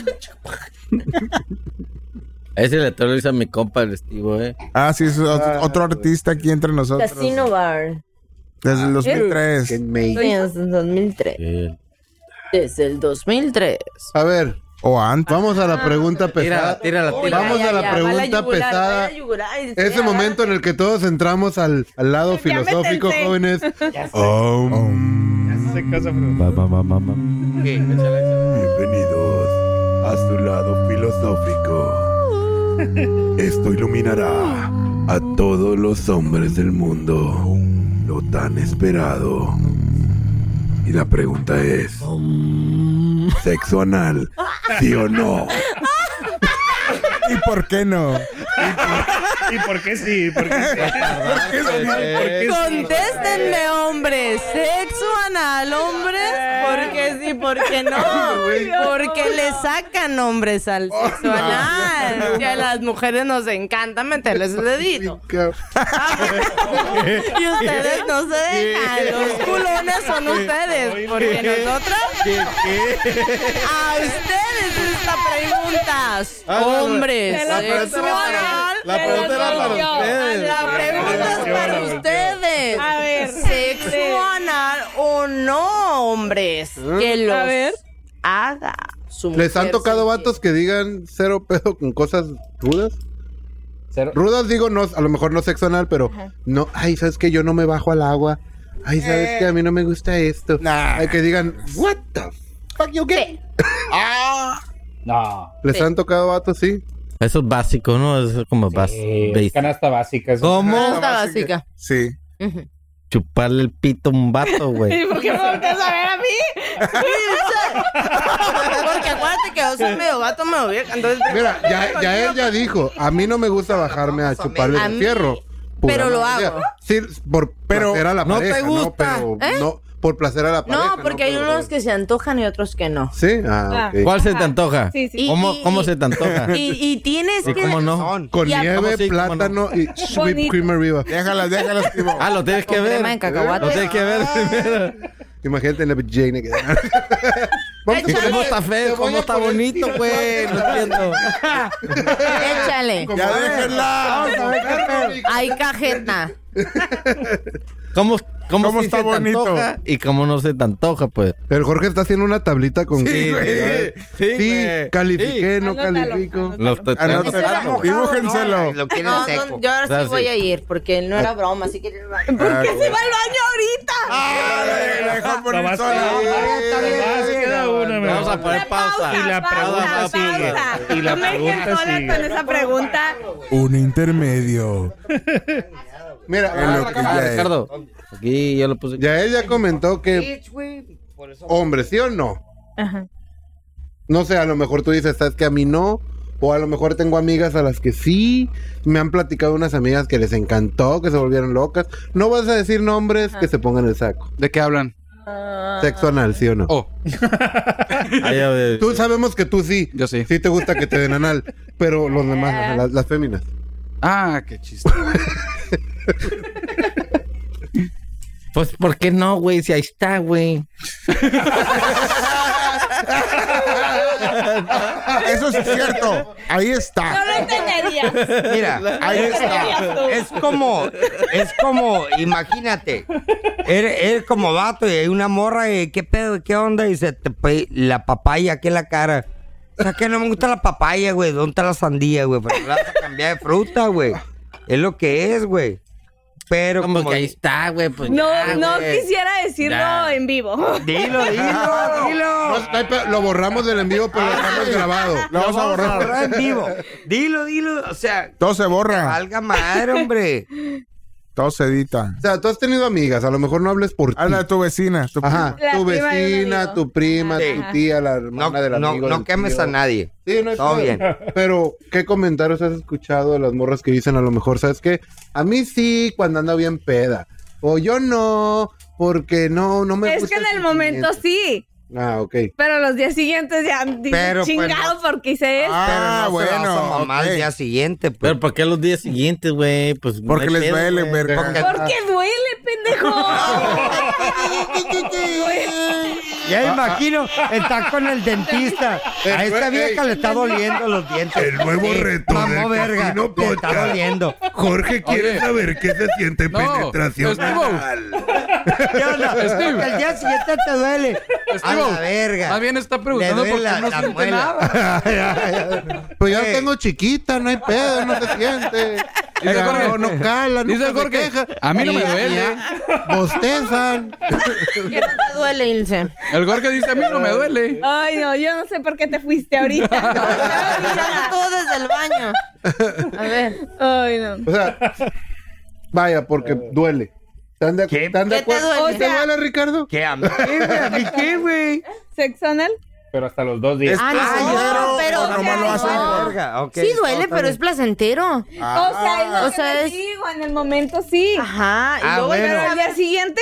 Ese le lo hizo a mi compa el Estivo, eh. Ah, sí, es otro, otro artista aquí entre nosotros. Casino Bar. Desde el 2003. Desde el 2003. Sí. Desde el 2003. A ver, O antes. vamos a la pregunta pesada. Tírala, tírala, Uy, tírala. Vamos Ah. ya, a la ya, ya, pregunta va yugular, pesada. va la yugular, ay, Ese ya, momento en el que todos entramos al, al lado Ya me filosófico, tensé. jóvenes. Esa cosa, pero- Bienvenidos a su lado filosófico. Esto iluminará a todos los hombres del mundo. Lo tan esperado. Y la pregunta es: ¿sexo anal? ¿Sí o no? ¿Y por qué no? ¿Y por qué sí? ¿Por qué sí? ¿Por qué Eh, sí? Contéstenme, hombres. ¿Sexo anal, hombres? Porque sí, porque no. Porque le sacan hombres al sexo anal. Y a las mujeres nos encanta meterles el dedito. Y ustedes no se dejan. Los culones son ustedes. Porque nosotros. A ustedes esta preguntas. Ah, no, no. Hombres. La pregunta ¿sexo era para- anal? la pregunta era para Yo. ustedes. La pregunta es para ustedes. A ver. ¿Sexo anal o no, hombres? Que los A ver. haga. su ¿Mm? ¿Les han mujer tocado sentir. vatos que digan cero pedo con cosas rudas? Cero. Rudas digo, no, a lo mejor no sexo anal, pero no, ay, ¿sabes que Yo no me bajo al agua. Ay, ¿sabes que A mí no me gusta esto. Nah. Ay, que digan, what the fuck you get? No. ¿Les han tocado vatos, sí? Eso es básico, ¿no? Eso es como bas- Eh, basic. canasta básica. eso. ¿Cómo? Pregunta básica. Sí. chuparle el pito a un vato, güey. ¿Y por qué me volteas a ver a mí? Porque acuérdate que yo soy medio vato, medio vieja. Entonces, Mira, ya, pues, ya él ya dijo, a mí no me gusta bajarme a chuparle A el mí- fierro. Pura pero lo madre. hago. Sí, por placer a la no te pareja, gusta. ¿no? Pero ¿Eh? no, por placer a la pareja. No, porque hay unos que se antojan y otros que no. Sí, ah, ok. ¿Cuál se te antoja? Sí, sí. ¿Cómo, Y- cómo se te antoja? Y, y tienes ¿Y que. cómo no? Con Y a- nieve, ¿Cómo sí? ¿Cómo no? plátano y whipped Bonito. cream arriba. Déjalas, déjalas, primo. Ah, lo tienes que Con ver. crema de cacahuate. Lo tienes que ver primero. Imagínate la Jane. que- Vamos Échale. ¿Cómo está Te feo? voy ¿Cómo a está poner- bonito, pues? güey? No entiendo. Échale. Ya déjenla. Vamos a ver qué pedo. Hay cajeta. ¿Cómo, cómo, ¿Cómo sí está se te bonito? antoja y cómo no se te antoja, pues? El Jorge está haciendo una tablita con. Sí, güey. Sí, Sí, güey. califiqué, no Ah, Anótalo, califico. Los te- Anótalo. Dibújenselo. Lo quieren No, seco. no, yo ahora Ah, sí sí. voy a ir porque no era broma, así que. ¿Por qué se va al baño ahorita? Ah, la dejó Lo poner vas sola. Nomás queda una, mi Vamos amor. a poner pausa. Y la pregunta sigue. Y la no me dejes pregunta sola con sigue. esa pregunta. Un intermedio. Mira, En lo ah, que ya es. Ricardo. Aquí yo lo puse. ya ella comentó que hombre, ¿sí o no? Ajá. No sé, a lo mejor tú dices, ¿sabes que a mí no? O a lo mejor tengo amigas a las que sí. Me han platicado unas amigas que les encantó, que se volvieron locas. No vas a decir nombres que se pongan el saco. ¿De qué hablan? Sexo anal, ¿sí o no? Oh, Ahí, a ver. Tú sabemos que tú sí. yo sí. Sí te gusta que te den anal. Pero los demás, ajá, las, las féminas. Ah, qué chiste. Pues, ¿por qué no, güey? Si ahí está, güey. Eso sí es cierto. Ahí está. No lo Ah, entendería. Mira, Ahí está. es como, es como, imagínate, eres, eres como vato y hay una morra y qué pedo, qué onda, y se te pe- la papaya aquí en la cara. O sea, que no me gusta la papaya, güey, ¿dónde está la sandía, güey? Pero la vas a cambiar de fruta, güey. Es lo que es, güey. Pero Como como... que ahí está, güey. Pues, No, ya, no güey. quisiera decirlo Ya. en vivo. Dilo, dilo, No, dilo. no hay pe- lo borramos del envío, pero lo dejamos grabado. Lo vamos a borrar. Ahora en vivo. Ah. Dilo, dilo. O sea, Todo se borra. valga madre, hombre. Todo se edita. O sea, tú has tenido amigas, a lo mejor no hables por ti. Habla de tu vecina. tu Ajá, La tu prima de un vecina, amigo. tu prima, Sí. tu tía, la No, hermana del no, amigo. no del quemes tío. a nadie. Sí, no hay Todo pedo. bien. Pero, ¿qué comentarios has escuchado de las morras que dicen a lo mejor, sabes qué? A mí sí, cuando ando bien peda. O yo no, porque no, no me es gusta que en el momento sentimiento. sí, Ah, ok. pero los días siguientes ya dije, Pero, pues, chingado porque hice esto. Ah, Pero no se la vas a bueno. mamar al ok. día siguiente, pues. Pero, ¿por qué los días siguientes, güey? Pues, no Porque hay les pedo, duele, güey. verga. Porque- Porque duele, pendejo. Ya imagino, está con el dentista. A esta vieja le está doliendo los dientes. El nuevo Sí, reto del mamó verga, Casino le está Podcast. doliendo. Jorge quiere Oye. saber qué se siente No, penetración Estivo. anal. ¿Qué onda? Steve. Porque El día siguiente te duele. A Estivo, la verga. más bien está preguntando Le por duele la- qué no la siente muela. Pero yo Eh. la tengo chiquita, no hay pedo, no se siente. Dice Eh, Jorge- no, no cala, no Dice se Jorge, queja. a mí no me Y- duele. y- Bostezan. ¿Qué no te duele, Ilse? El Jorge dice, a mí no me duele. Ay, no, yo no sé por qué te fuiste ahorita. Mirando todo desde el baño. A ver. Ay, no. O sea, vaya, porque duele. ¿Están de, Eh. ¿Qué? ¿están de ¿Qué te acuerdo? duele? ¿Sí ¿Te O sea- duele, Ricardo? ¿Qué, a mí qué, güey? ¿A mí qué, güey? ¿Sexo anal? Pero hasta los dos días. Ah, no, pero. nomás lo hace. No. Verga, ok. Sí duele, pero es placentero. o sea, es lo O que sea, te es- digo, en el momento sí. Ajá. Y Ah, luego bueno. Pero volver a al día siguiente,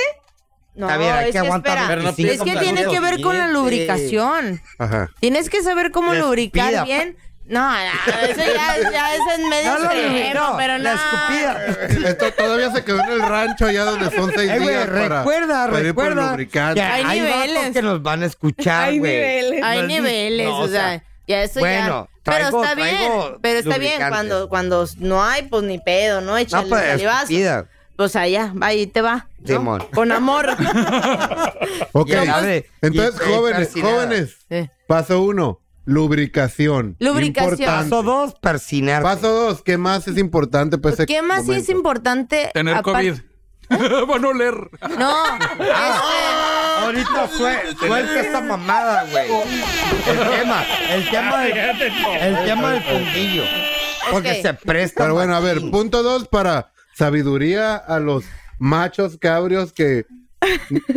No, Está bien, hay es que que aguantar espera. Pero no es pienso que en tiene los que ver con la dientes. lubricación. Ajá. Tienes que saber cómo La lubricar escupida. bien. No, no, eso ya, ya es en medio No lo extremo, lubricó, pero no. la escupida. Esto todavía se quedó en el rancho allá donde son seis Eh, güey, días para, recuerda, para ir por recuerda lubricante. que Hay hay, niveles. vatos que nos van a escuchar, Hay güey. niveles. Hay No es ni- niveles, no, o sea, ya eso bueno, ya. Pero traigo- está bien, traigo pero está bien lubricantes. cuando cuando no hay pues ni pedo, no No, échale pues, salivazo. escupida. Pues allá, va y te va. ¿no? Simón. Con amor. Ok, Y abre- entonces y- y jóvenes, persinada. jóvenes. Sí. Paso uno, lubricación. Lubricación. Importante. Paso dos, persinar. Paso dos, ¿qué más es importante? Pues, ¿Qué más sí es momento? importante? Tener apar- COVID. Van a oler. No. Este, Ah, ah, Ahorita fue, suelta esta mamada, güey. El tema, el tema del, el tema del fundillo. Porque Ok. se presta. Pero bueno, a ver, punto dos para sabiduría a los machos cabrios que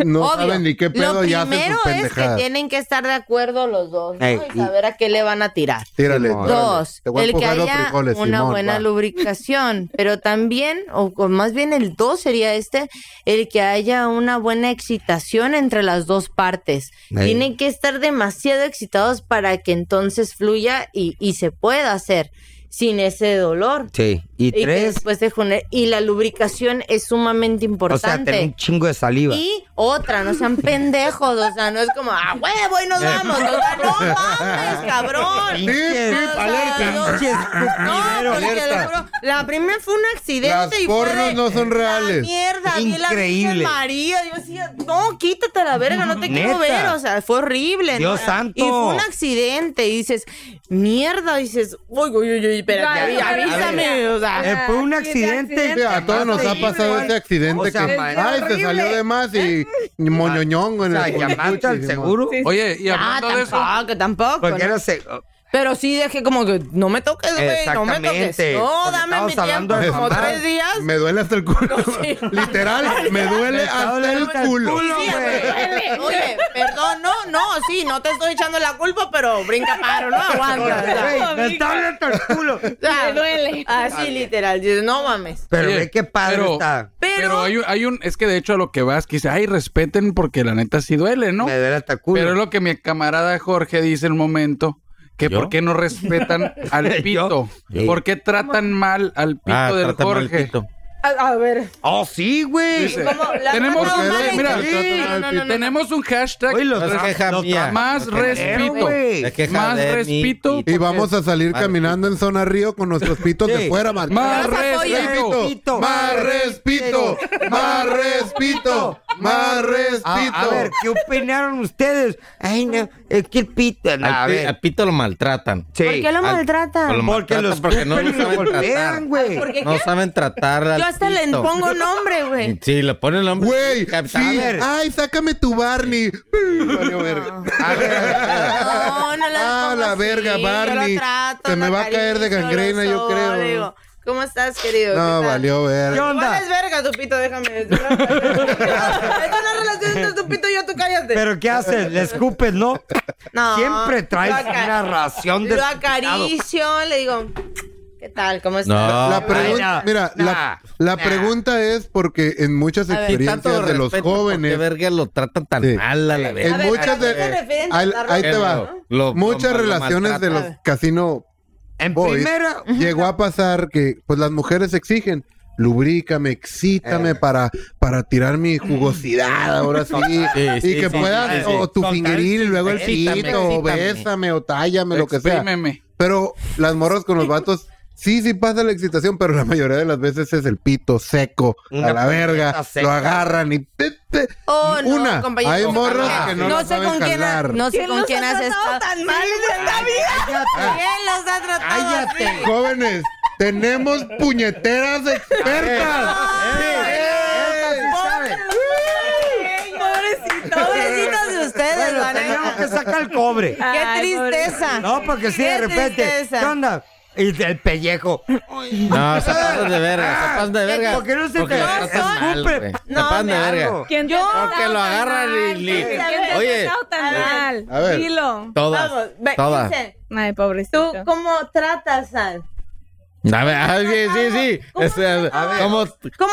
no Obvio. saben ni qué pedo Lo y hacen primero sus es que pendejadas. tienen que estar de acuerdo los dos ¿no? Ey, y saber a qué le van a tirar. Tírale, órale. Dos, Te voy a el que empujar los haya frijoles, una Simón, buena va. lubricación, pero también, o, o más bien el dos sería este, el que haya una buena excitación entre las dos partes. Ey. Tienen que estar demasiado excitados para que entonces fluya y, y se pueda hacer sin ese dolor. Sí. Y que tres, después se june- y la lubricación es sumamente o importante. sea, tener un chingo de saliva. Y otra, no sean pendejos, o sea, no es como, ah, huevo, y nos Eh. vamos, o sea, no mames, cabrón. Tip, tip, O sea, alerta. no- No, porque lo juro, la primera fue un accidente Las y fue pornos de, no son reales. "Ah, mierda, vi la Virgen Increíble. María, yo decía, no, quítate la verga, no te quiero Neta. ver, o sea, fue horrible. Dios ¿no? santo. Y fue un accidente, y dices, mierda, y dices, uy, uy, uy, uy, espérate, Ay, avi- pero- avísame, o sea. Eh, fue un accidente. Sí, a todos nos ha pasado ese accidente O sea, que ma- ay, se horrible. salió de más y moñoñón O en sea, el llamaste al cuchicuchi, seguro. Simón. Oye, y hablando ah, de eso, tampoco, tampoco. ¿Por qué ¿no? no Pero sí dejé como que no me toques, güey, no me toques. Exactamente, No, porque dame mi estabas hablando tiempo, de como mamá. tres días. me duele hasta el culo. Literal, me duele Me está hasta el doliendo el culo. culo, Sí, güey. Oye, perdón, no, no, sí, no te estoy echando la culpa, pero brinca paro, no aguanta. o sea. Güey, me está doliendo el culo. O sea, Me duele. Así literal, dices, no mames. Pero Oye, ve qué padre pero- está. Pero, hay, un, hay un- es que de hecho a lo que vas, que dice, ay, respeten porque la neta sí duele, ¿no? Me duele hasta culo. Pero es lo que mi camarada Jorge dice en un momento, que por qué no respetan al pito. ¿Por qué tratan mal al pito Ah, del tratan mal al Jorge? A, a ver. Oh, sí, güey. Dice, ¿Cómo? La- tenemos, no, no, no, mira, no, no, no, no, no. tenemos un hashtag Oye, los más- tra- queja los- mía. más Los quejeros, respeto. güey. La queja Más de mi respeto. pito. Y vamos a salir Madre. caminando en zona río con nuestros pitos de fuera, Martín. Más respeto, más respeto, más respeto, más ah, A, a ver, respeto. ¿qué opinaron ustedes? Ay, no, es que el pito. no, a Al, pi- ver. al pito lo maltratan. Sí. ¿Por qué lo Al- maltratan? lo Porque maltratan los porque no lo escupen y lo saben tratar. golpean, güey. ¿Por qué No qué? saben tratar al Yo hasta le pito. pongo nombre, güey. Sí, le ponen el nombre. Güey, A sí. ver, Ay, sácame tu Barney. Valió verga. No, no le Ah, pongo la verga, así, yo Barney. lo trato, Se me lo va a caer de acaricio, lo gangrena, yo sobo, creo. le digo, ¿Cómo estás, querido? No, ¿Qué tal?" valió verga. ¿Qué onda? ¿Cuál es verga, Tupito? Déjame. Esto no es una relación entre Tupito y yo, tú cállate. Pero ¿qué haces? Le escupes, ¿no? No, Siempre traes lo aca- una ración de. Lo acaricio, le digo, ¿qué tal? ¿Cómo estás? La- la pregunta, no. mira, la, la pregunta es porque en muchas A ver. Tanto experiencias de los respeto, ¿por jóvenes, qué verga lo tratan tan Sí. mal a la verga. en muchas de, ahí- ahí te va, Lo- muchas lo- lo relaciones de los maltratan. casino en boys, primera- llegó a pasar que pues las mujeres exigen lubrícame, excítame Eh. para para tirar mi jugosidad ahora sí, Sí, sí, y que sí, puedas sí, sí. o tu Con tal- fingeril y luego el excítame, pito, o excítame. bésame o tállame, Pues lo que sea. Exprímeme. Pero las morras con los vatos, sí, sí pasa la excitación, pero la mayoría de las veces es el pito seco, Una a la verga, puñeta seca. lo agarran y... pe, pe. Oh, no, Una, compañero. hay No, morras que no, la sé saben con quién ha- jalar. no sé ¿Quién con los quién ha has tratado estado tan mal en esta vida. ¿Quién los ha tratado así? Jóvenes, tenemos puñeteras expertas. Pobrecito, Pobrecitos de ustedes, Bueno, la neta. tenemos que sacar el cobre. Qué Ay, tristeza. No, porque si Ah. Qué de repente, tristeza. ¿qué onda? Y del pellejo. No, se pasan de verga, Ah, se pasan de verga. ¿Por qué no se Porque te- lo tratan mal, escupe? güey. Se No, pasan de me verga. hago. ¿Quién te Yo- ha Porque tratado lo tan agarran y... mal? li- ¿Quién te ha Oye, tratado tan mal? A ver. Dilo. todas, ve, todas. dice, Ay, ¿Tú pobrecito. cómo tratas al? A ver, ay, sí, sí, sí. Ah, Es- a ver, ¿Cómo,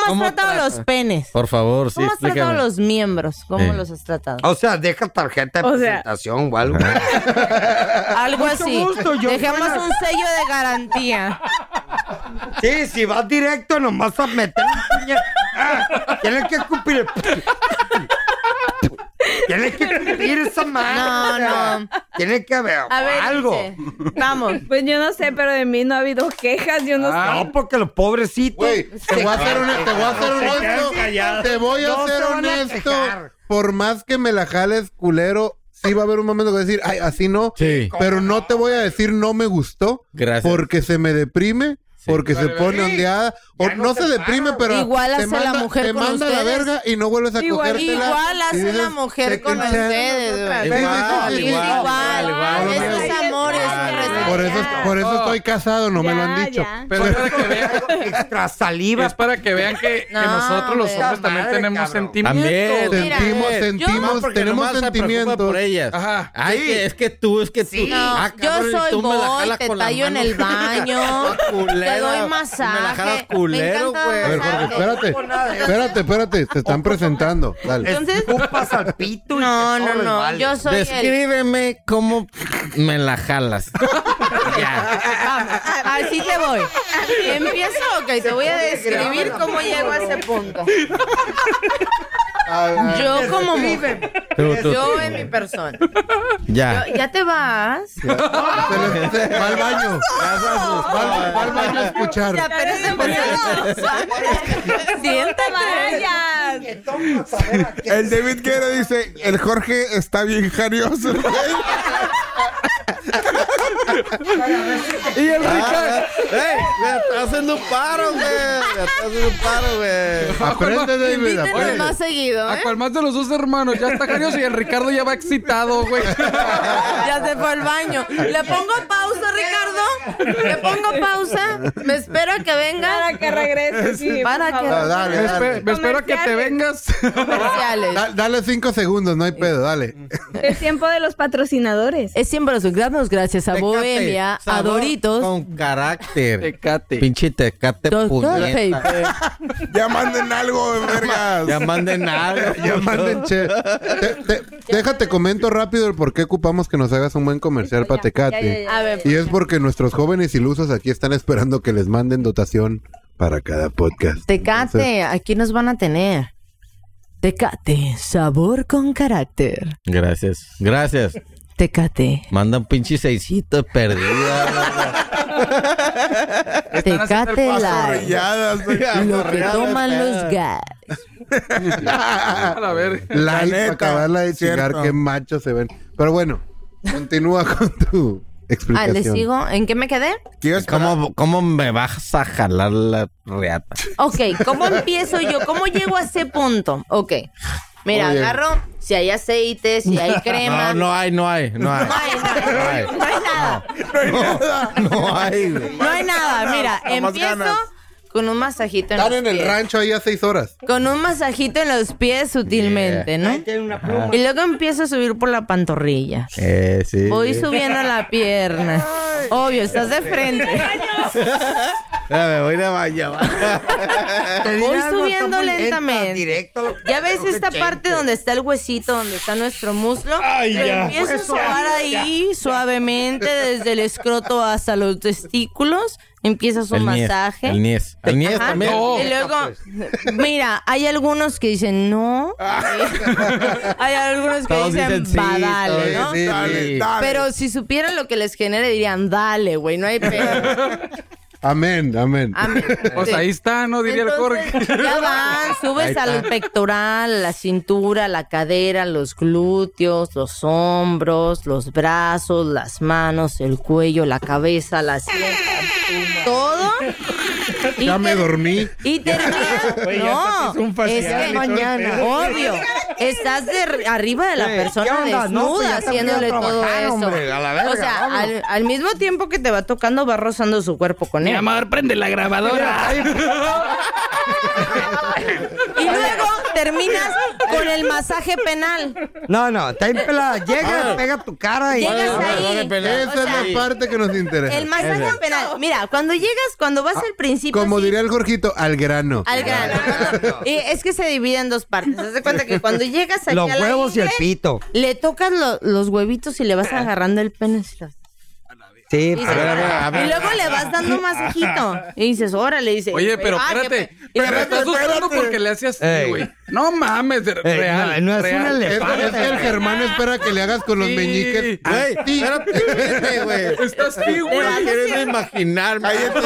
¿Cómo has tratado trata? los penes? Por favor, sí, ¿Cómo has tratado explícame. los miembros? ¿Cómo Sí. los has tratado? O sea, deja tarjeta de O sea- presentación o algo. Algo Ah, Mucho así. gusto, yo Dejamos soy la- un sello de garantía. Sí, si vas directo, nomás a meter un puñet. Ah, Tienes que escupir. Tienes que escupir esa mano. No, no. Tienes que haber A ver, algo. dice, vamos. Pues yo no sé, pero de mí no ha habido quejas, yo no sé. No, porque los pobrecitos. Güey, te voy a ser honesto, te voy a ser Se quedan honesto. callados. Te voy a No ser se van a honesto. quejar. Por más que me la jales, culero, sí va a haber un momento que voy a decir, ay, así no. Sí. Pero no te voy a decir no me gustó. Gracias. Porque se me deprime. Porque se Vale, pone sí. ondeada. O Ya no, no se te deprime, paras. pero Igual te hace la mujer te con manda a la ustedes. verga y no vuelves a Igual- cogértela. Igual Y hace dices, la mujer "Te con quité". ustedes. Igual, güey. Sí, sí, sí, igual, igual, igual, Eso es igual. amor, eso es Igual, respeto. por eso, por eso estoy casado, no me lo han Ya, dicho. ya. Pero es para que vean, Extra saliva. es para que, vean que, que No, nosotros los hombre. hombres también Madre, tenemos cabrón. sentimientos. También. sentimos, Mira, sentimos, yo- porque tenemos nomás se preocupa sentimientos. por ellas. Ajá. Ay, Sí. que es que tú, es que tú. Sí. No, Ah, yo cabrón, y soy tú me la boy, jalas te con la tallo en mano. el baño, Culera, te doy Me la jalas masaje. culero, encanta güey. A ver, Jorge, espérate, espérate, espérate, te están presentando. Dale. Entonces, Ocupas al pito. y No, te no, sobres, no, vale. yo soy el... Descríbeme cómo me la jalas. Ah, ya. Así te voy. Empiezo, ok, te voy a describir cómo llego a ese punto. Yo como mujer, Tú, tú, yo tú. en mi persona. Ya. Yo- ya te vas. Se le- Va al baño. Va al- va al baño a Ya escuchar. apenas empezamos. Siéntate. vayas. El David Guerra dice, el Jorge está bien jarioso, güey. Y el Ricardo. Ah, ¡Ey! ¡Me está haciendo un paro, güey! ¡Me está haciendo un paro, güey! Aprende, David, Invítenos aprende. más seguido, A ¿eh? cual más de los dos hermanos, ya está carioso y el Ricardo ya va excitado, güey. Ya se fue al baño. Le pongo pausa, Ricardo. Le pongo pausa. Me espero a que venga. Para que regrese. sí, Para por que- favor. Dale, Me, dale. espe- me espero a que te vengas. Comerciales. Da- dale cinco segundos, no hay pedo, dale. El tiempo de los patrocinadores. Es siempre los damos gracias a Bohemia, a Sabor Doritos. Con carácter. Tecate. Pinche tecate Doctor puñeta. Pepper. Ya manden algo, vergas. Ya manden algo. Ya manden che. Te- te- déjate comento rápido el por qué ocupamos que nos hagas un buen comercial Ya, ya, ya, patecate. ya. A ver, Y es porque nuestros jóvenes ilusos aquí están esperando que les manden dotación para cada podcast. Entonces, Tecate, aquí nos van a tener. Tecate, sabor con carácter. Gracias. Gracias. Tecate. Manda un pinche seisito perdido. Tecate light. Zorrilladas, güey. Lo que toman los gas. A la verga. la La neta, neta, acabarla de chingar, cierto. qué machos se ven. Pero bueno, continúa con tu Ah, explicación. ¿le sigo? ¿En qué me quedé? ¿Quieres ¿Cómo, ¿Cómo me vas a jalar la reata? Ok, ¿cómo empiezo yo? ¿Cómo llego a ese punto? Ok. Mira, Oye. agarro si hay aceite, si hay crema. No, no hay, no hay, no hay. No hay, no hay, No hay. no hay nada. No hay, güey. No hay nada. Mira, Nada más empiezo ganas. con un masajito en Están los en el pies. rancho ahí a seis horas. Con un masajito en los pies sutilmente, Ahí ¿no? tiene una pluma. Y luego empiezo a subir por la pantorrilla. Eh, sí. Voy subiendo la pierna. Obvio, estás de frente. Espérame, voy a ir a bañar. Te diré Voy algo, subiendo está muy lenta, lentamente. directo a lo que- Ya ves lo que esta chente. parte donde está el huesito, donde está nuestro muslo. Ay, Lo ya. empiezo a sobar ahí suavemente desde el escroto hasta los testículos. Empieza su El niés, masaje. El niés. El niés Ajá. también. Oh. Y Ah, luego, pues. mira, hay algunos que dicen no. Ah. hay algunos que Todos dicen, dicen sí, badale, todos ¿no? dicen sí, sí. Pero si supieran lo que les genera, dirían, dale, güey, no hay pedo. Amén, amén. Ah, Amén. Pues ahí está, ¿no? Diría el Entonces, Jorge. Ya van, Ahí subes está. al pectoral, la cintura, la cadera, los glúteos, los hombros, los brazos, las manos, el cuello, la cabeza, la sien, todo. Y Ya me ter- dormí. Y termina. Güey, ya hasta te hizo no, un facial es y que todo el mañana, pedo. obvio. Estás de r- arriba de la Eh, ¿qué persona onda? desnuda No, pues ya te haciéndole fui a todo trabajar, eso. hombre, a la verga, o sea, vámonos. al, al mismo tiempo que te va tocando, va rozando su cuerpo con él. amor, prende la grabadora. Y luego terminas con el masaje penal. No, no, está impelada. Llega, pega tu cara y. Llegas vale, vale, ahí. vale, O Esa sea, es la parte que nos interesa. el masaje penal. Mira, cuando llegas, cuando Ah, vas al principio. Como sí, diría el Jorgito, al grano. Al grano. Cuando- y es que se divide en dos partes. Haz de cuenta que cuando llegas aquí Los a la huevos y el ingle, pito. Le tocas lo- los huevitos y le vas agarrando el pene. así, Sí, pues, Y, pero- se- ver, a ver, a ver. y luego le vas dando masajito. Y dices, órale, dice. Oye, pero ah, qué espérate. pe- y Pero le- me estás asustando porque le hace así, Ey. güey. No mames, de- Eh, real. no, no es un real. Es, elefante. es que el Germán espera que le hagas con los Sí. pues meñiques. Güey, espérate, espérate, güey. Estás así, güey. Estoy queriendo imaginarme. Cállate,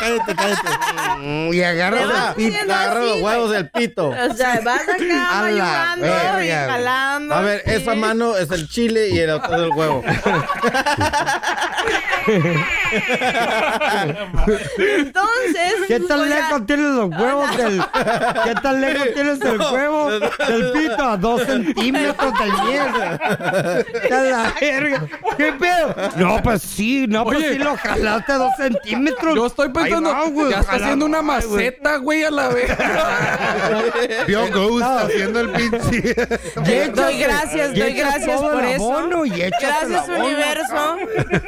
cállate, cállate, cállate. Y agarras Le vas el pito. haciendo Agarra así, los huevos del pito. O sea, vas acá A la ayudando y verga, güey. jalando. A ver, sí. esa mano es el chile y el otro es el huevo. Entonces. ¿Qué tan pues, ya- lejos tienes los huevos del. ¿Qué tan lejos tienes el huevo del pito? A dos centímetros de mierda. ¡Está la verga! ¿Qué pedo? No, pues sí, no, pues Oye. sí lo jalaste a dos centímetros. Yo estoy pensando, Ahí va, güey, ya está ojalá. haciendo una Ay, güey. maceta, güey, a la vez. Vio Ghost haciendo el Y pinche. échate- Doy gracias, y doy échate gracias todo por el eso. abono y échate el Gracias, abono. universo.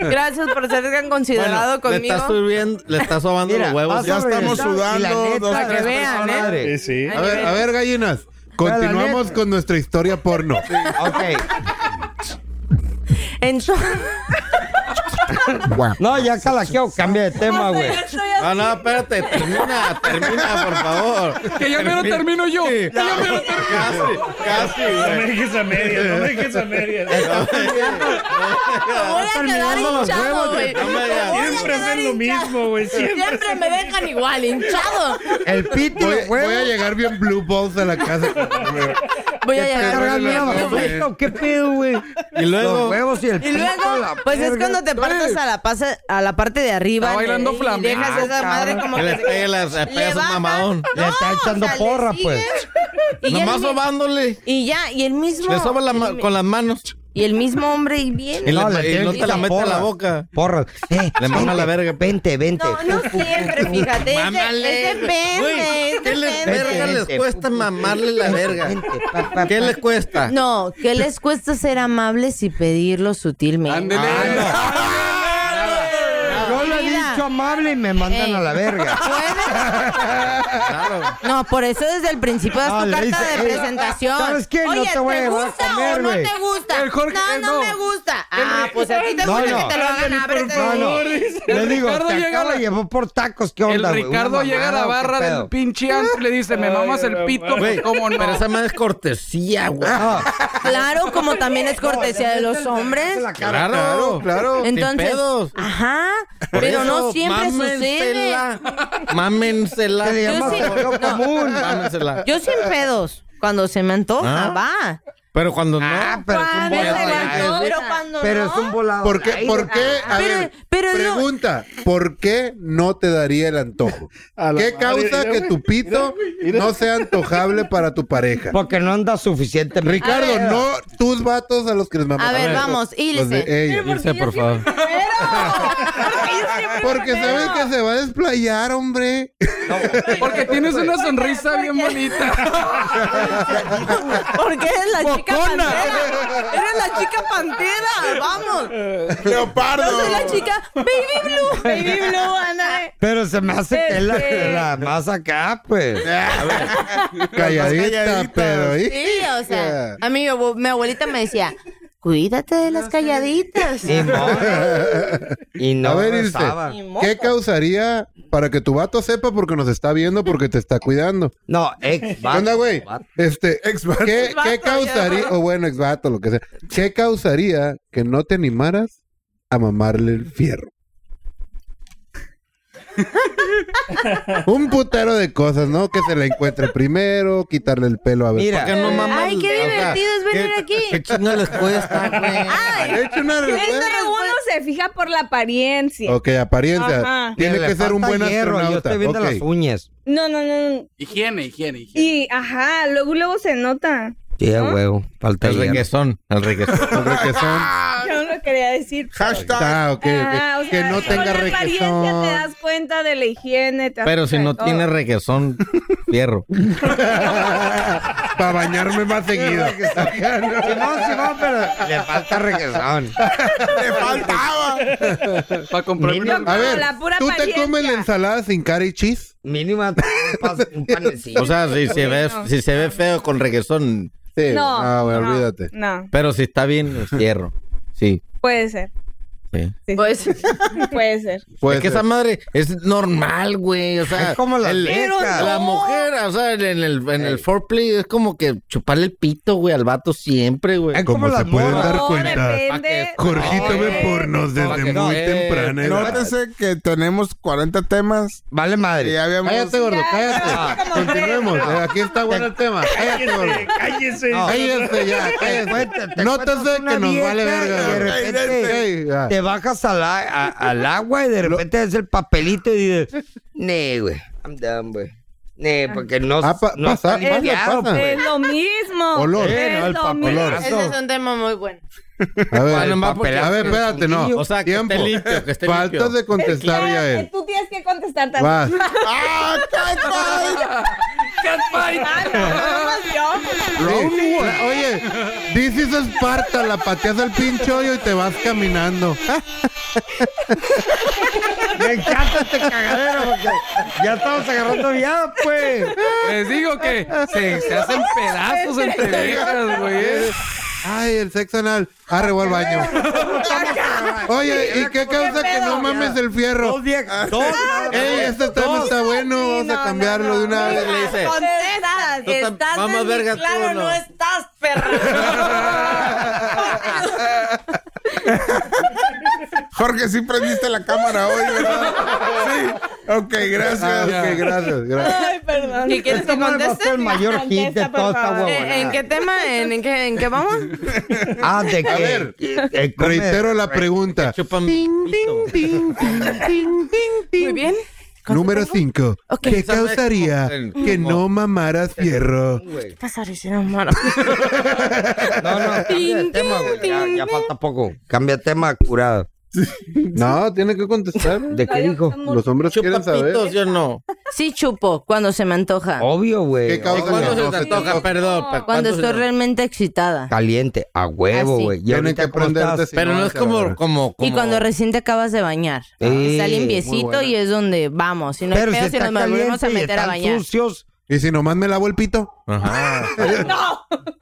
Gracias por ser tan considerado le conmigo. estás subiendo, le estás sobando Mira, los huevos. vas a Ya está. regresar estamos sudando, y la neta, dos, para que tres vean, personas. ¿eh? Sí, sí. A ver, a ver, gallinas. Continuamos con nuestra historia porno. Ok. Entonces, No, ya calaqueo, cambia de tema, güey. No, no, espérate, termina, termina, por favor. que ya me lo termino yo. Casi, casi, No güey. me dejes a medias, no me dejes a medias. me voy a quedar terminando los hinchado, huevos, güey. no me digas. Me voy a Siempre quedar hacen lo hinchado. mismo, güey. Siempre. Siempre me dejan igual, hinchado. El pito, Voy, el voy huevo. a llegar bien blue balls a la casa. Voy a llegar. Cargando la bien, güey. maleta, ¿Qué pedo, güey? Y Los luego, huevos y el Y pito. a luego, la pues es verga. cuando te partes a la, pasa- a la parte de arriba. Está bailando y flamenco, Dejas esa madre como que que le se- pegue las- le pegas un baja. mamadón. Le está echando o sea, le porra, sigue. pues. Y ya Nomás el mi- sobándole. Y ya, y el mismo. Le soba la ma- y- con las manos. Y el mismo hombre y Y viene. le- No, le y tiene no que te la echar mete a la porra. boca. Porra. Eh, Le mama la vente, verga. pues. Vente, vente. No, no siempre, fíjate. Es de- es depende. Güey, es ¿Qué les depende. verga les cuesta mamarle la verga? ¿Qué les cuesta? No, que les cuesta ser amables y pedirlo sutilmente. Ah, Ándele. Yo le he Mira. dicho amable y me mandan Ey. a la verga. Claro. No, por eso desde el principio das No, tu le carta dice, de "Ey, presentación. ¿sabes qué? No Oye, te voy a llevar a gusta comer, o no güey". te gusta? El Jorge- no, eh, no, no. me gusta. Ah, pues a ti te No, gusta no. que te lo hagan ábrete. No, no. Le El digo, Ricardo te llega acabo la- de llevar por tacos, ¿qué El onda, güey? ¿Una Ricardo llega a la mamada o qué barra pedo? del pinche antro y le dice, me Ay, mamas la el pito, madre. pues, Güey, ¿cómo no? pero esa madre es cortesía, güey. Claro, como también es cortesía de los hombres. La cara. Claro, claro. Sin Entonces, pedos. ajá, Por pero no eso, siempre sucede. mámensela. Mámensela. Se le Yo llama sí- sentido no. común. Mámensela. Yo sin pedos, cuando se me antoja, Ah. va. Pero cuando no. Ah, pero es un Pero volado. cuando- al aire. pero cuando Pero no, es un volado. ¿Por al qué? aire. ¿Por qué? A Pero- ver, pero es lo- pregunta, ¿por qué no te daría el antojo? A la ¿Qué madre, causa mira, que güey, tu pito no sea antojable para tu pareja? Porque no anda suficientemente. Ricardo, no tus vatos a los que les mamás. A ver, vamos, Los de hílese. ella. Irse, por favor. Porque saben que se va a desplayar, hombre. Porque tienes una sonrisa bien bonita. Porque eres la chica pantera. Eres la chica pantera. Vamos. ¡Leopardo! Yo soy la chica Baby Blue. Baby Blue, Ana. Pero se me hace que es la, Este. la más acá, pues. Calladita, calladitas. pero ¿eh? ahí. Sí, o sea. A mí mi abu- mi abuelita me decía, cuídate de las calladitas. Ni modo. Y no a ver, Ilse, rezaba. Ni modo. ¿qué causaría para que tu vato sepa porque nos está viendo, porque te está cuidando? No, ex. ¿Qué onda, güey? Este, ¿qué, Exvato, ¿qué causaría, o bueno, ex vato, lo que sea, qué causaría que no te animaras a mamarle el fierro? Un putero de cosas, ¿no? Que se la encuentre primero, quitarle el pelo a ver. Mira. Que no mames. Ay, qué O sea, divertido es venir ¿qué- aquí. ¿Qué chinga les cuesta, güey? He hecho una Es que respuesta. uno se fija por la apariencia. Ok, apariencia. Ajá. Tiene le que ser un falta buen hierro, Yo astronauta. estoy viendo Ok. las uñas. No, no, no. no. Higiene, higiene, higiene. Y, ajá, luego, luego se nota. Sí, a ¿No? huevo. Falta El hierro. reguesón. El reguesón. El requesón. Yo no lo quería decir. Hashtag. Ah, ok, ok. Ajá, o que sea, no tenga Por la apariencia te requesón. das cuenta de la higiene. te das Pero si cuenta no de todo. tiene reguesón, fierro. Para bañarme más seguido. Simón, Simón, pero le falta reguesón. ¡Le faltaba! Para comprar Mínimo. una... A ver, la pura ¿tú te apariencia. comes la ensalada sin cara y cheese? Mínima un pas- un panecillo. O sea, si se ve, si se ve feo con reguesón, Sí. No, Ah, güey, no, olvídate. No, pero si está bien, es fierro. Sí. puede ser. sí. sí, Pues, puede ser. Puede es que ser. esa madre es normal, güey. O Ah, sea, Es como las el- viejas. la mujer, o sea, en el, en el foreplay es como que chuparle el pito, güey, al vato siempre, güey. Es como Como las se pueden morras. dar No, cuenta. depende. Jorgito No, ve eh, pornos para desde que no, muy eh, temprana edad. Nótese que tenemos 40 temas Vale que madre. Ah, ya habíamos... Cállate, gordo, Ya, cállate. como Continuemos. fresco. eh, Aquí está bueno el tema. Cállate, gordo. Cállese, cállese. No. Cállate ya, cállate. cuentas- te Nótese cuentas una que nos vieja vale y de verga. repente Ey, ya. Te le bajas al, a- a- al agua y de repente ves el papelito y dices, nee, güey, I'm done, güey. Nee, porque no, Ah, pa- no pasa, está pasa, limpiado, pasa. güey. Es lo mismo. Olor. Eh, Es no, el lo papel. Olor. mismo. Ese es un tema muy bueno. A ver, Bueno, más porque- a ver, espérate, no. O sea, este que esté Tiempo. limpio, que esté Faltas limpio. de contestar ya Claro, él. Tú tienes que contestar Vas. también. ¡Ah, Catfight! Ah, no, no, no, yo. Sí. La- Oye, this is Esparta, la pateas al pincho hoyo y te vas caminando. Me encanta este cagadero porque ya estamos agarrando viado, pues. Les digo que se, se hacen pedazos entre viejas, güey. Ay, el sexo anal. Arre, voy al baño. Oye, ¿y qué causa que no mames el fierro? Dos viejas. Dos. Ey, este tema está bueno, vamos a cambiarlo de una vez. Le dice, Contestas, tam- estás mamas en mi verga tú, claro, ¿o no? no? estás, perra. Jorge, sí prendiste la cámara hoy, ¿verdad? Sí. Ok, Ah, gracias. ok, gracias, gracias. Ay, perdón. ¿Qué quieres que ¿Cuál va a conteste? ser el mayor hit de Contesta, por toda esta favor. huevonada? Eh, ¿En qué tema? ¿En, en qué, ¿En qué vamos? Ah, de que. A ver, eh, come- reitero la pregunta. chupan pito. Muy bien. Número 5. Ok. ¿Qué causaría Como- que no mamaras fierro? Pasaré sin amar. No, no, cambia de tema, güey. Ya, ya falta poco. Cambia de tema curado. No, tiene que contestar. ¿De qué dijo? Los hombres Chupan quieren saber. pitos, yo no. Sí chupo cuando se me antoja. Oh, Obvio, güey. ¿Qué causa? ¿Y cuándo se te No, antoja? Perdón. pa- Cuando ¿cuándo se estoy te- realmente excitada. Caliente, a huevo, Así. güey. Y Tienen ahorita, que ¿cómo prenderte. estás? si Pero no es se como, agarra. como, como. Y cuando recién te acabas de bañar. Sí, está muy limpiecito buena. y es donde vamos. Si no hay Pero si pedo, si está nos volvemos caliente a y meter a están bañar. sucios. Y si nomás me lavo el pito, Ajá.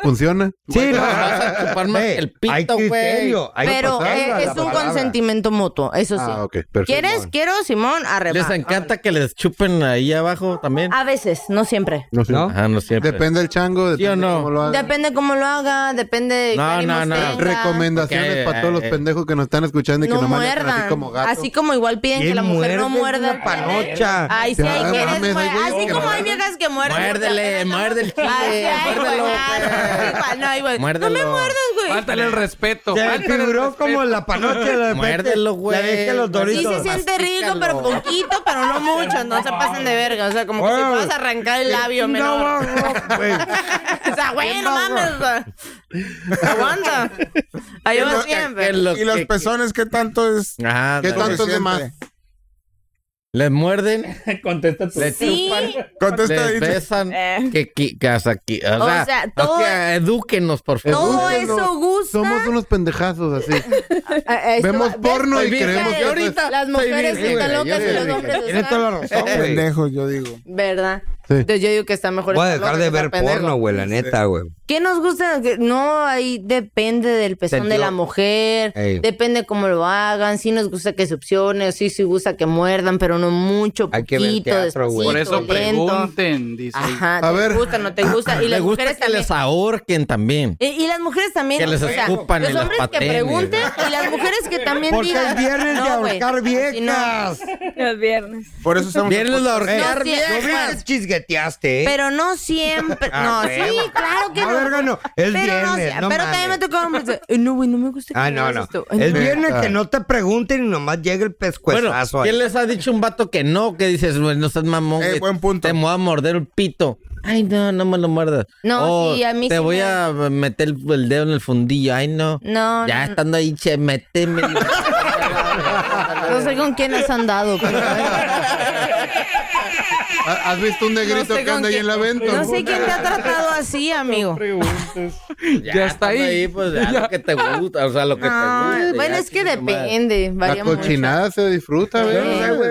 funciona. Sí, no. Vas a chupar más Ve, que el pito, hay criterio. hay que Pero pasarla, eh, la es, un palabra. consentimiento mutuo, eso sí. Ah, ok, perfecto. ¿Quieres? Quiero, Simón, arrebatar. Les encanta que les chupen ahí abajo también. A veces, no siempre. No sé. ¿No? Ajá, no siempre. Depende del chango, depende o no? cómo lo haga. Depende cómo lo haga, depende de No, qué ánimos no, no. tenga. Recomendaciones Porque, para todos los eh, pendejos que nos están escuchando y que No nomás le hacen muerdan. así como gato. Así como igual piden que ¿Quién la mujer no muerde? Es muerda. una panocha. Ay, sí, hay Ya, quienes mames, hay muer- güeyes Así que como hay muerden. viejas que muerden. Muérdele, muerde el Ay, sí, chile. ay, güey, Muérdelo. ay, pa- No, ay, güey. No me Muérdelo. muerdas, güey. Faltale el respeto. Se me faltale el figuró respeto. como la panocha de la Muérdelo, güey. La vez que los Sí doritos. se siente rico, pero poquito, pero no mucho. No se pasen de verga. O sea, como que si Bueno. puedes arrancar el labio No, menor. no, güey. O sea, güey, no mames. o sea, Aguanta. Ahí va siempre. ¿Y los pezones qué tanto es? Ajá, ¿Qué dale. tanto es de más? Les muerden, Contesta tú. les Sí, chupan, Contesta les dice. besan. Eh. Que, qui- que hasta aquí. O O sea, sea, o todo- sea, edúquenos, por favor. todo Edúquenlo. eso gusta. Somos unos pendejazos así. Ah, esto- Vemos ¿ves? porno y Soy creemos virgen. que ahorita las soy mujeres virgen, están güey, locas yo y soy los hombres virgen. Tienes toda están. la razón, güey. Pendejo, yo digo. ¿Verdad? Sí. Entonces yo digo que está mejor. Voy a dejar estar de loca que ver estar pendejo. porno, güey, la neta, güey. ¿Qué nos gusta? ¿Qué- No, ahí depende del pezón Sentido. de la mujer, Ey. depende cómo lo hagan, si nos gusta que succione, sí, sí gusta que muerdan, pero no mucho, Hay que ver poquito, teatro, güey. despacito, Por eso lento. pregunten, dice. Ajá, A te ver. gusta, no te gusta. Y las Les gusta mujeres que también. les ahorquen también. Y, y las mujeres también. Que les o sea, escupan y Los las hombres que pateen, pregunten y las mujeres que también Porque digan. es viernes de "No, güey, ahorcar así no". viejas. Los viernes. Por eso estamos. Vienen la orgía. No, sí, Yo vi bueno, que chisgueteaste, ¿eh? Pero no siempre. Ah, no, huevo. sí, claro que No, no. verga, no. Es viernes, sie- no pero mames. también me tocó hombres de, "Eh, No, güey, no me gusta que Ah, me no, hagas no. esto. Ay, El no". viernes que no te pregunten y nomás llega el Bueno, pescuezazo ahí. ¿quién les ha dicho un vato que no? Que dices, "Güey, no estás mamón. Eh, güey, buen punto. Te me voy a morder el pito. Ay, no, no me lo muerdas. No, O, sí, a mí Te sí voy me- a meter el, el dedo en el fundillo. Ay, no. No, Ya no, estando ahí, che, méteme. no sé con quién has andado. pero- ¿Ha- ¿Has visto un No negrito sé que con anda ahí quién en la venta? no sé quién te ha tratado así, amigo. ya, está ahí. estando Pues ya, lo que te gusta. O sea, lo que No, te gusta. Ah, bueno, ya, es que chinga madre. depende. La Varía mucho. cochinada se disfruta, Sí. güey. no sé, güey.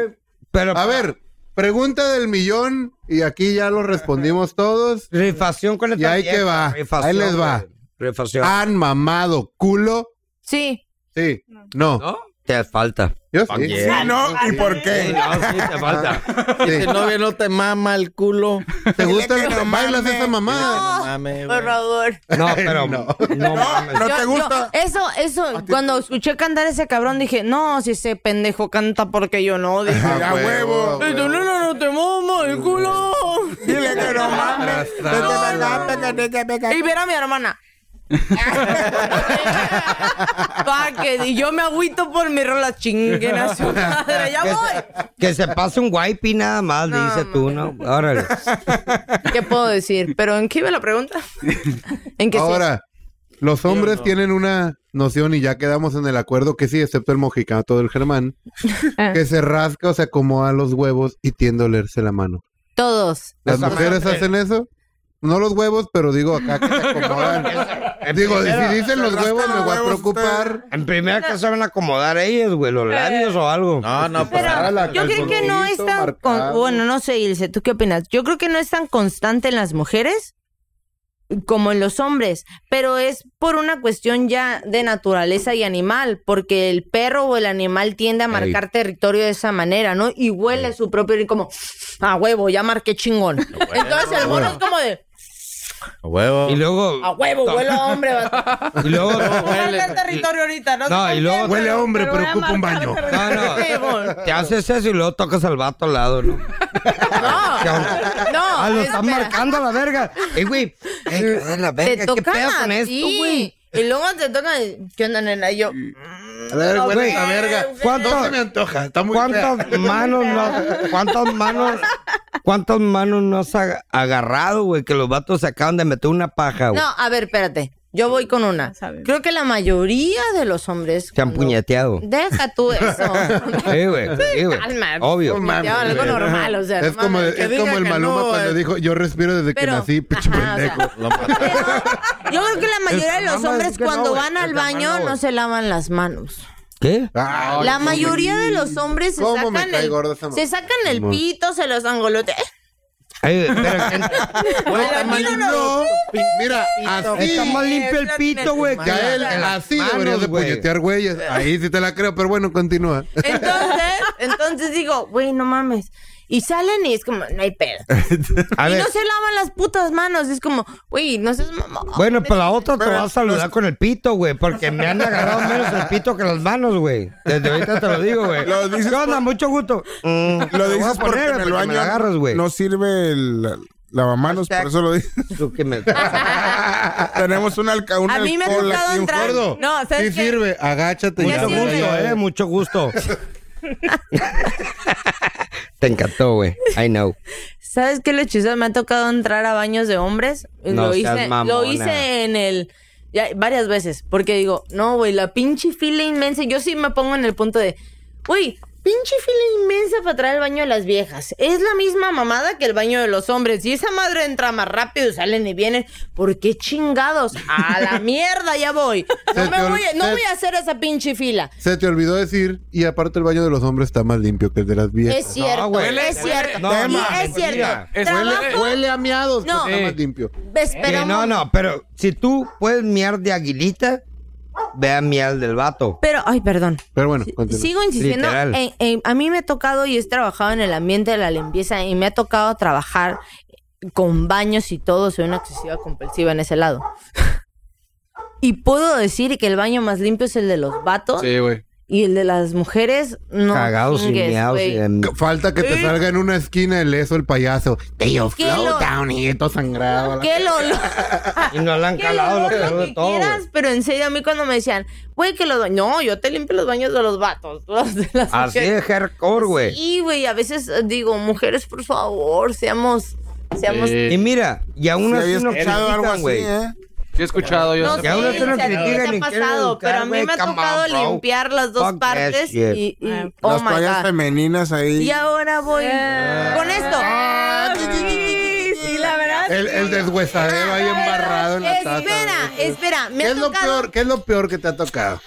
Pero A ver, pregunta del millón y aquí ya lo respondimos todos. Rifación con esta Y ahí vieja, que va. rifación, Ahí les va. Ah. güey. Rifación. ¿Han mamado culo? Sí. Sí. No. ¿No? Te falta. Yo Ah, sí. yeah. Ah, no, ¿y por Sí, qué? no, sí, te falta. Sí. Si tu novia no te mama el culo. ¿Te gusta Dile que no bailas mames. esa mamada? No mames, güey. Por favor. No, pero no. mames. No te Yo- gusta. yo- eso, eso, cuando escuché cantar ese cabrón dije, no, si ese pendejo canta porque yo no. Dije, "Ah, A huevo. "Y tu nena no te mama el culo. Dile que no mames. Tras, tras, Y ver a mi hermana. Pa' que- y yo me agüito por mi rola chinguen a su madre. Ya Que se- voy. Que se pase un guaypi nada más, No, dice tú, ¿no? Órale. ¿Qué puedo decir? ¿Pero en qué iba la pregunta? ¿En qué sí? Ahora, los hombres tienen una noción y ya quedamos en el acuerdo que sí, excepto el mexicano, todo el germán, Ah. que se rasca o se acomoda los huevos y tiende a olerse la mano. Todos. ¿Las mujeres hacen eso? No los huevos, pero digo acá que se acomodan. digo, si dicen los huevos me voy a preocupar. En primera que saben acomodar ellas, güey, los labios o algo. No, no, pues, pero Yo creo que no es tan... con- bueno, no sé, Ilse, ¿tú qué opinas? Yo creo que no es tan constante en las mujeres como en los hombres, pero es por una cuestión ya de naturaleza y animal, porque el perro o el animal tiende a marcar territorio de esa manera, ¿no? Y huele su propio... y como, a huevo, ya marqué chingón. Entonces el mono es como de, Huevo. Y luego. a huevo, huele a hombre. va- Y luego. Voy a marcar territorio ahorita, ¿no? No, y luego- Huele a hombre, pero ocupa un baño. No, no. Te haces eso y luego tocas al vato al lado, ¿no? No, Ah, lo espera. están marcando a la verga. Ey, güey. Ey, a la Te verga. ¿Qué tocan pedo con a esto, ti. güey? Y luego te tocan, ¿qué onda, nena? Y yo, Mm, mm, A ver, güey, güey, esta verga. ¿Cuánto- No se me antoja, está muy ¿Cuántas fea. manos no, cuántas manos, cuántas manos no has aga- agarrado, güey? Que los vatos se acaban de meter una paja, güey. no, a ver, espérate. Yo voy con una. Creo que la mayoría de los hombres. Se han puñeteado. Deja tú eso. Sí, güey, sí, güey. Calma. Obvio. No mames, Ya, algo güey. normal, o sea, es no como, mames, que es diga como el que Maluma no, cuando eh. dijo, yo respiro desde que Pero- nací, pinche Ajá, o pendejo. sea, Yo creo que la mayoría de los Mamá, hombres es que no, cuando güey. van al baño no se lavan las manos. ¿Qué? Ah, La mayoría de los hombres se ¿Cómo me sacan cae el, gorda esa mamá? se sacan el Simón. pito, se los angolotean. Ey, pero que- No, mira, así. está más limpio el pito, güey. que Ya él en las así manos, deberías de güey. Eh. puñetear güeyes. Ahí sí te la creo, pero bueno, continúa. Entonces, entonces digo, güey, no mames. Y salen y es como, no hay pedo. A y ver, no se lavan las putas manos. Es como, güey, no seas mamá. bueno, para la otra te Pero vas a saludar con el pito, güey, porque me han agarrado menos el pito que las manos, güey. Desde ahorita te lo digo, güey. Lo dices ¿Qué onda? Mucho gusto. Mm, te Lo voy a dices porque poner, en el porque me la baño agarras, güey. no sirve el lavamanos, por eso lo dices. Tú que me- Tenemos un alca un A mí me ha alcohol tocado aquí, un entrar- gordo. No, ¿sabes sí qué? sirve, agáchate. Ya y Mucho sí, dame gusto, la- eh, mucho gusto. ¿eh? Te encantó, güey. I know. ¿Sabes qué lechuza? Me ha tocado entrar a baños de hombres. No lo, seas hice, mamona. lo hice en el. ya, varias veces. Porque digo, no, güey, la pinche fila inmensa. Yo sí me pongo en el punto de, güey, pinche fila inmensa para traer el baño de las viejas. Es la misma mamada que el baño de los hombres. Y esa madre entra más rápido, salen y vienen. ¿Por qué chingados? A la mierda ya voy. No, Se me te ol- voy, a, no se- voy a hacer esa pinche fila. Se te olvidó decir, y aparte el baño de los hombres está más limpio que el de las Es viejas. cierto, güey. es cierto. No, Y mames, es cierto. mira. Huele, Trabajo, huele a miados, No. no. está más limpio. Que esperamos- Eh, no, no, pero si tú puedes miar de aguilita, vea miel del vato. Pero, ay, perdón. Pero bueno, continúa. Sigo insistiendo. Literal. en- en- a mí me ha tocado y he trabajado en el ambiente de la limpieza y me ha tocado trabajar con baños y todo. Soy una excesiva compulsiva en ese lado. y puedo decir que el baño más limpio es el de los vatos Sí, güey. y el de las mujeres no. Cagados y chingues, miados. güey. y em- Falta que te salga en una esquina el eso, el payaso. They all Que lo- flow down here, todo sangrado. la- Que el olor- Y no le han que calado el los olor, pelos lo de que todo. quieras, güey. pero en serio, a mí cuando me decían, güey, que los baños. No, yo te limpio los baños de los vatos. los de las Así mujeres". es hardcore, güey. Y, güey, a veces eh, digo, mujeres, por favor, seamos. Seamos Sí. Y mira, y aún Sí, así había nos escuchado algo critican, así, güey. ¿eh? Sí, he escuchado yo. No esa sé, Ya uno parte. se lo si a ti critican te ni ha quieren pasado, educar, pero a mí güey, me ha come on, tocado bro. limpiar las dos Fuck that partes shit. y, y- Ah. oh Las my toallas god. femeninas ahí. Y ahora voy con esto. Ah, Sí, sí, la verdad. El, el deshuesadero ahí embarrado en la taza. Espera, güey. espera, Ah, me ¿Qué ha es, lo tocado peor, ¿Qué es lo peor que te ha tocado?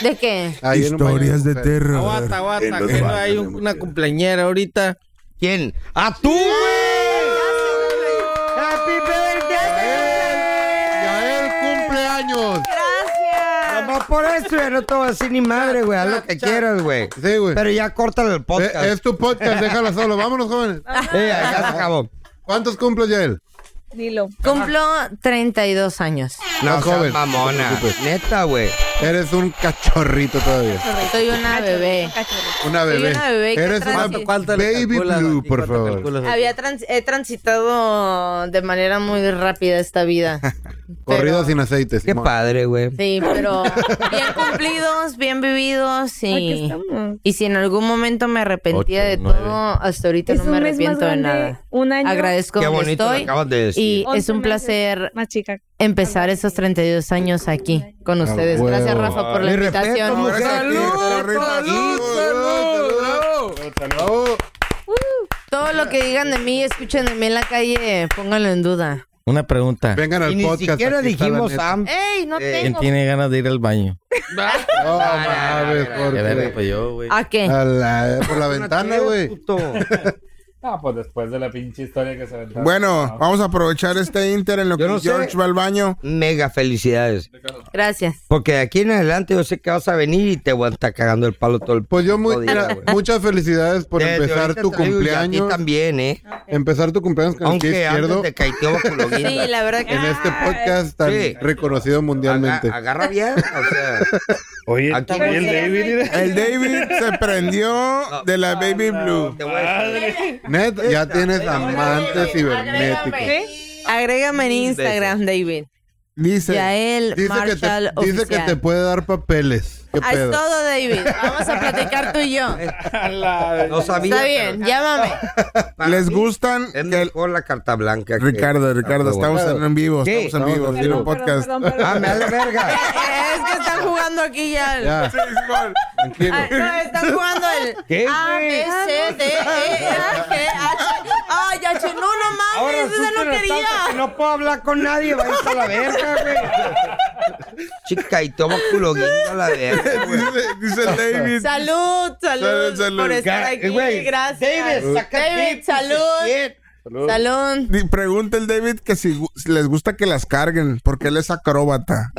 ¿De qué? Ahí en un baño Historias de mujer. terror. Aguanta, En aguanta, los que no baños hay de un- una mujeres. cumpleañera ahorita. ¿Quién? ¡A ¡Ah, tú, güey! ¡Happy Eh. birthday! Yael cumpleaños. Gracias. Nomás por eso ya no te voy a decir ni madre, güey. Haz lo que quieras, güey. Sí, güey. Pero ya córtale el Eh, podcast. Es tu podcast, déjalo solo. Vámonos, jóvenes. Eh, ya se acabó. ¿Cuántos cumples, Yael? Dilo. Cumplo 32 años. No, Más joven. joven. mamona. Neta, güey. Eres un cachorrito todavía. Soy una bebé. Una bebé. Soy una bebé que Eres transi- un baby blue, por favor. Había trans- he transitado de manera muy rápida esta vida. Corrido sin aceite. Qué padre, güey. Sí, pero bien cumplidos, bien vividos y, y si en algún momento me arrepentía Ocho, de nueve. todo, hasta ahorita no me arrepiento de nada. Un año. Agradezco Qué donde bonito lo estoy acabas de decir. y es 11 un meses. placer Más chica. empezar esos 32 años aquí con Ah, ustedes. huevo. Gracias Rafa por la Mi respeto, invitación. mujer. Todo lo que digan de mí, escuchen de mí en la calle, pónganlo en duda. Una pregunta. Vengan al Y ni podcast. siquiera aquí está la dijimos neta. am- ¡Ey, no ¿Quién tengo! tiene ganas de ir al baño? No mames, Ya ¿por verga, qué? pues yo, güey. ¿A qué? Ah, A la- eh, Por la ventana, güey. No, pues después de la pinche historia que se aventaron. Bueno, vamos a aprovechar este inter en lo que Yo no sé. George va al baño. Mega felicidades. Gracias. Porque de aquí en adelante yo sé que vas a venir y te voy a estar cagando el palo todo el Pues yo, muy, Jodida, mira, güey. muchas felicidades por Desde empezar ahorita tu te digo, y a ti cumpleaños. también, ¿eh? Empezar tu cumpleaños con el pie Aunque izquierdo antes te caiteo bajo lo guinda. Sí, la verdad que en este podcast tan Sí. reconocido Aga- mundialmente. Agarra bien, o sea. Oye, Aquí- también el David. mira. El David se prendió de la Baby Blue. Te voy a decir, Madre. Net, ya tienes amante cibernético. Agrégame. Agrégame en Instagram, David. Dice, Yael Dice que, Marshall te, dice que Oficial. te puede dar papeles. ¿Qué Ah, Es pedo? todo, David. Vamos a platicar tú y yo. no sabía. Está bien, llámame. pero para ¿les mí gustan? Es que- mejor la carta blanca. que- Ricardo, Ricardo, Ah, bueno. estamos en, en vivo, ¿Qué? estamos en vivo, Estamos en en vivo. un podcast. Perdón, perdón, Ah, me vale verga. Es que están jugando aquí ya. el- Ya. Tranquilo. Ah, no, están jugando el ¿Qué, A, güey? B, C, D, E, F, G, H. Ay, ya, che, no, no mames, esa resulta no que quería. tanto que no puedo hablar con nadie, vaya a la verga, güey. Chica, y toma culo guinda a la verga, güey. Dice, dice el David. Salud, salud, Salud, salud. por estar Ga- aquí. güey, Gracias. David, saca David, tips, salud. shit. Salud. Di- Pregunta el David que si gu- si les gusta que las carguen, porque él es acróbata.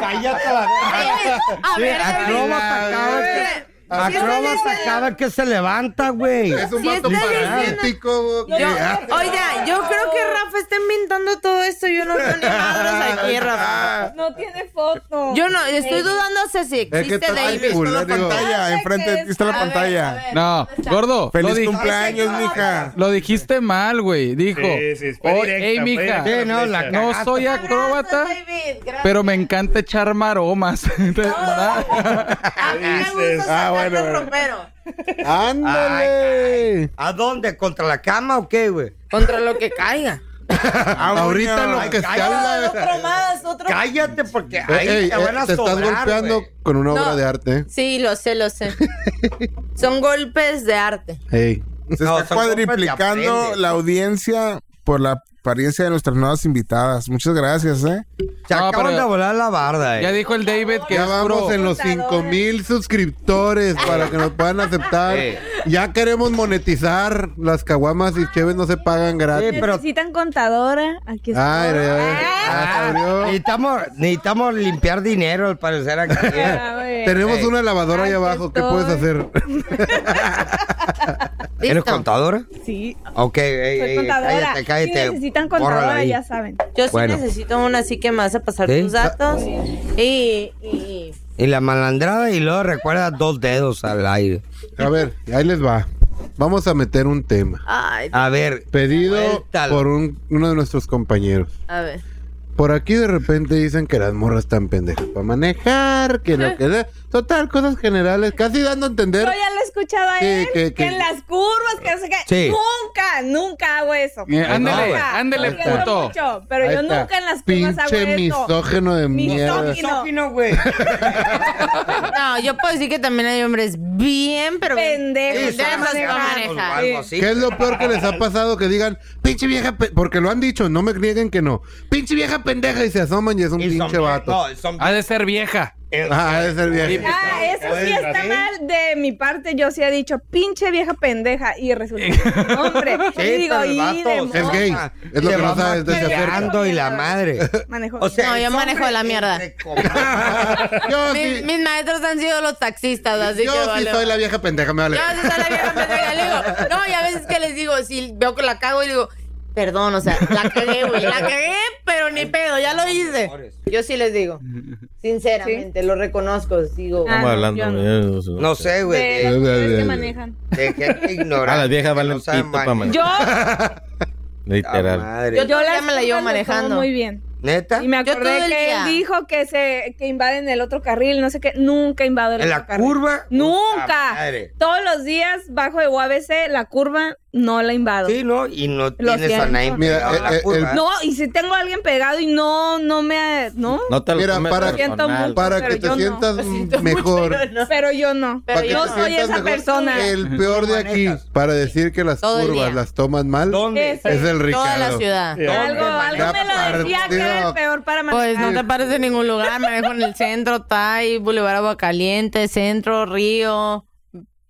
Cállate a la verga. A ver, Acróbata cada vez que- acróbata cada que se levanta, güey. Es un Si vato estás paralítico. Yo- Ah, oiga, yo creo que Rafa está inventando todo esto. Yo no veo ni madres aquí, Rafa. No tiene foto. Yo no, estoy dudando sé si Es que existe está David. cool, Está eh, la digo, Ah, pantalla, enfrente de ti está la A ver, a pantalla. ver. No, gordo. lo Feliz di- cumpleaños, mija. Lo dijiste mal, güey. Dijo. Sí, sí, fue "Oye, directa, hey, fue mija. directa Sí, no, la flecha. No soy acróbata, Gracias, David, gracias. pero me encanta echar maromas. A mí me dices? Ah, gusta sacar el ropero. ¡Ándale! ¿A dónde? ¿Contra la cama o qué, güey? Contra lo que caiga. Ah, Ahorita lo que cállate. está la No, otro más, otro. Cállate porque ahí Ey, Eh, ey, te van a te estás sobrar, golpeando güey. con una No. obra de arte. ¿eh? Sí, lo sé, lo sé. Son golpes de arte. Ey. Se No, está son golpes de cuadriplicando aprende. la audiencia por la apariencia de nuestras nuevas invitadas. Muchas gracias, eh. Se No, acaban pero- de volar la barda, eh. ya dijo el David que Ya es puro- vamos en los 5000 suscriptores para que nos puedan aceptar. Eh. Ya queremos monetizar. Las caguamas y cheves no se pagan gratis. Sí, pero Necesitan contadora. Aquí está. Ay, ya, ya, Ah, ya se abrió. necesitamos, necesitamos limpiar dinero al parecer aquí. Ah, güey. Tenemos una lavadora ahí Aquí abajo. ¿Qué estoy. puedes hacer? ¿Eres Listo. contadora? Sí, Ok, ey, soy ey, contadora. cállate, cállate. Si necesitan bórrala contadora, ahí. ya saben. Yo sí Bueno. necesito una, así que me vas a pasar ¿Sí? tus datos. Y, y- Y la malandrada y luego recuerda dos dedos al aire. A ver, ahí les va. Vamos a meter un tema. Ay, A ver, Pedido Suéltalo. por un- uno de nuestros compañeros. a ver. Por aquí de repente dicen que las morras están pendejas para manejar, que no que total cosas generales, casi dando a entender. Yo ya lo he escuchado a Sí, él. que- que, que- en las curvas, que no sé qué. Sí. Nunca, nunca hago eso. Eh, ándale, Nunca. ándale, Lo quiero puto. mucho, pero yo Ahí está. nunca en las curvas hago Pinche eso. misógeno de mierda. Misógino. Misógino, güey. No, yo puedo decir que también hay hombres bien, pero bien Pendejo. Sí, son manejar. manejar. o algo así. ¿Qué es lo peor que les ha pasado que digan, pinche vieja, pe-", porque lo han dicho, no me nieguen que no, pinche vieja pendeja y se asoman y es un Y son- pinche vato. No, son Ha de ser vieja. Ah, ha de ser vieja. Ah, eso sí está mal de mi parte. Yo sí he dicho, pinche vieja pendeja. Y resulta que es un hombre. Sí, y digo, pero el y vato, de o sea, Es mo- gay. Es lo se que no va sabes desde maquillando y la madre. manejo. No, yo es manejo hombre la mierda. entre comadres. Yo Mis, sí, mis maestros han sido los taxistas, así yo que sí vale. soy la vieja pendeja, me vale. Yo sí soy la vieja pendeja, le digo. No, y a veces que les digo, si veo que la cago, y digo, perdón, o sea, la cagué, güey, la cagué, pero ni pedo, ya lo hice. Yo sí les digo, sinceramente, lo reconozco. Digo, Ah. Estamos hablando. No sé, güey. De las mujeres que manejan. De gente ignorante. A Ah, las viejas valen saben pito pa' manejar. Yo, Literal. Madre. Yo las ya me la llevo curvas las tomo manejando. Muy bien. ¿Neta? Y me Yo todo acordé el que día. él dijo que se que invaden el otro carril, no sé qué. Nunca invado el ¿En otro la carril. curva? Nunca. Puta madre. Todos los días bajo de UABC, la curva no la invado. Sí, ¿no? Y no tienes a siento. nadie Mira, pegado a la eh, eh, curva. No, y si tengo a alguien pegado y no, no me. No. No te lo Mira, tomes para- personal. Siento mucho. Para Pero que te yo no. sientas mejor. Yo no. Pero yo no. Pero para que yo te no soy sientas esa mejor. persona. El peor de aquí, para decir que las Todo el curvas día. las toman mal, ¿Dónde? Ese. es el Ricardo. Toda la ciudad. Algo, algo me lo decía que era partido. el peor para Pues no manejar. te pares en ningún lugar, me dejo en el centro, Tai, Boulevard Agua Caliente, Centro, Río,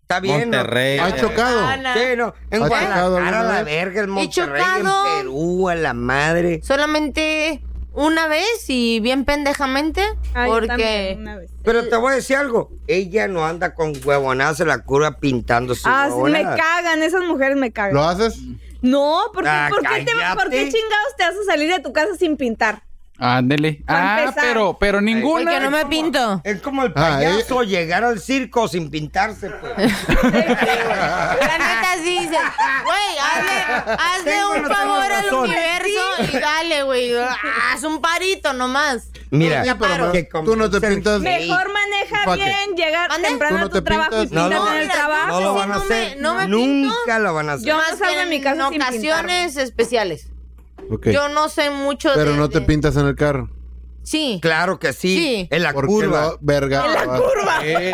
Está bien. ¿no? Monterrey. Ha chocado. Ana. Sí, no. En ¿Ha chocado Guadalajara, alguna a la vez? verga, en Monterrey, chocado. en Perú, a la madre. Solamente una vez y bien pendejamente, Ah, yo también, porque una vez. Pero te voy a decir algo. Ella no anda con huevonazo en la curva pintando su Ah, sí, me cagan, esas mujeres me cagan. ¿Lo haces? No, ¿por qué, Ah, por qué te- cállate. por qué chingados te vas a salir de tu casa sin pintar? Ándele. Pa' Ah, empezar. pero, pero ninguna. porque no me pinto. Es como el Ah, ella- payaso llegar al circo sin pintarse, pues. La neta sí dice, güey, hazle, hazle Tengo un no tengo favor al razón". universo y dale, güey. Haz un parito nomás. Mira, Sí, pero que tú no te convencer- pintas. Mejor maneja Pa' qué. bien, llegar ¿Mande? temprano Tú no a tu te trabajo y pintas. píntate No, en el mira, trabajo. No lo Sí, van a no me- hacer. no me Nunca pinto. lo van a hacer. Yo- Más no salgo que de mi casa en sin ocasiones especiales. Ok. Yo no sé mucho de... Pero no te de- pintas en el carro. Sí. Claro que sí. Sí. En la Porque curva. lo- verga. En la curva. Eh,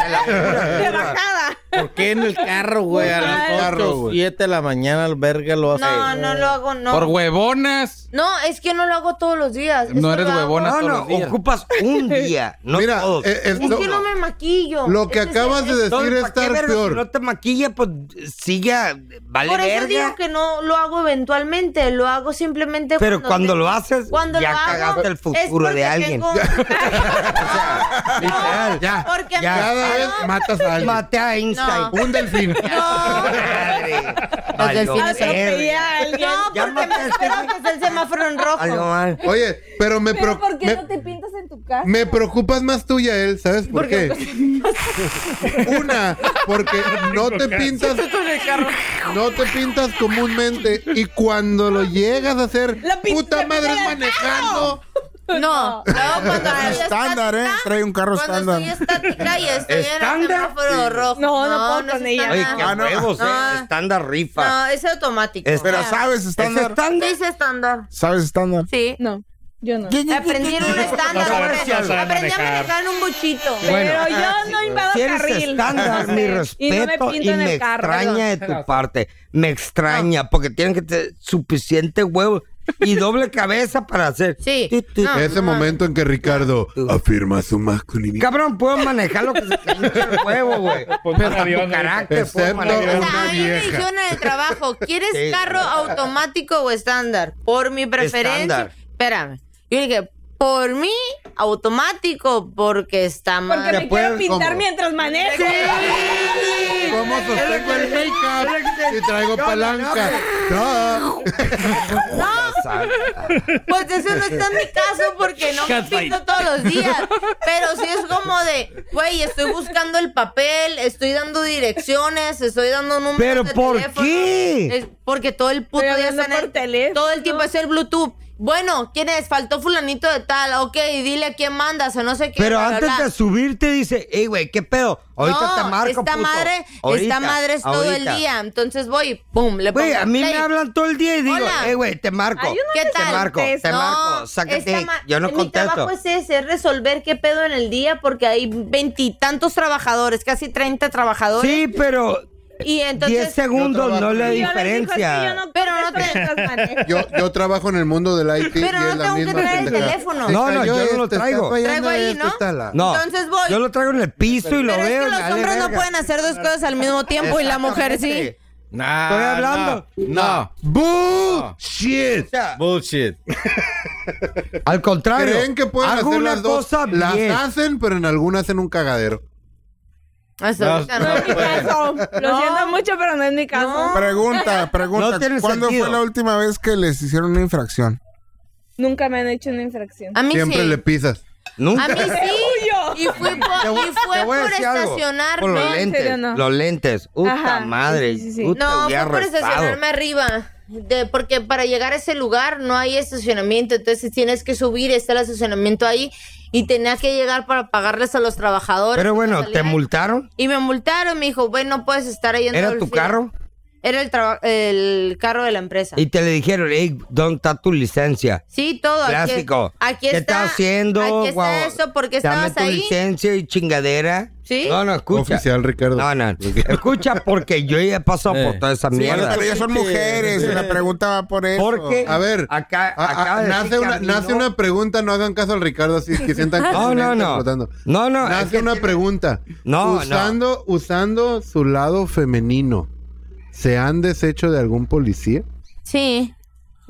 De bajada. ¿Por qué en el carro, güey? A En el las carro, 8, güey. 7 de la mañana al verga lo hace. No, no lo hago, no. Por huevonas. No, es que no lo hago todos los días. No Esto eres lo hago- huevona. No, todos no, los días. ocupas un día, no Mira, todos. eh, es Es lo, que no me maquillo. lo que Ese es acabas el- de decir Entonces, es ¿pa' qué Pues estar verga Si peor. no te maquilla, pues siga, vale Por eso verga. digo que no lo hago eventualmente, lo hago simplemente Pero cuando lo haces, cuando ya lo hago, cagaste el es futuro porque de alguien. tengo- Literal, ya. porque me Cada vez paro- matas a alguien. Mate a Einstein. Un delfín. Madre. Valió delfines son- verga. No, Ya porque me mataste. espero que es el semáforo en rojo. Valió mal. Oye, pero me, Pero preocu- ¿por qué me- no te pintas en tu casa? me preocupas más tú y a él, ¿sabes por qué? Una, porque no te pintas no te pintas comúnmente y cuando lo llegas a hacer, La pin- puta la madre pinta del manejando. No, luego cuando estoy Estándar, ¿eh? estática- Trae un carro cuando estándar. estoy estática y estoy en el ¿Estándar? semáforo rojo. No, no puedo es con ella. Ay, estándar. qué huevos, Ah, No. eh. Estándar rifa. No, es automático. Es- Pero Ya. sabes ¿Es estándar. estándar? Dice estándar. ¿Sabes estándar? Sí. No, yo no. Aprendí en un No estándar. sabe- Aprendí no sabe aprendí a manejar. manejar en un buchito. Pero yo no invado Si eres carril. estándar, mi Y no me respeto, y, pinto en me el carro. extraña de tu parte. Me extraña, porque tienen que tener suficiente huevo y doble cabeza para hacer. Sí. Tu, tu, No. Ese momento en que Ricardo afirma su masculinidad. Cabrón, puedo manejar lo que se te hinche el huevo, güey. Ponte un Hasta avión, tu ahorita. carácter puedo Excepto- O manejar. sea, a mí me dijeron en el trabajo, ¿quieres Sí. carro automático o estándar? Por mi preferencia. Estándar. Espérame. Yo dije, por mí, automático, porque está mal. Porque me puedes, quiero pintar ¿cómo? mientras manejo. ¿Cómo sostengo el make-up? Y traigo palanca. No. Pues eso no está en mi caso porque no me pinto todos los días. Pero sí es como de, güey, estoy buscando el papel, estoy dando direcciones, estoy dando números. ¿Pero de por teléfono. qué? Es porque todo el puto Estoy día hablando están en- por teléfono. Todo el tiempo es el Bluetooth. Bueno, ¿quién es? Faltó fulanito de tal. Ok, dile a quién mandas o no sé qué. Pero bla, bla, antes bla. de subirte dice, ey, güey, ¿qué pedo? Ahorita No, te marco, esta puto. madre, Ahorita, esta madre es todo el ahorita. día. Entonces voy, pum, le pongo Güey, a mí me play. hablan todo el día y digo, Hola. ey, güey, te marco. Ay, yo no ¿Qué te tal? Pues Te marco, te No, marco, esta sácate. ma- Yo no mi contesto. trabajo es ese, es resolver qué pedo en el día porque hay veintitantos trabajadores, casi 30 trabajadores. Sí, pero Y 10 entonces... segundos no le Y yo les digo, es que diferencia. yo no Pero no contesto te- mientras manejo. Yo, yo trabajo en el mundo del IT Pero y no es la tengo que misma traer el pendejada. teléfono. Se No, no, cayó yo no lo este, está traigo. fallando Traigo ahí, este, ¿no? está la- No, Entonces voy. Yo lo traigo en el piso y lo Pero es veo. que los me vale hombres no verga. pueden hacer dos cosas al mismo tiempo y la mujer sí. Exactamente. Nah, Estoy hablando. Ah, No. Bullshit. O sea, no. Bullshit. al contrario. Creen que pueden hago hacer una las dos. cosa las bien. hacen, pero en algunas hacen un cagadero. Hasta No, ahorita No no. es mi caso. Lo siento mucho, pero no es mi caso. Pregunta, No pregunta. tiene ¿Cuándo sentido. fue la última vez que les hicieron una infracción? Nunca me han hecho una infracción. A mí Siempre sí. le pisas. A mí sí. Y fui por, Te voy- y fue te voy a por decir algo. estacionarme. Por los lentes. Los lentes. Puta Ajá. madre. puta, No, hubiera fue por arrestado. estacionarme arriba. De, porque para llegar a ese lugar no hay estacionamiento. Entonces tienes que subir, está el estacionamiento ahí. Y tenía que llegar para pagarles a los trabajadores. Pero para bueno, salir te ahí. multaron. Y me multaron, me dijo, bueno, no puedes estar ahí en ¿Era todo el tu fil". carro? Era el, traba- el carro de la empresa. Y te le dijeron, hey, ¿dónde está tu licencia? Sí, todo. aquí- Clásico. Aquí, ¿Qué está. estás haciendo? aquí está guau? eso, ¿por qué Dame estabas tu ahí? licencia y chingadera. Sí. No, no, escucha. Oficial Ricardo. No, no. Escucha, porque yo ya he pasado Eh. por toda esa Eh. Bueno, mierda. pero ellas son mujeres. La pregunta va por eso. Porque A ver, acá, a- a- acaba de Ah, nace, decir que una, a mí nace no. una pregunta, no hagan caso al Ricardo así que sientan que No, no, su mente no. está flotando. No, no, Nace es que una tiene- pregunta. No, usando, usando su lado femenino, ¿se han deshecho de algún policía? Sí.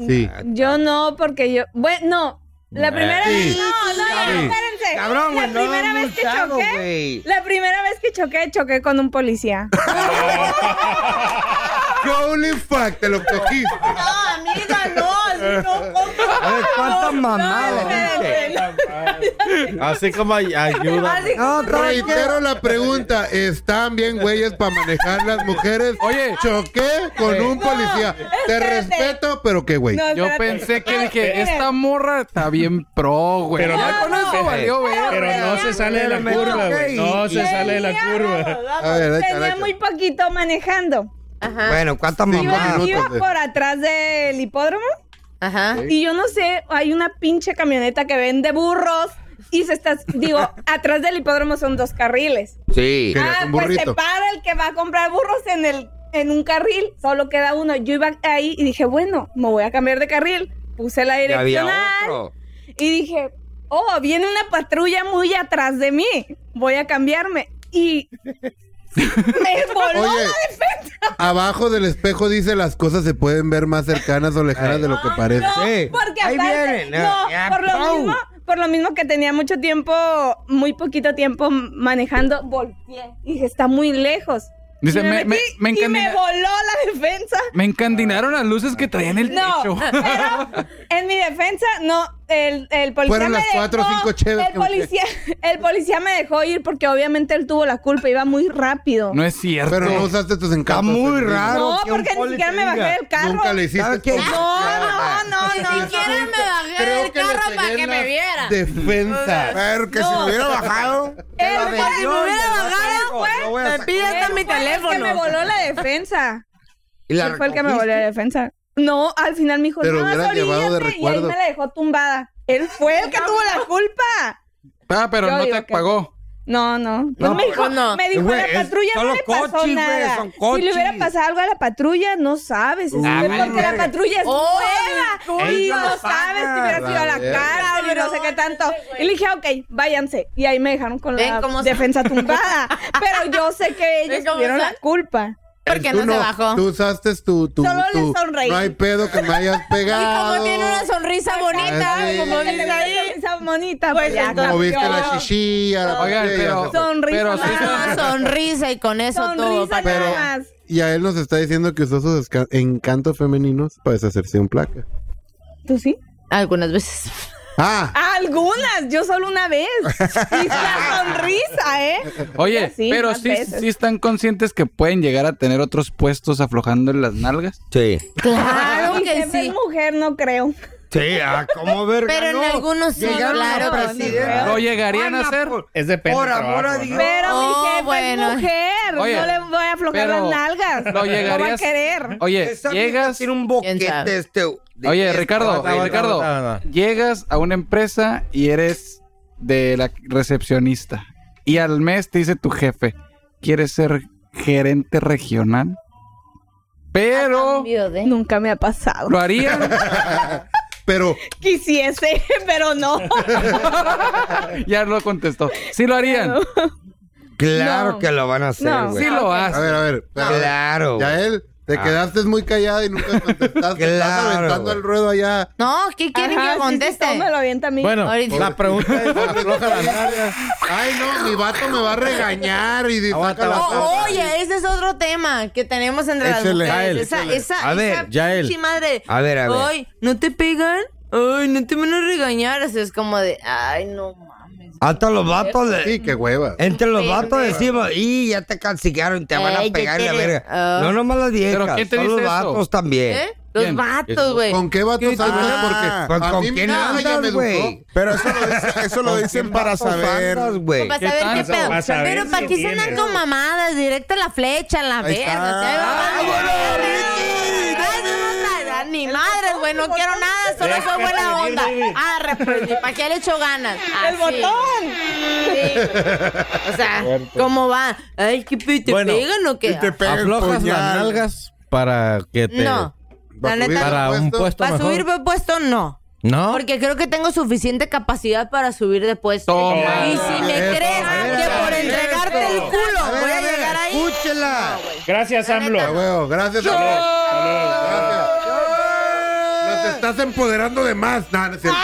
Sí. Ah. Yo no, porque yo. Bueno, no. La primera Sí. vez. No, no, ya, Sí. espérense. Eh, Cabrón, la güey, no primera lo vez que multaron, choqué. güey. La primera vez que choqué, choqué con un policía. Holy fuck, te lo cogiste. No, amiga, no, así no, compa. A ver, ¿cuántas mamadas dice? Así como ay- ayuda. Así No, como- ¿sabes qué? Reitero la pregunta, ¿están bien güeyes para manejar las mujeres? Oye. choqué con un policía. Te espérate. respeto, pero qué güey. No, Yo espérate. pensé que No, dije, esperen. esta morra está bien pro, güey. Pero ya no- con eso no. valió, güey. Pero no se sale de la Espérame, curva, no, güey. y- No y- se sale de la Tenía- curva. A ver, échala, Tenía échala. muy poquito manejando. Ajá, Bueno, ¿cuántas Iba, mamadas? minutos iba de- por atrás del hipódromo ajá. y yo no sé, hay una pinche camioneta que vende burros y se está, digo, atrás del hipódromo son dos carriles. Sí. Querías Ah, un pues se burrito. para el que va a comprar burros en el en un carril, solo queda uno. Yo iba ahí y dije, bueno, me voy a cambiar de carril. Puse la Ya había direccional otro. y dije, oh, viene una patrulla muy atrás de mí, voy a cambiarme. Y me voló Oye. la defensa. Abajo del espejo dice las cosas se pueden ver más cercanas o lejanas de lo que parece. No, Sí. porque Ahí aparte- vienen, no, ah, ya, por lo pau. mismo, por lo mismo que tenía mucho tiempo, muy poquito tiempo manejando, volteé. Y dije, está muy lejos. Dice, Y me, me- me- metí me y me encandila- voló la defensa. Me encandinaron las luces que traían el No, techo. pero en mi defensa, no, el, el policía Fueron me las cuatro o dejó- cinco cheves el que busqué. policía, el policía me dejó ir porque obviamente él tuvo la culpa, iba muy rápido. No es cierto. Pero no usaste tus Está encantos. muy femeninos. raro. No, que un porque ni poli siquiera te me diga. bajé del carro. Nunca le hiciste. ¿Sabes qué? esto. No, no, no, Ah. Sí, ni siquiera me bajé Creo del que le carro pegué para en que la me viera. Defensa. Pero que si me hubiera bajado. Él Te lo fue- vendió, Si me hubiera ya lo bajado, tengo, pues, no voy a me sacar- pide hasta él mi fue el teléfono. que me voló la defensa. ¿Y la Él fue el que me recogiste? voló la defensa. No, al final me dijo, Te lo no, hubieras llevado de oríllate", Y recuerdo. ahí me la dejó tumbada. Él fue el que tuvo la culpa. Ah, pero Yo no digo te que- pagó. No, no. No, No, me dijo, pues no. me dijo Güey, la es- patrulla son no los le pasó coches, güey, nada. son si le hubiera coches. pasado algo a la patrulla, no sabes. es Ah, que vale, porque la verga. patrulla es Oh, nueva. Y ellos no lo sabes pagan. si hubiera sido a la Vale. cara y no sé qué tanto. Y le dije, ok, váyanse. Y ahí me dejaron con Ven la cómo- defensa tumbada. Pero yo sé que Ven Pues ellos cómo tuvieron son. la culpa. Porque Tú no se bajó. Tú usaste tu. tu, Solo le tu- sonreí. No hay pedo que me hayas Y pegado. como tiene una sonrisa bonita, Ah, sí. como Porque dice tenía ahí. esa sonrisa bonita. Pues pues ya entonces- Como viste cambió. la chichilla. la Oigan, patilla, pero- ya se fue. Sonrisa. Pero sí nada Ah, más. sonrisa y con eso todo. Sonrisa para- Pero- nada más. Y a él nos está diciendo que usó sus esca- encantos femeninos para deshacerse de un placa. ¿Tú sí? Algunas veces. Ah, Algunas, yo solo una vez. Y la sonrisa, ¿eh? Oye, Sí, pero más sí, veces. sí están conscientes que pueden llegar a tener otros puestos aflojando las nalgas. Sí. Claro Mi que jefe sí. es mujer, no creo. Sí, ah, ¿cómo verga? Pero en no? algunos sí, Llegaron a claro que presidente. ¿Lo llegarían a Ana, hacer? por- Es depende. Por del amor a trabajo, ¿no? Dios. Pero Oh, mi jefe bueno. es mujer. Oye, no le voy a aflojar pero- las nalgas. ¿Lo No va a llegarías? querer. Oye, Esa vieja llegas. Tiene un ¿Quién sabe? boquete este. de Oye, esto, Ricardo, güey, Ricardo, no, no, no. llegas a una empresa y eres de la recepcionista. Y al mes te dice tu jefe, ¿quieres ser gerente regional? Pero Nunca me ha pasado. lo haría. pero Quisiese, pero no. ya lo contestó. Sí lo harían. Claro No. que lo van a hacer, No. güey. Sí lo A hacen. ver, a ver. a ver. Claro. güey. Ya él, te Ah. quedaste muy callada y nunca contestaste. Estás Claro, aventando güey. el ruedo allá. No, ¿qué quieren Ajá, que sí, sí, conteste? todo me lo avienta a mí. Bueno, Ahorita. la pregunta es: afloja las nalgas. Ay, no, mi vato me va a regañar y dice, Aguanta, "Sácala, aguanta. sácala". O- oye, ese es otro tema que tenemos entre Échale. las mujeres. Yael, esa, esa, A ver, esa Yael. pinche madre. A ver, a ver. Ay, ¿no te pegan? Ay, no te menos regañar. Así es como de, ay, no mames. Hasta los vatos le. Sí, qué hueva. Entre los Qué vatos hueva. decimos, y ya te cancillaron, te van Ey, a ya pegar y la te- verga. Ah. No nomás las viejas, ¿Pero quién te son dice los eso? vatos también. ¿Eh? Los ¿Quién? vatos, güey. ¿Con qué vatos Ah, andas? Porque pues, a ¿con mí quién nadie andas, me educó. güey? Pero eso lo, dice- eso lo ¿Con dicen qué para vatos saber. andas, güey? Para ¿Qué saber qué tanto? pedo. Para saber Pero si para qué se tienes. andan con mamadas, directa a la flecha, a la Ahí verga. está. o sea, ahí va, ¡Vámonos, vamos. Ricky! Ay, no, nada, Ni madres, güey, no quiero nada, solo fue Déjate buena venir, onda. baby. Ah, pues, ni para qué le echo ganas. ¡El botón! O sea, ¿cómo va? Ay, ¿qué pedo? ¿Te Bueno, pegan o qué? Y te pega el Aflojas las puñal. nalgas para que te. No. La ¿Para subir? neta, Para un ¿Puesto? puesto para mejor. subir de puesto, no. No. Porque creo que tengo suficiente capacidad para subir de puesto. Toma. Y si me Eso, crees que por entregarte el culo A ver, voy a a ver, llegar ahí. escúchela. No, güey. Gracias, La AMLO. A huevo, gracias. a Dios. Gracias. Nos estás empoderando de más. No, no es cierto.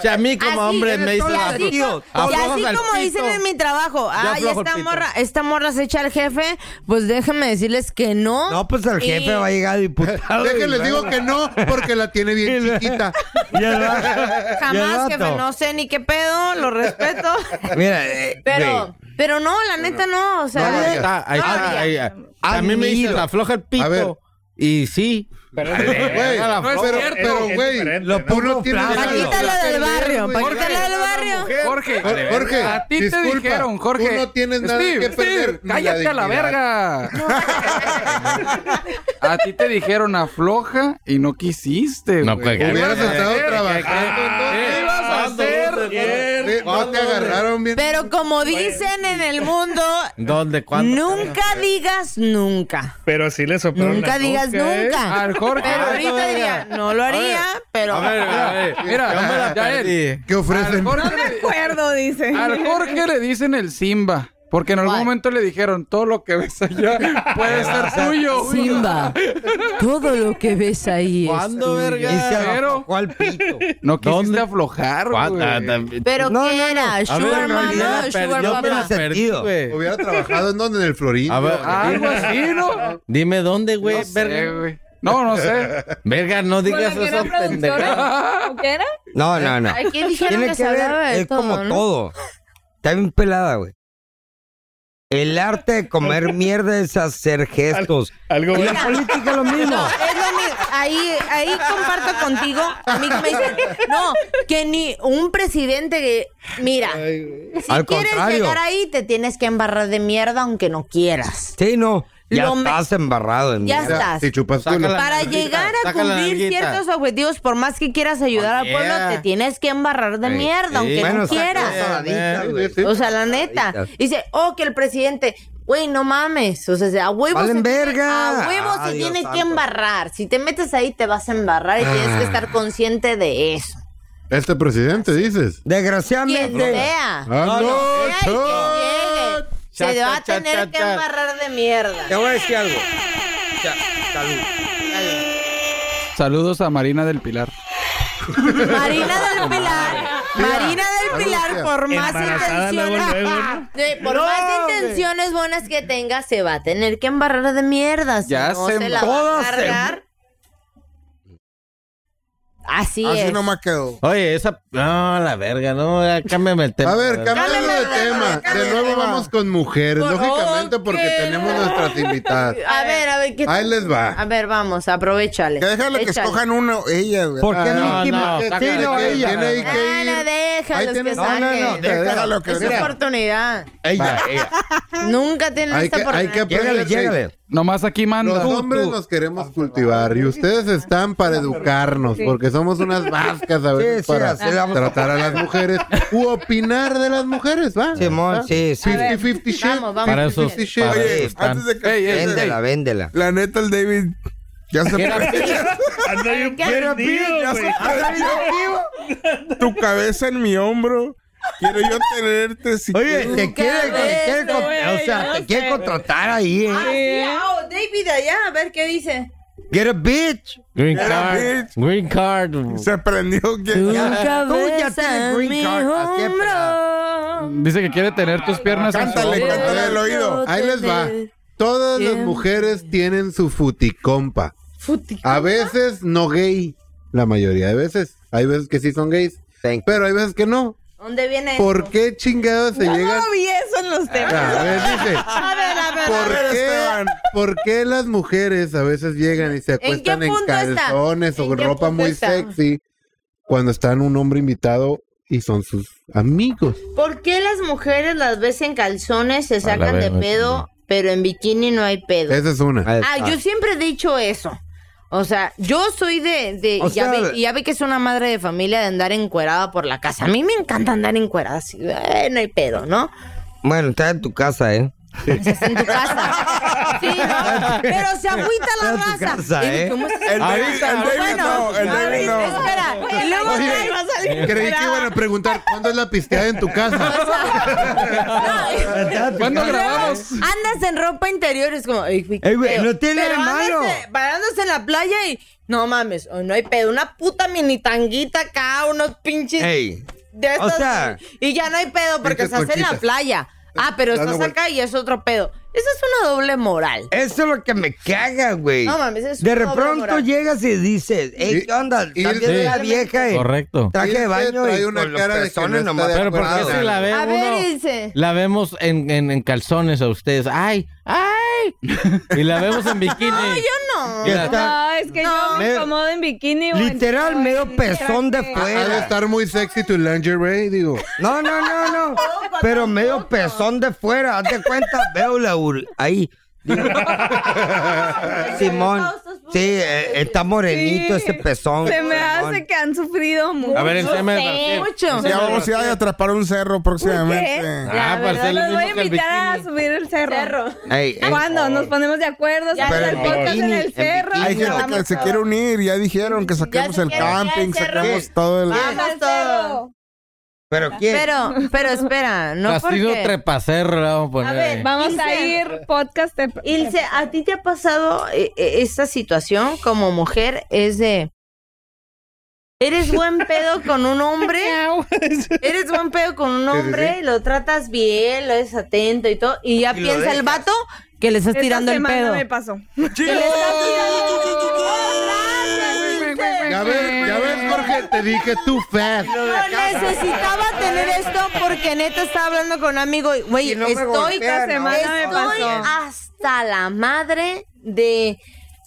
Si a mí como Así, hombre y me dices. así "Ah, co- ah, Y así aflojas al como dicen pito". en mi trabajo, ay, aflojo el esta pito. morra, esta morra se echa al jefe, pues déjenme decirles que no. No, pues el jefe Y- va a llegar diputado. Déjenles y- digo que no, porque la tiene bien chiquita. y el va- y el Jamás, jefe, vato. no sé ni qué pedo, lo respeto. Mira, eh, Pero, güey, pero no, la neta no, o sea. No, Ahí está, ahí está, Ah, ahí- A mí me dices, eh, Admiro. afloja el A ver. pito. Y sí. Pero Güey, la pero, flor. pero, Es güey, diferente, ¿no? tú no pongo tienes flaco. nada que Paquita, la del perder, barrio, güey. Paquita, la del barrio. Jorge, Jorge, Jorge, a ti te disculpa, dijeron, Jorge. tú no tienes nada que perder, ni la cállate a la dignidad. verga. a ti te dijeron afloja y no quisiste. No, güey. que- Hubieras Ah, estado eh, trabajando. ¿Qué entonces, ibas Ah, a hacer? Bien. sí, No te agarraron bien. Pero como dicen en el mundo, ¿Dónde? ¿Cuándo? nunca digas nunca. Pero sí le soplaron Nunca las digas nucas. nunca. Al Jorge. Pero ahorita diría, no lo haría, pero. A ver, a ver. Mira, yo me la ya él. perdí. ¿Qué Al ofrecen? Jorge, me acuerdo, dice. le- al Jorge le dicen el Simba. Porque en algún ¿Cuál? momento le dijeron, todo lo que ves allá puede ser tuyo. güey. Simba, todo lo que ves ahí es. ¿Cuándo, Y verga? se Pero- aflojó al pito. No quisiste ¿Dónde? aflojar, ¿Cuándo? Ah, güey. tam- Pero No, ¿qué no, no. era? A ver, ¿Sugar no, mama? yo me la perdí, ¿Sugar yo me la papa? sé. perdí, Sentido. güey. Hubiera trabajado en donde en el Florín. A ver, Algo dime, así, ¿no? dime dónde, güey. No sé, verga. güey. No, no sé. Verga, no ¿Con la digas que era eso, pendejo. productora? ¿O qué era? No, no, no. Ay, ¿qué dijeron Tiene que que, se hablaba ver, de es como todo, no? todo. Está bien pelada, güey. El arte de comer mierda es hacer gestos. Algo Y bueno. la política es lo mismo. No, es lo mismo. Ahí, ahí comparto contigo. A mí que me dicen, no, que ni un presidente que. Mira, si Al quieres contrario. llegar ahí, te tienes que embarrar de mierda aunque no quieras. Sí, no. Ya Lo me- estás embarrado en Ya mierda. estás. Si chupas culo. Sácala. Para nalguita, llegar a saca la cumplir nalguita. ciertos objetivos, por más que quieras ayudar al Oh, yeah. pueblo, te tienes que embarrar de Sí. pues, mierda, aunque no saca las quieras. saladitas, güey. Sí, sí. O sea, la neta. Dice, oh, que el presidente, güey, no mames. O sea, a huevos. Valen se tiene- verga. A huevos Ah, se Dios tiene santo. que embarrar. Si te metes ahí, te vas a embarrar y tienes Ah. que estar consciente de eso. Este presidente, dices. Quien Desgraciadamente. sea. Ah, no, sea el que llegue, Cha, Se va a cha, cha, tener cha, que cha. embarrar de mierda. Te voy a decir algo. Ya, salud. Saludos a Marina del Pilar. Marina del Pilar. Marina del Pilar, por más Embarazada intenciones. luego, luego, ¿no? Sí, por más intenciones buenas que tenga, se va a tener que embarrar de mierda. Si Ya no se- se, la va a todas se- cargar. Así, Así es. nomás quedó. Oye, esa. No, la verga, no. ya Cámbiame el tema. A ver, cambiando Cámbiame de de tema, tema. cámbiame De nuevo de tema. vamos con mujeres, Por- lógicamente, porque ok. tenemos nuestras invitadas. A ver, a ver, ¿qué Ahí les A va. ver, vamos, aprovechale. Que déjale que Échale. escojan uno, ella, güey. ¿Por qué Ah, no, no, no, Kim? sácale, Sí, no, sácale, ella. Tiene ahí Ah, que no, ir. Ahí déjalos que tienes- saquen. Déjalo que Es mira, oportunidad. Ella, ella. Nunca tienen Hay esta que, hay oportunidad. que Llégale, aprender. llégale. Nomás aquí manda. Los hombres nos queremos Ah, cultivar y ustedes están para educarnos, porque somos unas vascas a veces Sí, sí, para así la vamos a- tratar a las mujeres u opinar de las mujeres, ¿va? Simón, sí, sí. 50-50 shit. Vamos, vamos. Para eso. Sí, sí, para oye, eso Oye, están. antes de que. Ey, ey, ey. Véndela, véndela. La neta, el David. Ya se Anda bien perdido, Ya güey. se Tu cabeza en mi hombro. Quiero yo tenerte si Oye, quieres. te quiere, te quiere Nunca con- ves, o sea, güey, te no quiere sé. contratar ahí, Ah, ¿eh? sí, ah, oh, David allá, a ver qué dice. Get a bitch. Green Era card. bitch. Green card. Se prendió que. Nunca tú ya ves tienes a green mi card, así es, hombro. Dice que quiere tener tus piernas en su Cántale, hombro. cántale al oído. Ahí les va. Todas las Siempre. mujeres tienen su futicompa. A veces no gay, La mayoría de veces. Hay veces que sí son gays, pero hay veces que no. ¿Dónde viene ¿Por qué chingados se No llegan? vi eso en los temas. A ver, dice, A ver, a ver, a ¿por ver. qué, por qué las mujeres a veces llegan y se qué acuestan en, punto está? calzones o ¿En qué ropa punto muy está? sexy cuando están un hombre invitado y son sus amigos? ¿Por qué las mujeres las ves en calzones se sacan verga, de pedo, pero en bikini no hay pedo? Esa es una. Ah, yo siempre he dicho eso. O sea, yo soy de... de- O sea- ya, ve, ya ve que es una madre de familia de andar encuerada por la casa. A mí me encanta andar encuerada así. eh, no hay pedo, ¿no? Bueno, está en tu casa, ¿eh? En tu casa. Sí, ¿no? Pero se agüita Está la en tu raza. casa, Y ¿eh? ¿cómo es? El David- el David Bueno, no, el David no. Espera. Y luego ahí va a salir creí que encuerada. iban a preguntar cuándo es la pisteada en tu casa. ¿Cuándo grabamos? Andas en ropa interior, es como. "Ey, güey, qué Ey, güey, pedo". no tiene Pero nada de andas, malo. eh, Parándose en la playa y. No mames, hoy no hay pedo. Una puta mini tanguita acá, unos pinches. Ey. De O estos- sea, y ya no hay pedo porque pinches estás en la conchitas. playa. Ah, pero Dando estás vueltas. acá y es otro pedo. Esa es una doble moral. Eso es lo que me caga, güey. No mames, es De una doble repronto moral. llegas y dices, hey, Y- ¿qué onda? También irte- de la vieja. eh. Correcto. Traje de baño Irte y trae una con los cara de que pezones no está nomás. de Pero ¿por qué acuerdo. si la ve A uno? ver, dice. La vemos en, en, en calzones a ustedes. ¡Ay! ¡Ay! Y la vemos en bikini. No, yo no. Ya está. No, Ah, es que yo me Me- incomodo en bikini. o en- Literal, medio pezón de Ha ha de fuera. estar muy sexy tu lingerie, digo. No, no, no, no. Pero medio pezón de fuera. Haz de cuenta, veo la ur- ahí. Digo, Simón. Sí, eh, está morenito Sí. ese pezón. Se me Simón. hace que han sufrido mucho. A ver, enséñame, sí, Martín. Mucho. Ya vamos a ir a atrapar un cerro próximamente. Ah, La pues verdad, los voy a invitar a subir el cerro. Ey, ey. ¿Cuándo? Nos ponemos de acuerdo. Ya, hacemos pero el en podcast en bikini, el en cerro. Hay y gente que vamos se todos. quiere unir, ya dijeron que saquemos se Ah, el quiere unir al camping, cerro. saquemos todo el... Vamos todos. Pero quién. Pero, pero espera, no Castillo porque... trepacerro le vamos a poner. A ver, ahí. Vamos a Ilse. ir podcast. de- Ilse, ¿a ti te ha pasado eh, eh, esta situación como mujer? Es de. Eres buen pedo con un hombre. Eres buen pedo con un sí, hombre, sí. lo tratas bien, lo es atento y todo. Y ya Y lo piensa el dejas. vato que le estás Esta tirando el semana pedo. me pasó. Que le estás tirando- Gracias, Ya ves, ya ves, Jorge, te dije tú fast. Yo necesitaba tener esto porque neta estaba hablando con un amigo. y, Güey, Y no me estoy, golpea, esta ¿no? semana me Estoy pasó. hasta la madre de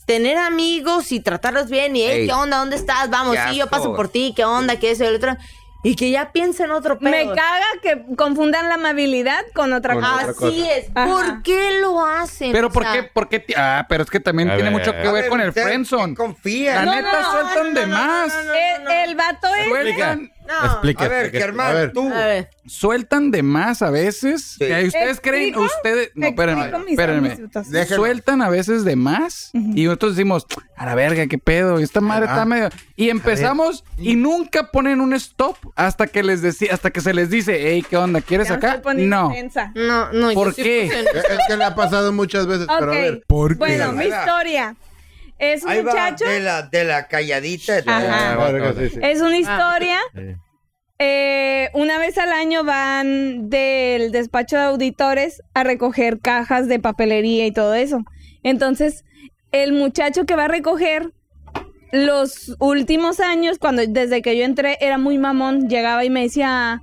tener amigos y tratarlos bien. Y, "Ey, Ey. ¿qué onda? ¿Dónde estás? Vamos, Qué sí, yo asco. paso por ti. ¿Qué onda? ¿Qué es el otro? Y que ya piensa en otro pedo. Me caga que confundan la amabilidad con otra cosa. Así es. Ajá. ¿Por qué lo hacen? Pero O ¿por sea, qué? ¿Por qué? ti- Ah, pero es que también A tiene ver. mucho que A ver con el Ah, usted friendzone. Confía. La No, neta no, sueltan de más. El, el vato es. Explica. Explica. A ver, explica. Germán, A ver. tú. A ver. Sueltan de más a veces. Sí. Que ahí ustedes creen, ¿Explico? ustedes. No, espérenme. Explico mis- mis Espérenme. situaciones. Déjalo. Sueltan a veces de más. Y nosotros decimos, a la verga, qué pedo. Esta madre está medio. Y empezamos y nunca ponen un stop hasta que les deci- hasta que se les dice, hey, ¿qué onda? ¿Quieres Ya me acá? estoy poniendo No. intensa. No, no. yo ¿Por sí qué? puse en- Es que le ha pasado muchas veces, pero a ver. Ok. ¿por qué? Bueno, mi historia. Es un Ahí va, Eh, muchacho. de la, de la calladita. de- Ajá. Ah, verga, sí, sí. Eh, Es una historia. Sí. Eh, una vez al año van del despacho de auditores a recoger cajas de papelería y todo eso. Entonces, el muchacho que va a recoger los últimos años, cuando desde que yo entré, era muy mamón. Llegaba y me decía,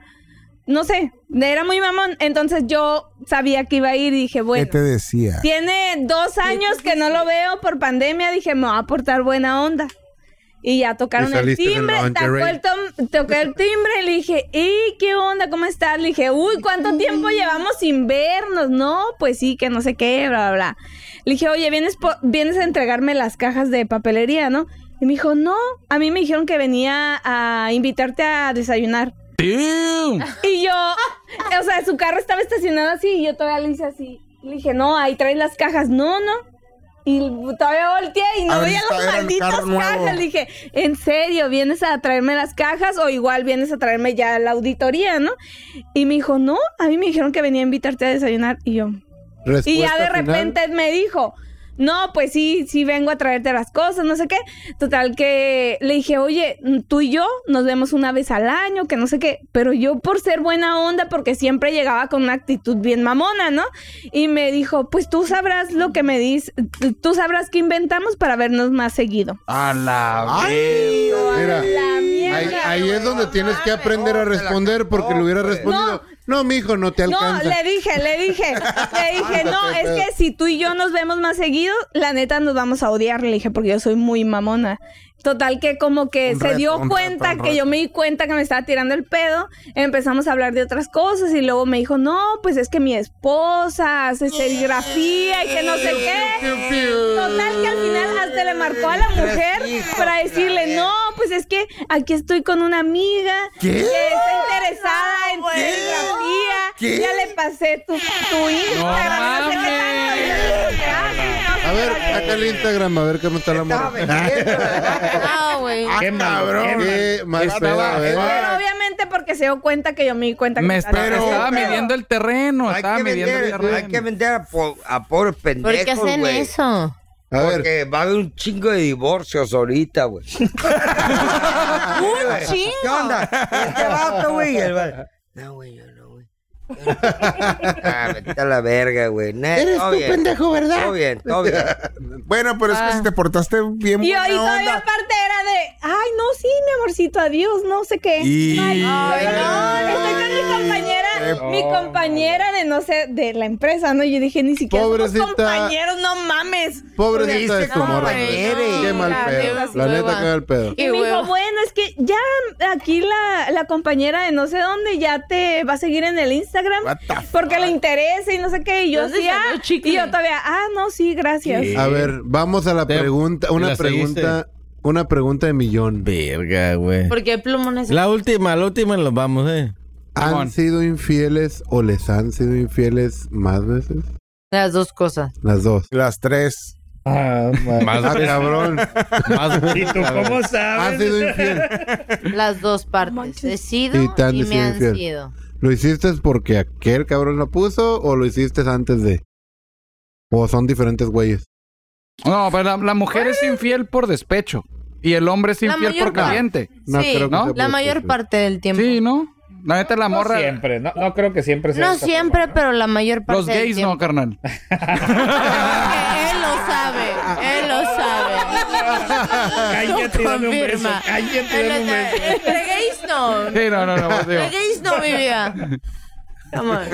no sé, era muy mamón. Entonces yo sabía que iba a ir y dije, ¿Qué bueno. te decía? Tiene dos años que no lo veo por pandemia. Dije, me va a aportar buena onda. Y ya tocaron Y el saliste en timbre, el tocó lingerie. el, tom- tocó el timbre y le dije, ¿y qué onda? ¿Cómo estás? Le dije, uy, ¿cuánto tiempo llevamos sin vernos? No, pues sí, que no sé qué, bla, bla, bla. Le dije, oye, ¿vienes, po- vienes a entregarme las cajas de papelería, ¿no? Y me dijo, no, a mí me dijeron que venía a invitarte a desayunar. Damn. Y yo, o sea, su carro estaba estacionado así y yo todavía le hice así. Le dije, no, ahí traes las cajas. No, no. Y todavía volteé y no A ver, veía está- las era el malditas carro nuevo. cajas. Le dije, ¿en serio vienes a traerme las cajas o igual vienes a traerme ya la auditoría, no? Y me dijo, no, a mí me dijeron que venía a invitarte a desayunar. Y yo, y ya Respuesta de final. repente me dijo, no, pues sí, sí vengo a traerte las cosas, no sé qué. Total que le dije, oye, tú y yo nos vemos una vez al año, que no sé qué. Pero yo por ser buena onda, porque siempre llegaba con una actitud bien mamona, ¿no? Y me dijo, pues tú sabrás lo que me dices, tú sabrás qué inventamos para vernos más seguido. A la mira. Ahí, ahí es donde tienes que aprender a responder porque le hubiera respondido. No, mijo, no te No, alcanza. le dije, le dije, le dije, no, es que si tú y yo nos vemos más seguido, la neta nos vamos a odiar, le dije, porque yo soy muy mamona. Total que como que Un se reto, dio un reto, cuenta un que yo me di cuenta que me estaba tirando el pedo, empezamos a hablar de otras cosas y luego me dijo, no, pues es que mi esposa hace serigrafía y que no sé qué. Total que al final hasta le marcó a la mujer para decirle, no, pues es que aquí estoy con una amiga ¿Qué? que está interesada en serigrafía. ¿Qué? Ya le pasé tu, tu Instagram. no sé qué A ver, saca el Instagram a ver cómo está la morra. Ah, güey. Qué cabrón. Qué mal pedo, ¿eh? a ver. Pero obviamente porque se dio cuenta que yo me di cuenta que Me estaba- espero. Estaba midiendo el terreno. Hay Estaba que midiendo el vender, hay terreno. que vender a, po- a pobres pendejos, qué hacen güey. eso? A Porque va a haber un chingo de divorcios ahorita, güey. Un chingo. ¿Qué onda? Este vato, güey. y el va- No, güey, yo no, güey. Ah, vete a la verga, güey. Nah, Eres todo tú, bien. pendejo, ¿verdad? Todo bien, todo bien. Bueno, pero es que si te portaste bien Ah. Y, y buena todavía onda. aparte era de, ay, no, sí, mi amorcito, adiós, no sé qué. Y- Ay, Ay, no, estoy con mi compañera, Qué mi pobre. compañera de, no sé, de la empresa, ¿no? Yo dije, ni siquiera somos Pobrecita. compañeros, no mames. Pobrecita de tu morra. Qué mal la neta, pedo. sí, La neta, hueva. qué mal pedo. Y me dijo, bueno, es que ya aquí la, la compañera de no sé dónde ya te va a seguir en el Instagram porque le interesa y no sé qué. Y yo ¿Dónde sí, salió ah, y yo todavía, ah, no, sí, gracias. A ver, vamos a la pregunta. Una la seguiste? pregunta. Una pregunta de millón. Verga, güey. ¿Por qué plumones? La última, la última nos vamos, eh. ¿Han sido infieles o les han sido infieles más veces? Las dos cosas. Las dos. Las tres. Ah, Más veces. cabrón. Más- ¿Y tú cómo sabes? Has sido infiel. Las dos partes. He sido Y y, te han me sido han infiel. sido. ¿Lo hiciste porque aquel cabrón lo puso o lo hiciste antes de? ¿O son diferentes güeyes? No, pero la, la mujer es infiel por despecho. Y el hombre es La infiel mayor por parte. caliente. sí, la mayor parte del tiempo. Sí, ¿no? La neta, la morra. siempre, no, no creo que siempre sea. No esa siempre, pero la mayor parte Los gays no, carnal. Él lo sabe, él lo sabe. Cállate, Lo dame un beso, confirma. cállate, Él dame un lo sabe. Entre gays no. Sí, no, no, no. digo. Entre gays no, mi vida. Come on.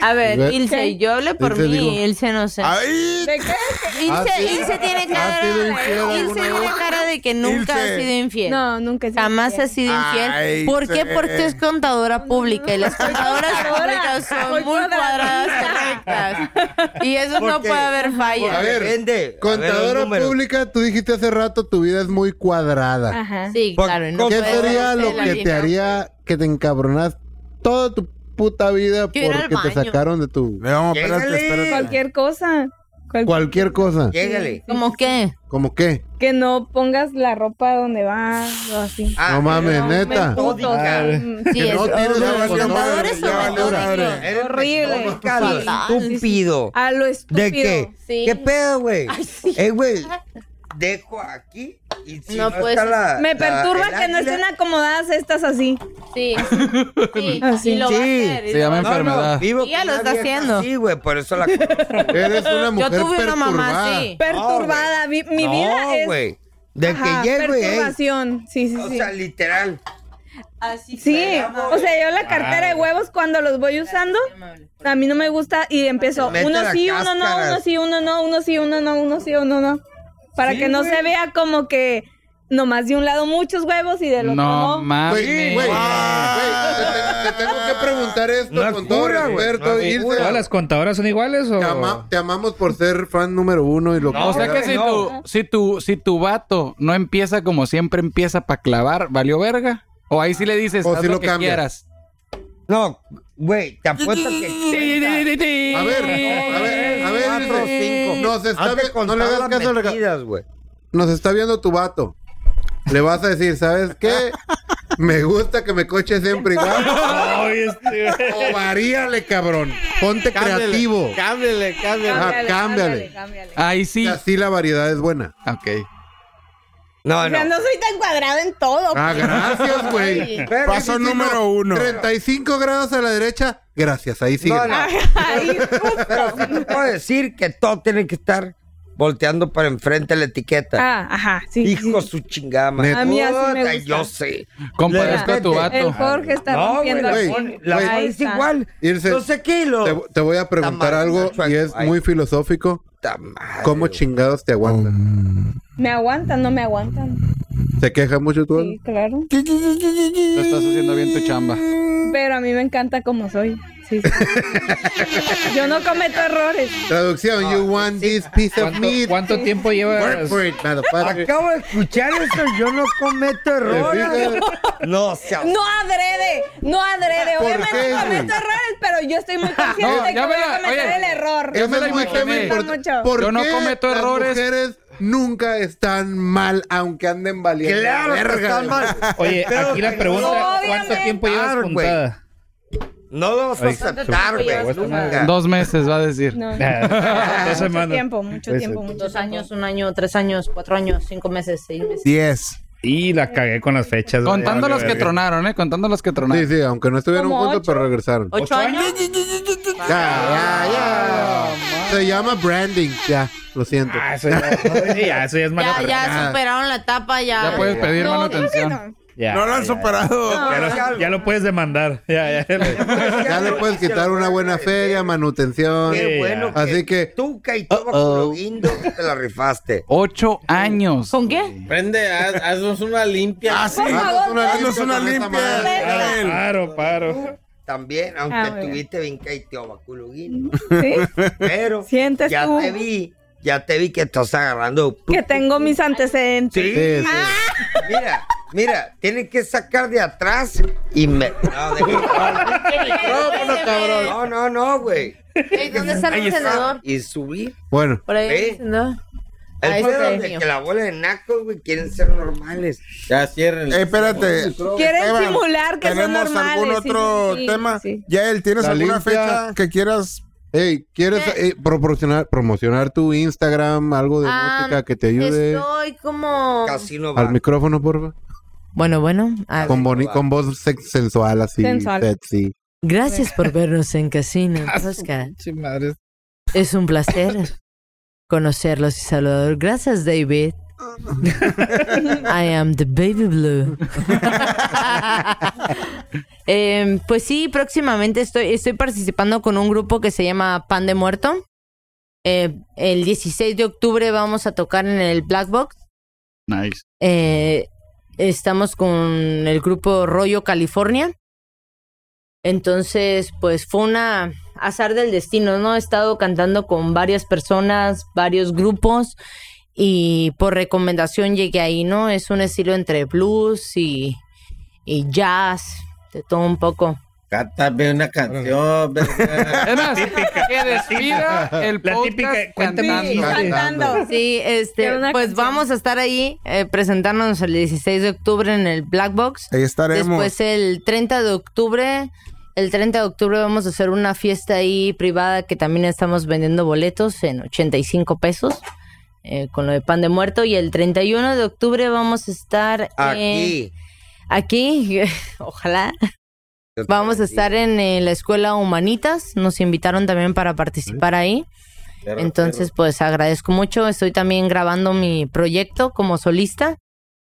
A Ve- ver, Ilse, yo hablé por Ilse dijo- mí, Ilse no sé. ¡Ay! ¿De qué? Ah, Ilse, sí. Ilse tiene cara, sido infiel Ilse tiene cara de que nunca Ilse. ha sido infiel. No, nunca he sido Jamás infiel. ha sido infiel. Ay, ¿Por qué? Ilse. Porque es contadora pública y las contadoras públicas son Muy muy cuadradas. cuadradas, correctas. Y eso no Porque- puede haber A falla. ver, Depende. Contadora pública, tú dijiste hace rato tu vida es muy cuadrada. Ajá. Sí, Por- claro. y no ¿Qué puede sería ser lo la que te línea. haría que te encabronas toda tu puta vida Yo ir al porque te baño. sacaron de tu No, espérate, Llégale. espérate. Cualquier cosa. cual- cualquier cosa? Llégale. ¿Cómo qué? ¿Como qué? que no pongas la ropa donde va o así. Ah, no mames, No, neta. me puto, o sea, mm, Sí, Que es no tires la horrible. basura. contadores Ya sobre valió todo. madre. tío. Eres horrible. metódica, Sí. Estúpido. A lo estúpido. ¿De qué? Sí. ¿Qué pedo, güey? Ay, sí. Eh, güey, dejo aquí y si no, No puede está ser. la- pues, Me la- perturba el que no águila- estén acomodadas estas así. Sí. Sí. Así. y lo va a Sí. hacer, y Se lo llama va a hacer. enfermedad. vivo Ya con lo una está vieja haciendo. así, güey, por eso la conozco. Eres una Yo mujer tuve una perturbada. mamá, sí. Perturbada. vi- mi No, vida es. güey. De Ajá, que llego y, ey, perturbación. Sí, sí, O sí. sea, literal. Así Sí, o sea, yo la cartera de huevos cuando los voy usando, a mí no me gusta y empiezo Mete uno la sí, uno no, cáscara. uno sí, uno no, uno sí, uno no, uno sí, uno no. Para que no se vea como que nomás de un lado muchos huevos y del otro No no. mames. Güey, güey, güey, te, te tengo que preguntar esto No es con todo cura, güey, respeto. no es Ilse. cura. ¿Todas las contadoras son iguales o...? te, ama- te amamos por ser fan número uno y lo O sea que quieras. si, tu, si, tu, si tu vato no empieza como siempre empieza para clavar, ¿valió verga? O ahí sí le dices, O haz si lo, lo que cambias. quieras. No, güey, te apuesto que. A ver, a ver, a ver, Cuatro, Ilse. cinco. Nos está, Hazte vi- no contar le hagas las caso al rega- mentiras, güey. nos está viendo tu vato. Le vas a decir, ¿sabes qué? Me gusta que me coche siempre igual. Ay, este güey. O varíale, cabrón. Ponte Cámbiale, creativo. Cámbiale, cámbiale. Ah, cámbiale. Ahí sí. Así la variedad es buena. Ok. No, O sea, no soy tan cuadrado en todo. Ah, gracias, güey. Ay. Pero sí, Paso sí, número no. uno. 35 grados a la derecha. Gracias, ahí sigue. No, no. Ay, Pero sí te puedo decir que todo tiene que estar volteando para enfrente la etiqueta. Ah, ajá, sí. Hijo sí. su chingada madre. A mí así me Puta, gusta. Yo sé. Compadezco a Respete. tu vato. El Jorge está No, güey, rompiendo la güey, la pone- güey. la Ahí es está. igual. Irse- No sé qué lo. Te, te voy a preguntar Está mal, algo macho, y es ay. muy filosófico. Puta madre, ¿Cómo güey. chingados te aguantan? Me aguantan, no me aguantan. ¿Se queja mucho tú? Sí, claro. Lo estás haciendo bien tu chamba. Pero a mí me encanta como soy. Sí, sí. Yo no cometo errores. Traducción, you want this piece of ¿Cuánto, meat. cuánto tiempo Work llevas? for it, motherfucker. Acabo de escuchar eso. Yo no cometo errores. No, se No adrede, no adrede. ¿Por Obviamente qué, güey? cometo errores, pero yo estoy muy consciente No, de que ya voy me a la- cometer oye, el error. Eso me la es muy imaginé. tema importante. Mucho. ¿Por Yo no qué cometo las errores. mujeres nunca están mal, aunque anden valiendo. Claro, verga, que están güey. mal. Oye, aquí la pregunta, ¿cuánto Obviamente. tiempo llevas Claro, güey. puntada? No lo vas a aceptar, güey. Nunca. Dos meses va a decir. No, Dos mucho semanas. Pues, tiempo, mucho Pues, tiempo, mucho Dos tiempo. años, un año, tres años, cuatro años, cinco meses, seis meses. Diez. Y la cagué con las fechas. güey. Contando Vale, los que verga. tronaron, ¿eh? Contando los que Sí, tronaron. sí, aunque no estuvieron Como juntos, ocho. pero regresaron. ¿Ocho años? Ya, ya, ya. Se llama branding. Ya, lo siento. Ah, eso ya, no, ya, eso ya es malo. Ya, ya superaron la etapa, ya. Ya puedes pedir No, digo que manutención. no. No lo han superado. Ya lo, ya lo puedes demandar. Ya, ya. Ya le puedes quitar una buena feria, manutención. Sí, Qué bueno. ya. Así que- Tuca y todo Uh-oh. guindo te la rifaste. Ocho años. ¿Con qué? Prende, haz- haznos una limpia. Así. Por favor, Haznos una limpia. Paro, paro, paro. También, aunque Ah, bueno. tuviste bien caiteoba, culo guindo. Mm, ¿sí? Pero Sientes ya tú. te vi, ya te vi que estás agarrando. Que tengo mis antecedentes. Sí, sí. Mira, mira, tienen que sacar de atrás y me. No, deja- no, no, no, güey. Ey, ¿Dónde está el Ahí está. encendedor? Y subir. Bueno, Por ahí. Ve. el encendedor. El Ahí está pedo el de Ah, mío. que la bola de nacos, güey, quieren ser normales. Ya cierren. Eh, espérate. Quieren Esteban, simular que son ¿Tenemos normales, algún sí, otro sí, sí, tema? sí. Yael, ¿tienes La alguna limpia. fecha que quieras? hey, ¿quieres eh, proporcionar, promocionar tu Instagram, algo de Ah, música que te ayude? Estoy como. Casino va. Al micrófono, por favor. Bueno, bueno. ah, Con, boni- con voz sex- sensual, así. Sensual. Sexy. Gracias por vernos en Casino Ah, Tosca. Es un placer conocerlos y saludar. Gracias, David. I am the baby blue. Em, pues sí, próximamente estoy, estoy participando con un grupo que se llama Pan de Muerto. Eh, el 16 de octubre vamos a tocar en el Black Box. Nice. Eh, estamos con el grupo Rollo California. Entonces, pues fue una azar del destino, ¿no? He estado cantando con varias personas, varios grupos y por recomendación llegué ahí, ¿no? Es un estilo entre blues y, y jazz, de todo un poco. Cántame una canción. verga. Es más, que despida el La podcast típica- cuéntame cantando. un chiste. Cantando. Sí, este, Quiero una pues canción. vamos a estar ahí eh, presentándonos el 16 de octubre en el Black Box. Ahí estaremos. Después el 30 de octubre, el 30 de octubre vamos a hacer una fiesta ahí privada que también estamos vendiendo boletos en 85 pesos eh, con lo de pan de muerto y el 31 de octubre vamos a estar Aquí. en- aquí, ojalá. Vamos a estar en eh, la escuela Humanitas, nos invitaron también para participar ahí. Entonces, pues agradezco mucho. Estoy también grabando mi proyecto como solista.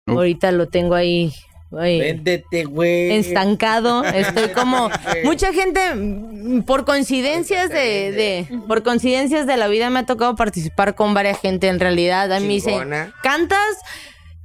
Uf. Ahorita lo tengo ahí. ahí Véndete, güey. estancado. Estoy como mucha gente mm, por coincidencias de, de- por coincidencias de la vida me ha tocado participar con varias gente en realidad. A mí me dicen, Chingona. "¿Cantas?"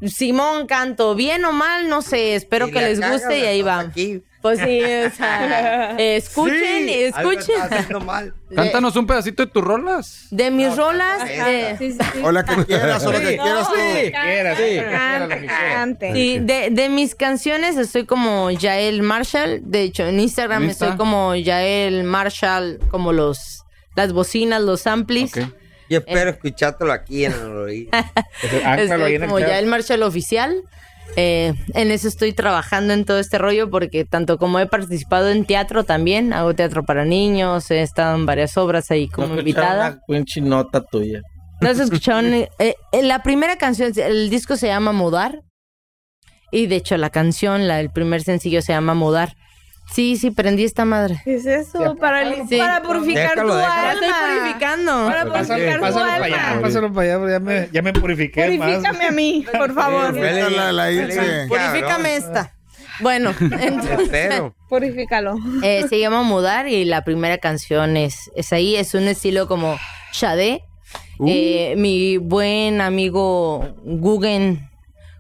Simón, canto, bien o mal, no sé, espero Si que la les cagas, guste y ahí estás va. aquí. Pues sí, o sea, eh, escuchen, Sí, algo escuchen. estás haciendo mal. Cántanos un pedacito de tus rolas. De mis rolas, Ajá, eh, sí, sí, sí. O la que quieras, o la que No, quieras tú. cante, Quieras, sí. cante, cante. Sí, de, de mis canciones estoy como Yael Marshall. De hecho, en Instagram ¿En Insta? estoy como Yael Marshall, como los las bocinas, los amplis. Ok. Yo espero escuchártelo aquí en el oído. Entonces, ánclalo Ah, ahí Estoy en el como chat. Yael Marshall oficial. Eh, en eso estoy trabajando en todo este rollo porque tanto como he participado en teatro también, hago teatro para niños, he estado en varias obras ahí como invitada. Ah, Una pinche nota tuya. No se escucharon. eh, eh, la primera canción, el disco se llama Mudar. Y de hecho, la canción, la, el primer sencillo se llama Mudar. Sí, sí, prendí esta madre. ¿Qué es eso? Para, li- Sí. para purificar Déjalo, tu déjalo. alma. Estoy purificando. Para purificar tu Pásalo para alma. allá, pásalo para allá, ya me, ya me purifiqué más. Purifícame a mí, por favor. Suéltala, la Ilse. Purifícame esta. Bueno, entonces. Purifícalo. eh, se llama Mudar y la primera canción es, es ahí, es un estilo como Shadé. Uh. Eh, mi buen amigo Guggen,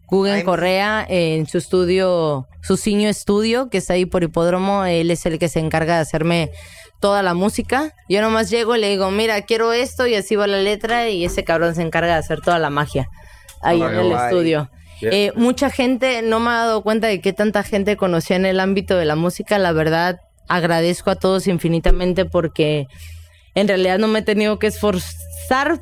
Guggen Correa, eh, en su estudio, su Ciño Estudio, que está ahí por hipódromo, él es el que se encarga de hacerme toda la música. Yo nomás llego y le digo, mira, quiero esto, y así va la letra, y ese cabrón se encarga de hacer toda la magia ahí en el Ay. estudio. Yeah. Eh, mucha gente, no me ha dado cuenta de que tanta gente conocía en el ámbito de la música. La verdad, agradezco a todos infinitamente porque en realidad no me he tenido que esforzar,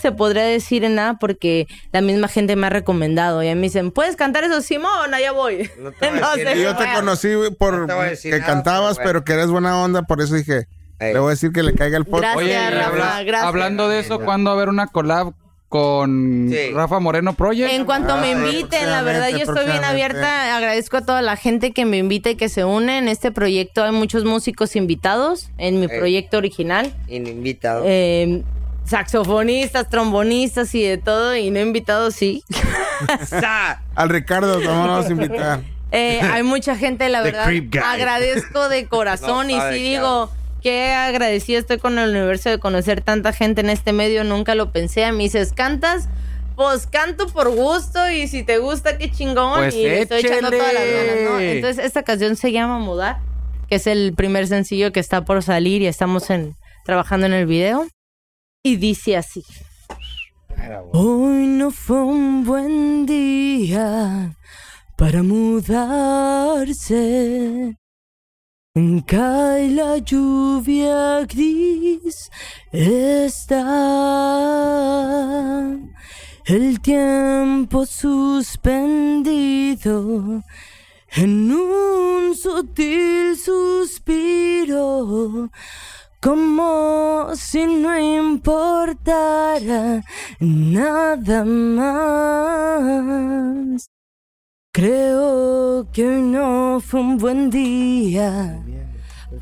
se podría decir en nada, porque la misma gente me ha recomendado. Y a mí me dicen, ¿puedes cantar eso, Simón? Allá voy. No te voy a Entonces, decir Y yo te bueno. conocí güey, por No te voy a decir que nada, cantabas, pero bueno. pero que eres buena onda, por eso dije, Ey. le voy a decir que le caiga el podcast. Gracias, Rafa, habla- gracias. Hablando de eso, ¿cuándo va a haber una collab con Sí. Rafa Moreno Project? En cuanto me Ah, inviten, la verdad yo estoy bien próximamente. abierta. Agradezco a toda la gente que me invita y que se une. En este proyecto hay muchos músicos invitados en mi Ey. proyecto original. Invitado. Eh, saxofonistas, trombonistas y de todo, y no invitados, sí. Sa. Al Ricardo, no nos vamos a invitar. Eh, hay mucha gente, la The verdad. Creep Guy. Agradezco de corazón No y sabe sí qué digo que agradecida estoy con el universo de conocer tanta gente en este medio. Nunca lo pensé. A mí dices, ¿cantas? Pues canto por gusto y si te gusta, qué chingón. Pues y le estoy echando todas las échele. ganas, ¿no? Entonces, esta canción se llama Mudar, que es el primer sencillo que está por salir y estamos en, trabajando en el video. Y dice así. Hoy no fue un buen día para mudarse. Cae la lluvia gris, está el tiempo suspendido en un sutil suspiro, como si no importara nada más. Creo que hoy no fue un buen día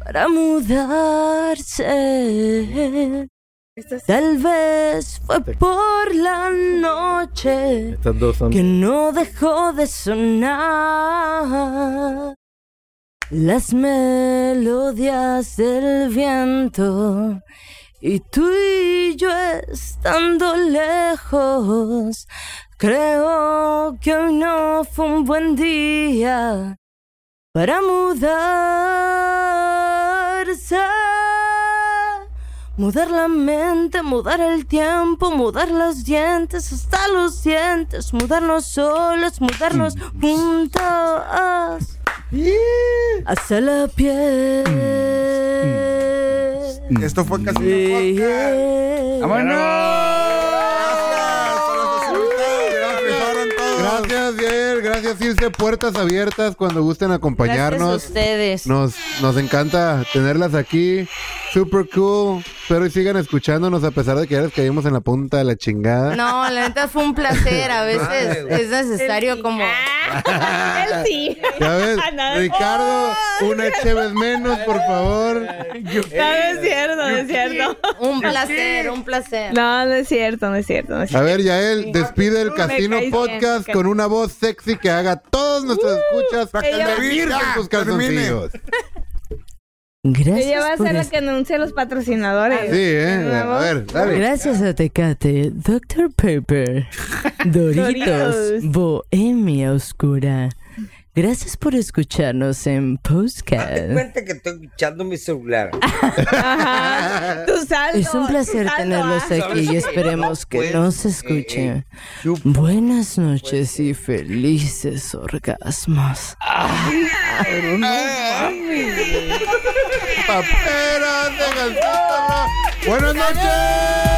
para mudarse. Tal vez fue por la noche Estas dos son. que no dejó de sonar las melodías del viento y tú y yo estando lejos creo que hoy no fue un buen día para mudarse Mudar la mente, mudar el tiempo, mudar los dientes, hasta los dientes, mudarnos solos, mudarnos juntos. Hasta la piel. Esto fue casi un podcast. Ah, Yeah. Gracias a los resultados, gracias, empezaron todos. Gracias, Dier. Gracias, Ilse. Puertas abiertas cuando gusten Gracias a acompañarnos. ustedes. Nos, nos encanta tenerlas aquí. Super cool. Espero y sigan escuchándonos a pesar de que ya les caímos en la punta de la chingada. No, la neta fue un placer. A veces es necesario como. Ah, Él sí. Oh. ¿Ya ves? Ah, no. Ricardo, una chévez menos, por favor. No, no es cierto, no es cierto. Un placer, un placer. No, no es cierto, no es cierto. No es cierto. A ver, Yael, despide el Me Casino caes bien, Uh, Podcast Casino. con una voz sexy que haga todos nuestros escuchas Para que Ella- el David con ya sus termine. calzoncillos. Ella va Gracias a por ser la estar. que anuncia los patrocinadores. Sí, eh. Una A voz. ver, dale. Gracias a Tecate, Dr. Pepper, Doritos, Doritos. Bohemia Oscura. Gracias por escucharnos en Date Postcast. cuenta que estoy escuchando mi celular. Ajá. Tu salto. Es un placer tu salto, tenerlos ah. aquí y esperemos que Pues, no se eh, escuche. eh, yo- Buenas noches y felices orgasmos. Paperas de Gansito. Buenas noches.